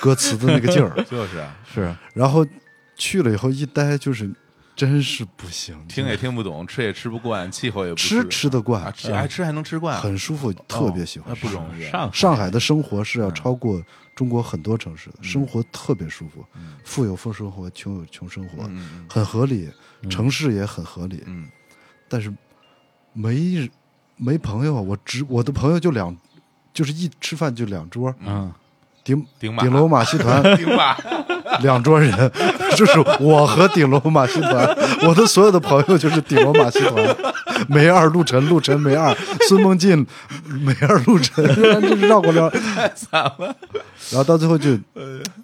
C: 歌词的那个劲儿。
B: 就是啊
A: 是
C: 然后去了以后一待就是，真是不行，
B: 听也听不懂，吃也吃不惯，气候也不
C: 吃
B: 适
C: 吃得
B: 啊，
C: 惯，
B: 吃还吃还能吃惯啊，
C: 很舒服，特别喜
B: 那
C: 欢。
B: 不容易。啊
A: 上
C: 上海的生活
B: 嗯
C: 是要超过中国很多城市的，生活特别舒服，富有富生活，穷有穷生活，
B: 嗯
C: 很合理，城市也很合理，
B: 嗯
C: 但是没没朋友啊，我只我的朋友就两就是一吃饭就两桌，
A: 嗯，
C: 顶
B: 顶马
C: 顶楼马 戏团
B: 丁吧，
C: 两桌人，就是我和顶楼马戏团，我的所有的朋友就是顶楼马戏团，梅二、陆晨、陆晨、梅二、孙梦进、梅二、陆晨，就是绕过来，
B: 惨了，
C: 然后到最后就，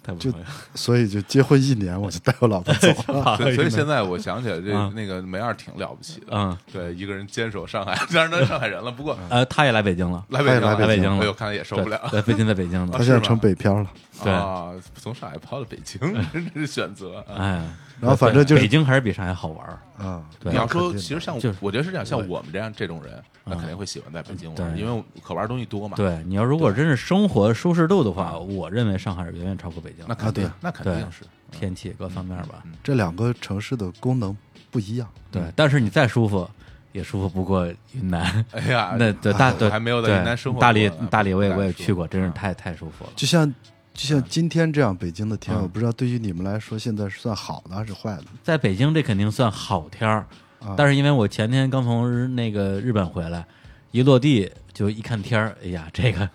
A: 太不
C: 哎就
A: 容易了
C: 所以就结婚一年，我就带我老婆走 了。
A: 哎
B: 所以所以现在我想起来，这
A: 啊
B: 那个梅二挺了不起的，
A: 嗯，
B: 对，一个人坚守上海， 当然他是上海人了，不过
A: 呃，他也来北京了，
B: 来北京了，
C: 来北
A: 京了
B: 哎呦，看来也受不了，
A: 对，北京在北京
C: 他
A: 了，
C: 现在成北漂了，
A: 对嗯
B: 啊，从上海跑到北京， 真是选择啊。
A: 哎，
C: 然后反正就是
A: 北京还是比上海好玩儿，
C: 啊，
A: 对
B: 你要
C: 肯
B: 说，
C: 定
B: 其实像
A: 就是啊
B: 我觉得是这样，像我们这样这种人，那肯定会喜欢在北京玩，
A: 嗯对
B: 因为可玩东西多嘛。，
A: 对，你要如果真是生活舒适度的话，我认为上海是远远超过北京的。
B: 那肯定
C: 啊，
B: 那肯
A: 对
B: 定是。嗯
A: 天气各方面吧，
C: 这两个城市的功能不一样。
A: 对。但是你再舒服，也舒服不过云南。
B: 哎呀，
A: 那对大
B: 我
A: 对
B: 还没有在
A: 对
B: 云南生活
A: 大理
B: 过呢
A: 大理我也
B: 不
A: 我也
B: 敢说嗯
A: 去过，真是太太舒服了。
C: 就像就像今天这样北京的
A: 嗯
C: 天，我不知道对于你们来说现在是算好的还是坏的。
A: 在北京这肯定算好天儿，
B: 啊
A: 但是因为我前天刚从日那个日本回来，一落地就一看天儿，哎呀，这个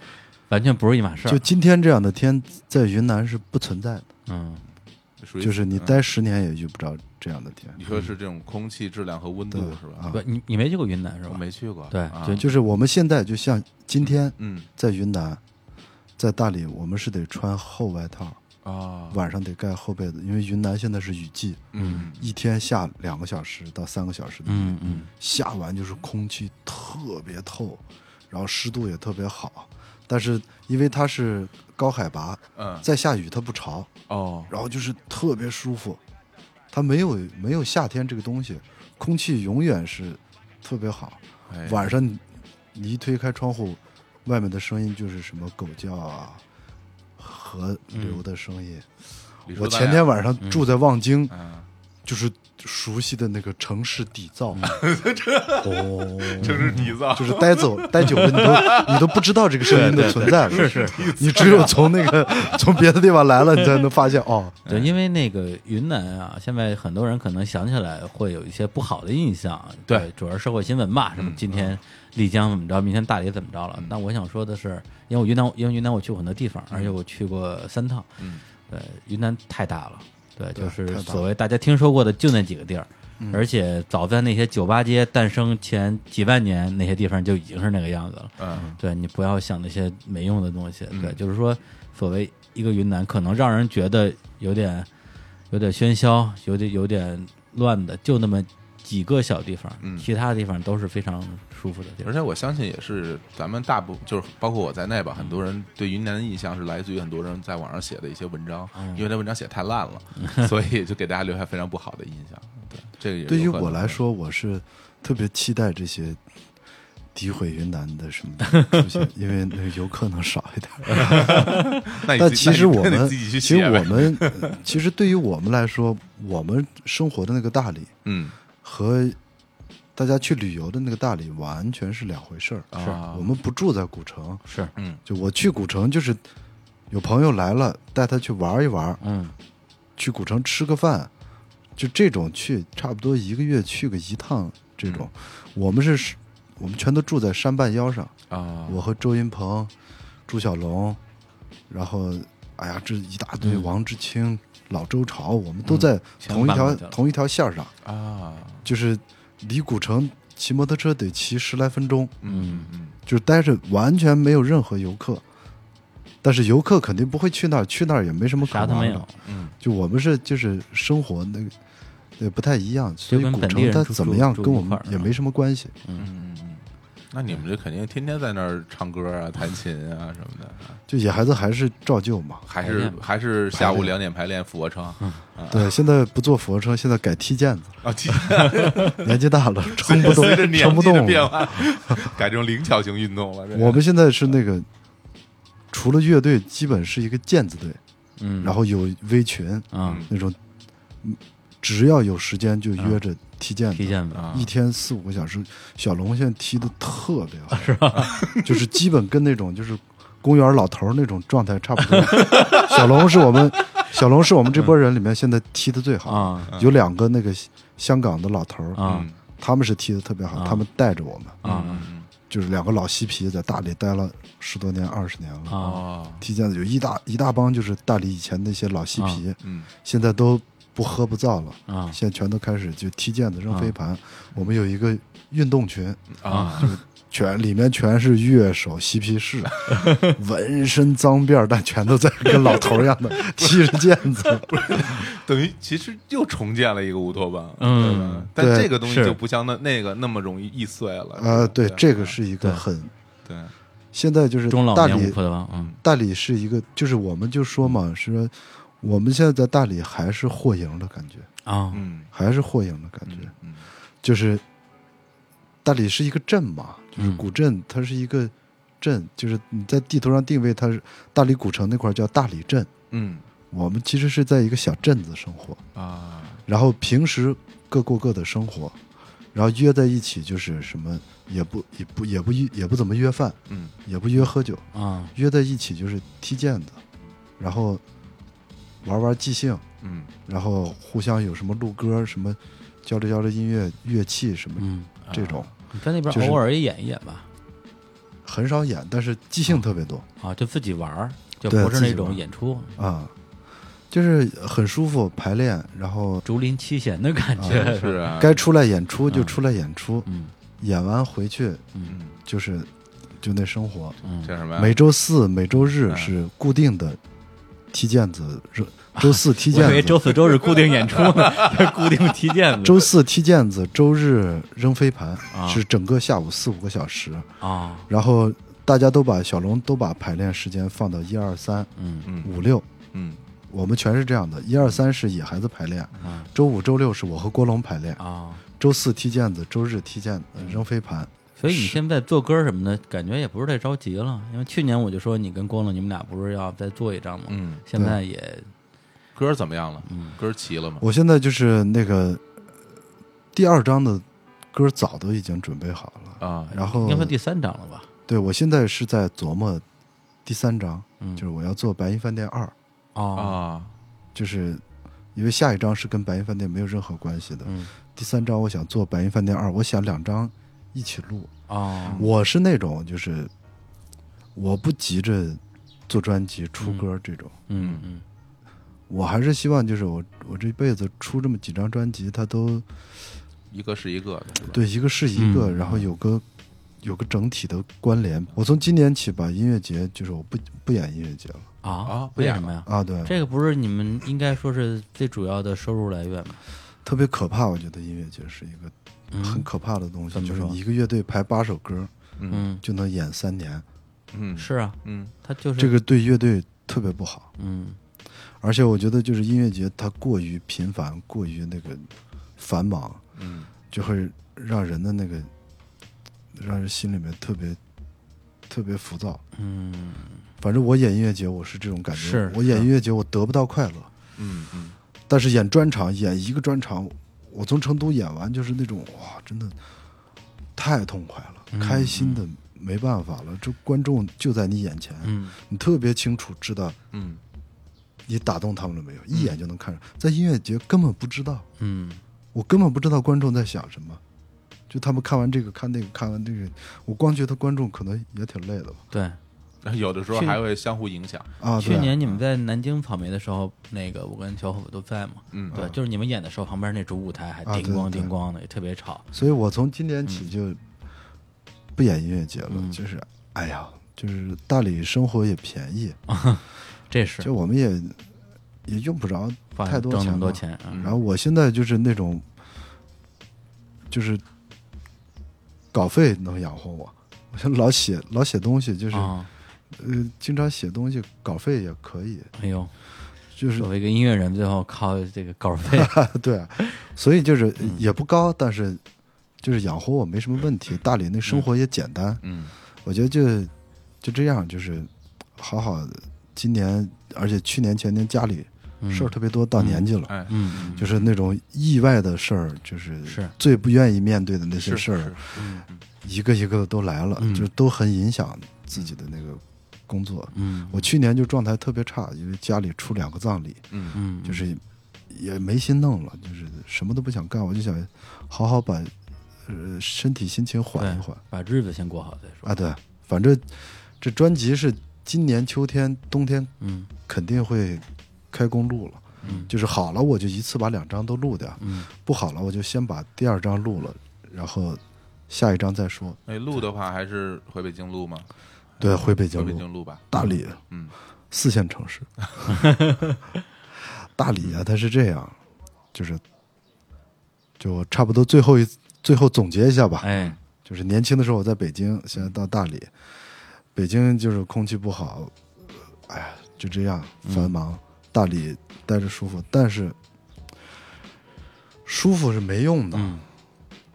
A: 完全不是一码事
C: 就
A: 儿。
C: 今天这样的天，在云南是不存在的，
A: 嗯，
B: 属于
C: 就是你
B: 嗯
C: 待十年也遇不着这样的天。
A: 嗯
B: 你说是这种空气质量和温度
C: 嗯对
B: 是吧？
C: 啊
A: 不，，你你没去过云南是
B: 我
A: 吧？
B: 没去过，
A: 对
B: 啊
A: 就
C: 就是我们现在就像今天
B: 嗯
C: 在云南，在大理，我们是得穿厚外套，
B: 啊，
C: 晚上得盖厚被子，因为云南现在是雨季，
B: 嗯
C: 一天下两个小时到三个小时的雨，
A: 嗯嗯，
C: 下完就是空气特别透，然后湿度也特别好，但是因为它是高海拔，
B: 嗯
C: 再下雨它不潮，
B: 哦，
C: 然后就是特别舒服，它没有没有夏天这个东西，空气永远是特别好。
B: 哎
C: 晚上你你一推开窗户，外面的声音就是什么狗叫啊、河流的声音。
B: 李叔
C: 我
B: 咱
C: 前
B: 俩
C: 天晚上住在望京，
B: 嗯
C: 就是熟悉的那个城市底噪，
B: 嗯
C: 哦，
B: 这是底子啊，
C: 就是待走待久了，你 都你都不知道这个声音的存在了，
A: 是是，
C: 你只有从那个从别的地方来了，你才能发现哦，
A: 对，因为那个云南啊，现在很多人可能想起来会有一些不好的印象，
B: 对
A: 主要是社会新闻嘛，什么今天丽江怎么着，明天大理怎么着了。那我想说的是，因为我云南，因为云南我去过很多地方，而且我去过三趟，
B: 嗯，
A: 对，云南太大了，对，就
C: 对太
A: 是
C: 大了
A: 所谓大家听说过的就那几个地儿，而且早在那些酒吧街诞生前几万年，那些地方就已经是那个样子了。
B: 嗯
A: 对你不要想那些没用的东西。对，
B: 嗯
A: 就是说，所谓一个云南，可能让人觉得有点有点喧嚣，有点有点乱的，就那么几个小地方，
B: 嗯
A: 其他地方都是非常舒服的地
B: 而
A: 儿。
B: 且我相信也是咱们大部就是包括我在内吧，很
C: 嗯
B: 多人对云南的印象是来自于很多人在网上写的一些文章，
C: 嗯
B: 因为那文章写太烂了， 所以就给大家留下非常不好的印象。对，这个 也有
C: 对于
B: 可能
C: 我来，说，我是特别期待这些诋毁云南的什么 的出现，因为那个游客能少一点。
B: 那你
C: 但
B: 哎自己
C: 其实
B: 那你
C: 我
B: 那你
C: 们，
B: 自己去
C: 其
B: 写
C: 实
B: 呗
C: 我们，呃其实对于我们来说，我们生活的那个大理
B: 嗯
C: 和大家去旅游的那个大理完全是两回事儿。
B: 啊
C: 我们不住在古城，
A: 是，
B: 嗯
C: 就我去古城就是有朋友来了，带他去玩一玩，
A: 嗯，
C: 去古城吃个饭，就这种去差不多一个月去个一趟这种，
B: 嗯
C: 我们是，我们全都住在山半腰上，
B: 啊
C: 我和周云鹏、朱小龙，然后哎呀，这一大
B: 嗯
C: 堆王志清、老周朝，我们都在同一
A: 全搬
C: 条、
A: 过去了
C: 同一条线上，
B: 啊
C: 就是离古城骑摩托车得骑十来分钟，
B: 嗯嗯
C: 就是待着完全没有任何游客。但是游客肯定不会去那儿，去那儿也没什么可
A: 啥
C: 玩的。
A: 都没有，
B: 嗯
C: 就我们是就是生活那个也不太一样，所
A: 就
C: 以
A: 跟
C: 古
A: 本地
C: 城
A: 人
C: 它
A: 住
C: 怎么
A: 住
C: 样
A: 住
C: 跟
A: 一
C: 我
A: 块
C: 们
A: 儿
C: 也
A: 啊
C: 没什么关系。
B: 嗯嗯，那你们这肯定天天在那儿唱歌啊、弹琴啊什么的，
C: 就野孩子还是照旧嘛。
B: 还
A: 排
B: 是
A: 练
B: 还是下午两点排练俯卧撑
C: 嗯
A: 啊
C: 对，现在不做俯卧撑，现在改 踢毽子了，
B: 啊，其
C: 年纪大了撑不动
B: 随着，年
C: 撑不
B: 纪的
C: 动
B: 变
C: 了。
B: 化，改成灵巧型运动了。这个
C: 我们现在是那个除了乐队，基本是一个毽子队，
A: 嗯，
C: 然后有微群
A: 啊，
B: 嗯
C: 那种，嗯只要有时间就约着踢毽
A: 踢
C: 子。
A: 毽子，
B: 啊
C: 一天四五个小时，小龙现在踢的特别好，是吧？ 就是基本跟那种就是公园老头儿那种状态差不多。 小龙是我们，小龙是我们这波人里面现在踢的最好，
A: 啊
C: 有两个那个香港的老头儿，
A: 啊
B: 嗯
C: 他们是踢的特别好，
A: 啊
C: 他们带着我们。
A: 啊，
B: 嗯
C: 就是两个老嬉皮在大理待了十多年、二十年了。
A: 啊，
B: 哦，
C: 踢毽子有一大一大帮，就是大理以前那些老嬉皮，
B: 嗯
C: 现在都不喝不造了，
A: 啊
C: 现在全都开始就踢毽子、扔
A: 啊
C: 飞盘。我们有一个运动群，
B: 啊，
C: 全里面全是乐手、嬉 皮士，纹身、脏辫儿，但全都在跟老头儿一样的踢着毽 子。
B: 等于其实又重建了一个乌托邦，
A: 嗯
B: 对吧，但
C: 对
B: 这个东西
A: 是
B: 就不像那那个那么容易易碎了，
C: 呃，对，这个
B: 啊
C: 是一
A: 对
C: 个很
B: 对，
C: 现在就是
A: 中老
C: 大
A: 年无
C: 理
A: 可的嗯
C: 大理是一个，就是我们就说嘛，是说我们现在在大理还是霍营的感觉，
A: 啊
B: 嗯
C: 还是霍营的感觉。
B: 嗯嗯
C: 就是大理是一个镇嘛，就是
A: 嗯
C: 古镇，它是一个镇，就是你在地图上定位，它是大理古城那块儿叫大理镇。
B: 嗯
C: 我们其实是在一个小镇子生活，
B: 啊，
C: 然后平时各过各的生活，然后约在一起就是什么也不也不也不也不怎么约饭，
B: 嗯
C: 也不约喝酒，
A: 啊
C: 约在一起就是踢毽子，然后玩玩即兴，
B: 嗯
C: 然后互相有什么录歌什么，交流交流音乐乐器什么
A: 嗯，
C: 这种。
A: 你在那
C: 就是
A: 边偶尔也演一演吧，
C: 很少演，但是即兴特别多
A: 啊，就自己玩儿，就
C: 对
A: 不是
C: 自
A: 那
C: 己玩
A: 种
C: 儿
A: 演出
C: 啊、就是很舒服排练，然后
A: 竹林七贤的感觉，
B: 是啊，
C: 该出来演出就
A: 嗯
C: 出来演出，
A: 嗯
C: 演完回去
A: 嗯
B: 嗯
C: 就是就那生活。
A: 嗯
B: 叫什么呀？
C: 每周四、每周日
B: 嗯
C: 是固定的踢毽子，周周四踢毽
A: 啊我以为
C: 子，
A: 周四周日固定演出呢， 固定踢毽子。
C: 周四踢毽子，周日扔飞盘，
A: 啊
C: 是整个下午四五个小时。
A: 啊，
C: 然后大家都把小龙都把排练时间放到一二三
A: 嗯
B: 嗯
C: 五六，
B: 嗯
C: 我们全是这样的，一二三是野孩子排练，
A: 啊
C: 周五、周六是我和郭龙排练，
A: 啊，嗯
C: 周四踢毽子，周日踢毽子、呃扔飞盘。
A: 所以你现在做歌什么的，感觉也不是太着急了，因为去年我就说你跟光乐你们俩不是要再做一张吗？
B: 嗯，
A: 现在也
B: 歌儿怎么样了？
C: 嗯
B: 歌儿齐了吗？
C: 我现在就是那个第二章的歌早都已经准备好了，
B: 啊，
C: 然
A: 哎应
C: 后
A: 该算第三张了吧？
C: 对我现在是在琢磨第三章，
A: 嗯
C: 就是我要做《白银饭店二》，
A: 哦，
B: 啊，
C: 就是因为下一章是跟《白银饭店》没有任何关系的，
A: 嗯
C: 第三章我想做《白银饭店二》，我想两章一起录。
A: 哦，
C: 我是那种就是我不急着做专辑出歌这种。
A: 嗯嗯
C: 我还是希望就是我我这辈子出这么几张专辑，它都
B: 一个是一个的，是吧？
C: 对一个是一个，
A: 嗯
C: 然后有个有个整体的关联。我从今年起把音乐节就是我不不演音乐节了
A: 啊
B: 啊不
A: 为
B: 演
A: 什么呀？
C: 啊，对，
A: 这个不是你们应该说是最主要的收入来源吗？
C: 特别可怕。我觉得音乐节是一个很
A: 嗯
C: 可怕的东西，
A: 怎么
C: 就是
A: 说
C: 你一个乐队排八首歌
B: 嗯
A: 嗯，
C: 就能演三年，
B: 嗯
A: 是啊，
B: 嗯
A: 他就是
C: 这个对乐队特别不好。
A: 嗯
C: 而且我觉得就是音乐节它过于频繁，过于那个繁忙，
B: 嗯
C: 就会让人的那个，让人心里面特别特别浮躁。
A: 嗯
C: 反正我演音乐节，我是这种感觉。
A: 是嗯
C: 我演
A: 是
C: 音乐节，我得不到快乐，
B: 嗯嗯
C: 但是演专场，演一个专场，我从成都演完就是那种哇，真的太痛快了，
A: 嗯
C: 开心的没办法了。这观众就在你眼前，
A: 嗯
C: 你特别清楚知道
B: 嗯
C: 你打动他们了没有，一眼就能看出。在音乐节根本不知道，
A: 嗯
C: 我根本不知道观众在想什么，就他们看完这个看那个看完那个，我光觉得观众可能也挺累的吧。
A: 对。
B: 嗯，有的时候
A: 去
B: 还会相互影响，
C: 啊，对
A: 去年你们在南京草莓的时候，那个我跟小伙都在嘛，
B: 嗯
A: 对，就是你们演的时候，旁边那主舞台还
C: 啊
A: 叮
C: 对
A: 咣
C: 对
A: 叮咣的，也特别吵。
C: 所以我从今年起就不演音乐节了，
A: 嗯
C: 就是哎呀，就是大理生活也便宜，
A: 这是
C: 就我们也也用不着
A: 花
C: 太多
A: 挣那
C: 钱
A: 么多
C: 了。
A: 钱啊，
B: 嗯
C: 然后我现在就是那种，就是稿费能养活我， 我就老写老写东西，就是、
A: 啊，
C: 呃，经常写东西，稿费也可以，
A: 哎呦，
C: 就是
A: 作为一个音乐人，最后靠这个稿费
C: 对啊，所以就是也不高，但是
A: 嗯
C: 就是养活我没什么问题。大理那生活也简单，
B: 嗯
C: 我觉得就就这样，就是好好地。今年而且去年前年家里事儿特别多，到年纪了，
B: 哎
A: 嗯，
C: 就是那种意外的事儿，就是
A: 是
C: 最不愿意面对的那些
B: 是
C: 事儿
B: 是，
C: 一个一个的都来了，
A: 嗯
C: 就是都很影响自己的那个工作。
A: 嗯
C: 我去年就状态特别差，因为家里出两个葬礼，
B: 嗯
A: 嗯，
C: 就是也没心弄了，就是什么都不想干，我就想好好把呃身体心情缓一缓
A: 把日子先过好再说。
C: 啊。对，反正这专辑是今年秋天、冬天
A: 嗯
C: 肯定会开工录了。
A: 嗯
C: 就是好了，我就一次把两张都录掉；
A: 嗯，
C: 不好了，我就先把第二张录了，然后下一张再说。
B: 哎，录的话还是回北京录吗？
C: 对，回北
B: 回
C: 京
B: 北
C: 录，
B: 京录吧。
C: 大理
B: 嗯，
C: 四线城市，大理啊，它是这样，就是，就差不多最后一最后总结一下吧，
A: 哎，
C: 就是年轻的时候我在北京，现在到大理，北京就是空气不好，哎呀，就这样繁忙，大理待着舒服，但是舒服是没用的，
A: 嗯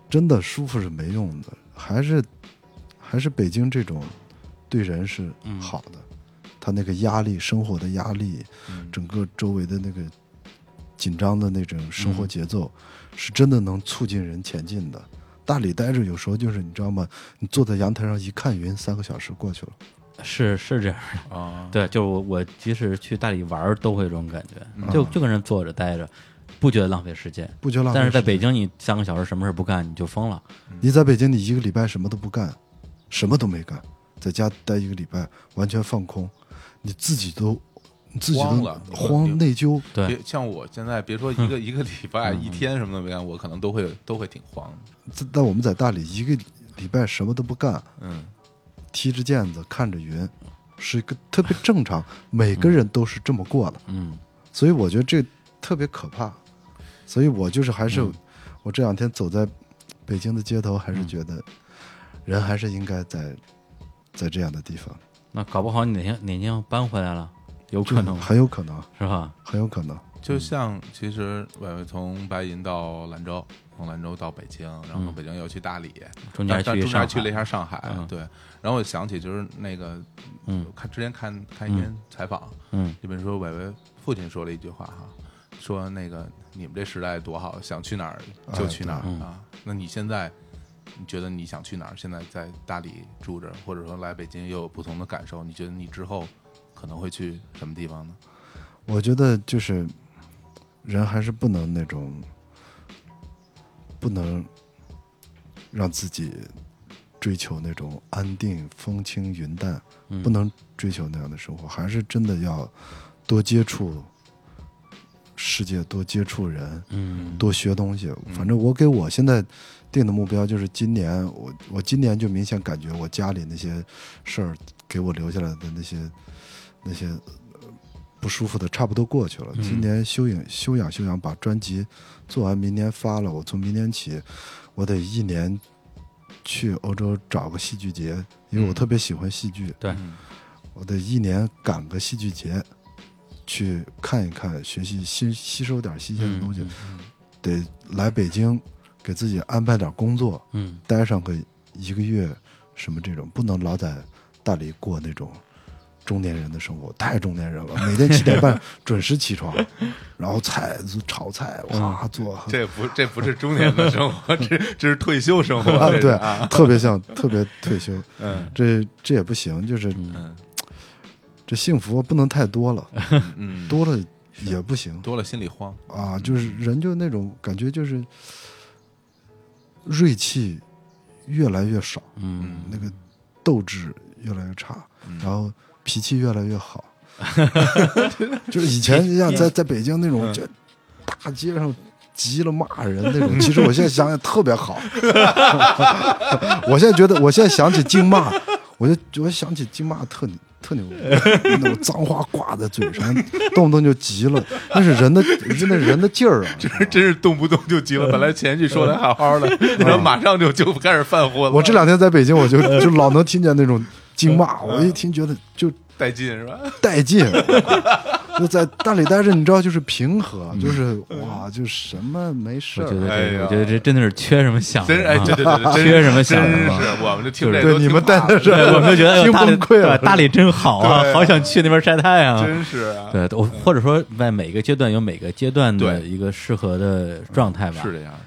C: 真的舒服是没用的，还是还是北京这种对人是好的，他那个压力，生活的压力，整个周围的那个紧张的那种生活节奏，是真的能促进人前进的。大理待着，有时候就是你知道吗？你坐在阳台上一看云，三个小时过去了。
A: 是是这样。
B: 啊，
A: 对，就是我我即使去大理玩儿都会有这种感
C: 嗯
A: 觉，就就跟人坐着待着，不觉得浪费时间。
C: 不觉得浪费
A: 但是在
C: 时间
A: 北京，你三个小时什么事儿不干，你就疯了。
C: 你在北京，你一个礼拜什么都不干，什么都没干，在家待一个礼拜，完全放空，你自己都，你自己都
B: 慌了
C: 慌内疚，
A: 对
B: 别像我现在，别说一个一个礼拜、一天什么都没干，我可能都会都会挺慌的。
C: 自但我们在大理一个礼拜什么都不干，
B: 嗯，
C: 踢着毽子看着云，是一个特别正常，每个人都是这么过的，
A: 嗯
C: 所以我觉得这特别可怕，所以我就是还是、
A: 嗯
C: 我这两天走在北京的街头，还是觉得人还是应该在在这样的地方，
A: 那搞不好你哪天哪天搬回来了，有可能
C: 很有可能，
A: 是吧？
C: 很有可能，
B: 就像其实伟伟从白银到兰州，从兰州到北京，然后从北京又去大理，
A: 中间
B: 但
A: 还
B: 但
A: 去
B: 中
A: 上海
B: 间去了一下上海
A: 嗯，
B: 对。然后我想起就是那个，
A: 嗯
B: 看之前看看一篇采访，
A: 嗯
B: 里面说伟伟父亲说了一句话哈，说那个你们这时代多好，想去哪儿就去哪儿
A: 哎对
B: 啊。那你现在你觉得你想去哪儿？现在在大理住着，或者说来北京又有不同的感受，你觉得你之后可能会去什么地方呢？
C: 我觉得就是人还是不能那种，不能让自己追求那种安定、风轻云淡，不能追求那样的生活，还是真的要多接触世界，多接触人，
A: 嗯
C: 多学东西。反正我给我现在定的目标就是今年，我我今年就明显感觉我家里那些事儿给我留下来的那些那些呃不舒服的差不多过去了。今年休养休养休养，把专辑做完，明年发了。我从明年起，我得一年去欧洲找个戏剧节，因为
B: 嗯
C: 我特别喜欢戏剧。
A: 对
B: 嗯
C: 我得一年赶个戏剧节，去看一看，学习新吸收点新鲜的东西。得来北京，给自己安排点工作，
A: 嗯
C: 待上个一个月，什么这种，不能老在大理过那种中年人的生活，太中年人了。每天七点半准时起床，然后菜炒菜，哇，做
B: 这不这不是中年的生活，这这是退休生活
C: 啊，
B: 这是
C: 对，特别像特别退休，
B: 嗯
C: 这这也不行，就是
B: 嗯
C: 这幸福不能太多了，
B: 嗯，
C: 多了也不行。
B: 多了心里慌。
C: 啊，就是人就那种感觉，就是锐气越来越少，
A: 嗯，
C: 那个斗志越来越差，然后脾气越来越好。 就是以前像在在北京那种，就大街上急了骂人那种，其实我现在想想特别好。 我现在觉得，我现在想起京骂，我就我想起京骂特牛特牛， 那种脏话挂在嘴上，动不动就急了，那是人的，那是人的劲儿啊！
B: 真是动不动就急了，本来前一句说的好好 的，然后马上就就开始犯浑了。
C: 我这两天在北京，我就就老能听见那种京骂，我一听觉得就
B: 带劲是吧？
C: 带劲。就在大理待着，你知道，就是平和，就是哇，就什么没事
A: 我
C: 儿
A: 觉得。
B: 哎
A: 这
B: 呀
A: 我觉得这真的是缺什么想
B: 真是
A: 的
B: 哎，
A: 啊，
B: 对对对，对
A: 缺
B: 真
A: 什么想
B: 真
A: 什么
B: 是我们这听这
C: 对
B: 都
C: 你们
B: 听怕
C: 待的是
B: 了
A: 对，我们就觉得哎呦
C: 听
A: 大理
C: 崩溃了
A: 对大理真好啊，
B: 对
A: 好想去那边晒太阳啊。
B: 真是啊
A: 对，我或者说在每个阶段有每个阶段的
B: 对
A: 一个适合的状态吧。
B: 是这样的，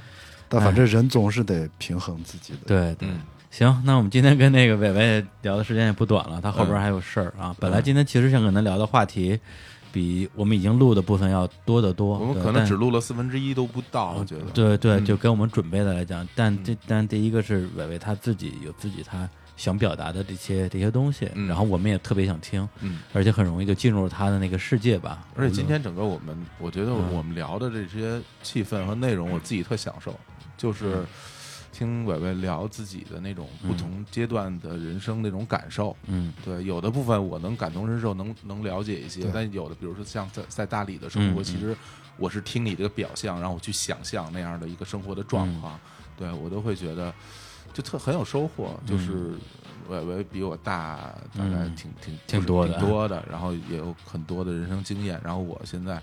C: 但反正人总是得平衡自己的。
A: 对对
B: 嗯。
A: 行，那我们今天跟那个伟伟聊的时间也不短了，他后边还有事儿啊。本来今天其实想跟他聊的话题比我们已经录的部分要多得多。
B: 我们
A: 对
B: 可能
A: 但哦
B: 只录了四分之一都不到，我觉得。
A: 对对，
B: 嗯
A: 就跟我们准备的来讲，但这但第一个是伟伟他自己有自己他想表达的这些这些东西，
B: 嗯
A: 然后我们也特别想听，
B: 嗯，
A: 而且很容易就进入他的那个世界吧。嗯
B: 而且今
A: 无论
B: 天整个我们，我觉得
A: 嗯
B: 我们聊的这些气氛和内容，我自己特享受，就是
A: 嗯
B: 听伟伟聊自己的那种不同阶段的人生那种感受。
A: 嗯
B: 对，有的部分我能感同身受，能能了解一些
C: 对，
B: 但有的，比如说像在在大理的生活，
A: 嗯嗯
B: 其实我是听你这个表象，然后我去想象那样的一个生活的状
A: 嗯
B: 况，对我都会觉得就特很有收获。就是伟伟比我大大概
A: 嗯
B: 挺挺
A: 挺
B: 不是
A: 多的
B: 挺多的，然后也有很多的人生经验，然后我现在。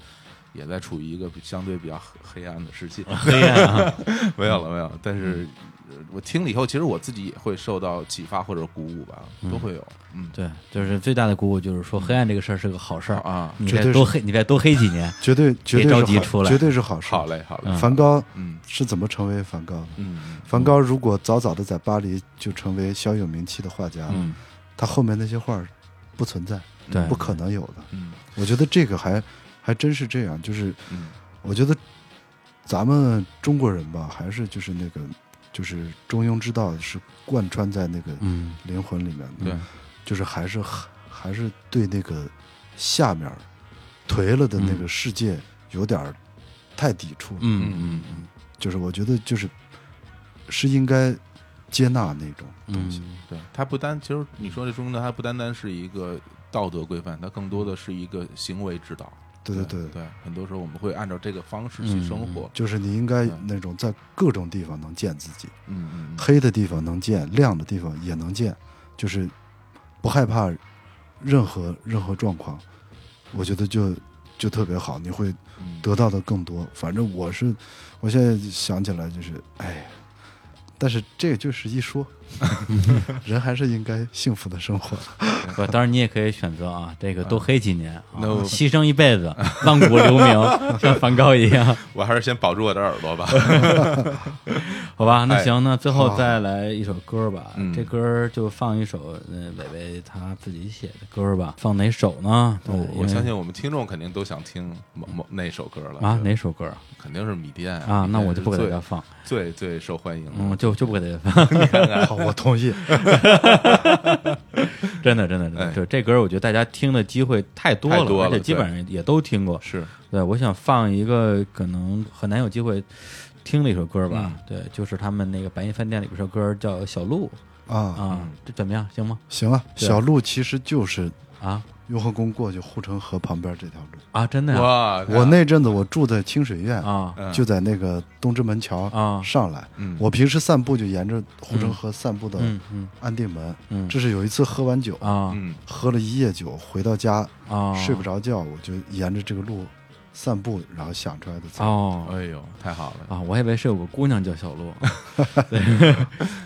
B: 也在处于一个比相对比较黑黑暗的时期，
A: 黑暗啊，嗯
B: 没有了，没 有了。但是，呃我听了以后，其实我自己也会受到启发或者鼓舞吧，都会有。嗯，
A: 对，就是最大的鼓舞就是说黑暗这个事儿是个好事儿，
B: 啊，
A: 你
C: 绝
A: 再
C: 对
A: 多
C: 是
A: 黑，你再多黑几年，
C: 绝对绝
A: 别着
C: 对
A: 急
C: 是
A: 出
C: 好，
A: 来
C: 绝对是好事。
B: 好嘞，好嘞，
C: 梵高
B: 嗯
C: 是怎么成为梵高的？
B: 嗯
C: 梵高如果早早的在巴黎就成为小有名气的画
B: 啊
C: 家，
A: 嗯，
C: 他后面那些画儿不存在，
A: 对
C: 不可能有的。
B: 嗯
C: 我觉得这个还还真是这样，就是
B: 嗯
C: 我觉得咱们中国人吧，还是就是那个就是中庸之道是贯穿在那个
A: 嗯
C: 灵魂里面的，
B: 对，嗯
C: 就是还是还是对那个下面儿颓了的那个世界有点儿太抵触了。
A: 嗯嗯
C: 就是我觉得就是是应该接纳那种东西。
A: 嗯
B: 对，它不单，其实你说这中呢，它不单单是一个道德规范，它更多的是一个行为指导。
C: 对
B: 对
C: 对对，
B: 对，很多时候我们会按照这个方式去生活。
C: 就是你应该
B: 对
C: 那种在各种地方能见自己，
B: 嗯嗯
C: 黑的地方能见，亮的地方也能见，就是不害怕任何任何状况。我觉得就就特别好，你会
B: 嗯，
C: 得到的更多。反正我是，我现在想起来就是，哎呀，但是这就是一 说，人还是应该幸福的生活。
A: 不，当然你也可以选择啊，这个多黑几年，啊
B: 那我
A: 牺牲一辈子，万古留 名，像梵高一样，
B: 我还是先保住我的耳朵吧。
A: 好吧？那
B: 哎
A: 行，那最后
C: 好
A: 再来一首歌吧，
B: 嗯
A: 这歌儿就放一首呃伟伟他自己写的歌儿吧，放哪首呢？对哦因
B: 哦我
A: 为
B: 相信我们听众肯定都想听某某那首歌了哎
A: 啊，哪首歌儿
B: 肯定是米店
A: 啊？那我就不给大家
B: 最
A: 放，
B: 最最受欢迎
A: 嗯，
B: 的。
A: 就就不给大家放，
C: 好，我同 意。
A: 真的真的真的，
B: 哎
A: 就这歌儿我觉得大家听的机会太多
B: 太多
A: 了，
B: 了
A: 而且基本上也都听过，
B: 是，
A: 对，我想放一个可能很难有机会听的一首歌吧。
B: 嗯
A: 对，就是他们那个白银饭店里边首歌叫《小鹿》
C: 啊，
B: 嗯
A: 啊，这怎么样？行吗？
C: 行啊，
A: 对
C: 小路其实就是
A: 啊
C: 雍和宫过去护城河旁边这条路。
A: 啊，真的呀
B: 哇，
C: 我那阵子我住在清水苑，
A: 啊
B: 嗯
C: 就在那个东直门桥
A: 啊
C: 上来。
B: 嗯
C: 我平时散步就沿着护城河散步到
A: 嗯嗯
C: 安定门。
A: 嗯
C: 这是有一次喝完酒，
A: 啊
B: 嗯
C: 喝了一夜酒，回到家
A: 啊，
C: 睡不着觉，我就沿着这个路散步，然后想出来的词。
A: 哦
B: 哎呦，太好了，
A: 啊，我还以为是有个姑娘叫小鹿，啊对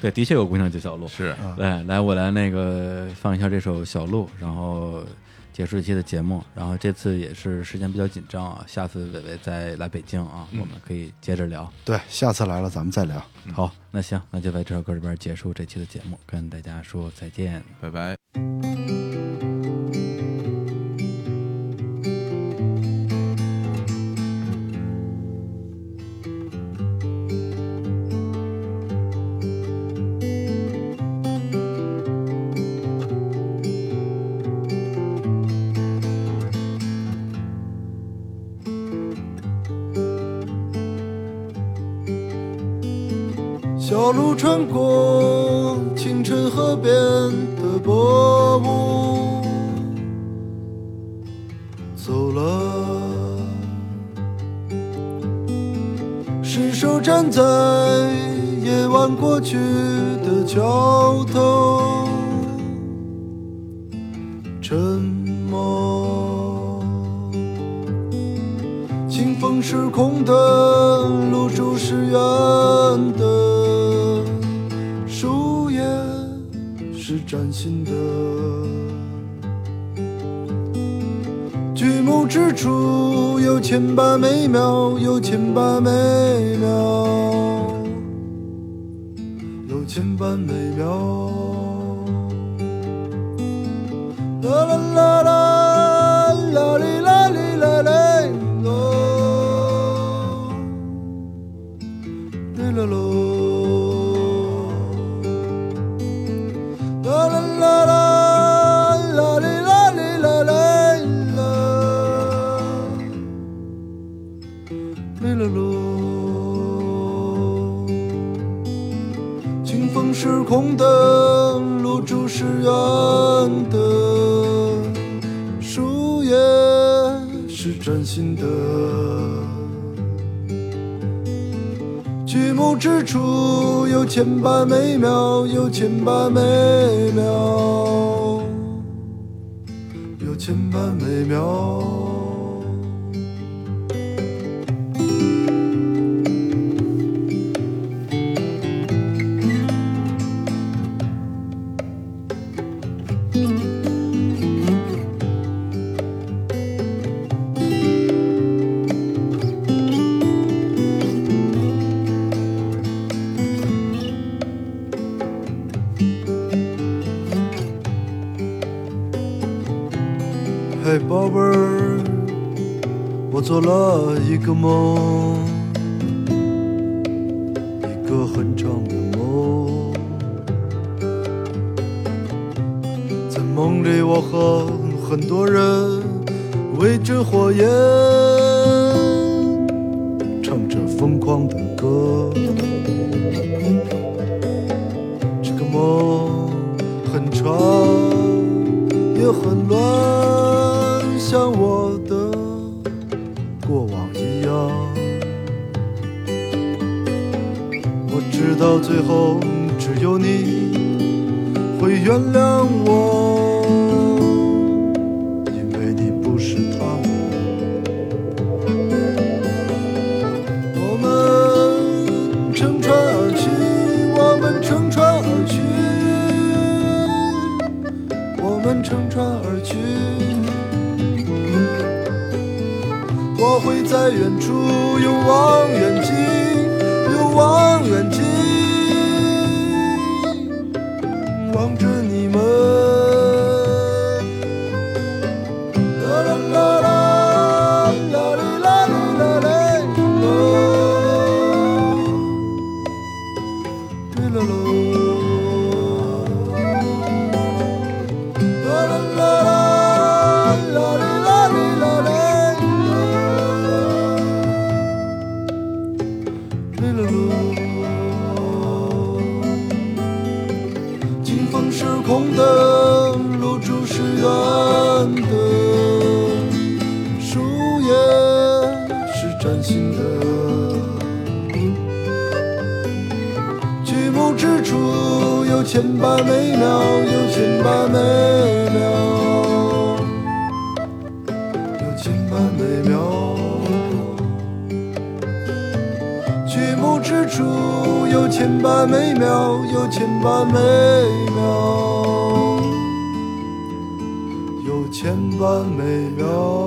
A: 对，的确有个姑娘叫小鹿。
B: 是，
A: 对，来我来那个放一下这首《小鹿》，然后结束这期的节目。然后这次也是时间比较紧张啊，下次伟伟再来北京啊，我们可以接着聊。
C: 对，下次来了咱们再聊。
A: 好，那行，那就在这首歌里边结束这期的节目，跟大家说再见。
B: 拜拜。
E: 小路穿过清晨河边的薄雾，走了，伸手站在夜晚过去的桥头，沉默。清风是空的，露珠是圆的，树叶是崭新的。举目之处有千百美妙，有千百美妙，有千百美妙。啦啦啦啦啦哩啦哩。
D: 了喽。啦啦啦啦啦哩啦哩啦啦啦，哩啦喽。清风是空的，露珠是圆的，树叶是崭新的。举目之处有千百美妙，有千百美妙，有千百美妙。嘿，宝贝儿，我做了一个梦，一个很长的梦。在梦里，我和很多人围着火焰，唱着疯狂的歌。这个梦很长，也很乱，像我的过往一样。我知道最后只有你会原谅我，因为你不是他们。我们乘船而去，我们乘船而去，我们乘船而去。我会在远处用望远镜，用望远镜望着你们。啦啦啦啦，啦哩啦哩啦嘞啦，滴啦喽。啦啦啦啦，啦哩啦哩啦嘞啦，滴啦喽。清风是空的，露珠是圆的，树叶是崭新的。举目之处有千百美妙，有千百美妙，有千百美妙。举目之处有千百美妙，有千百美妙，有千百美妙。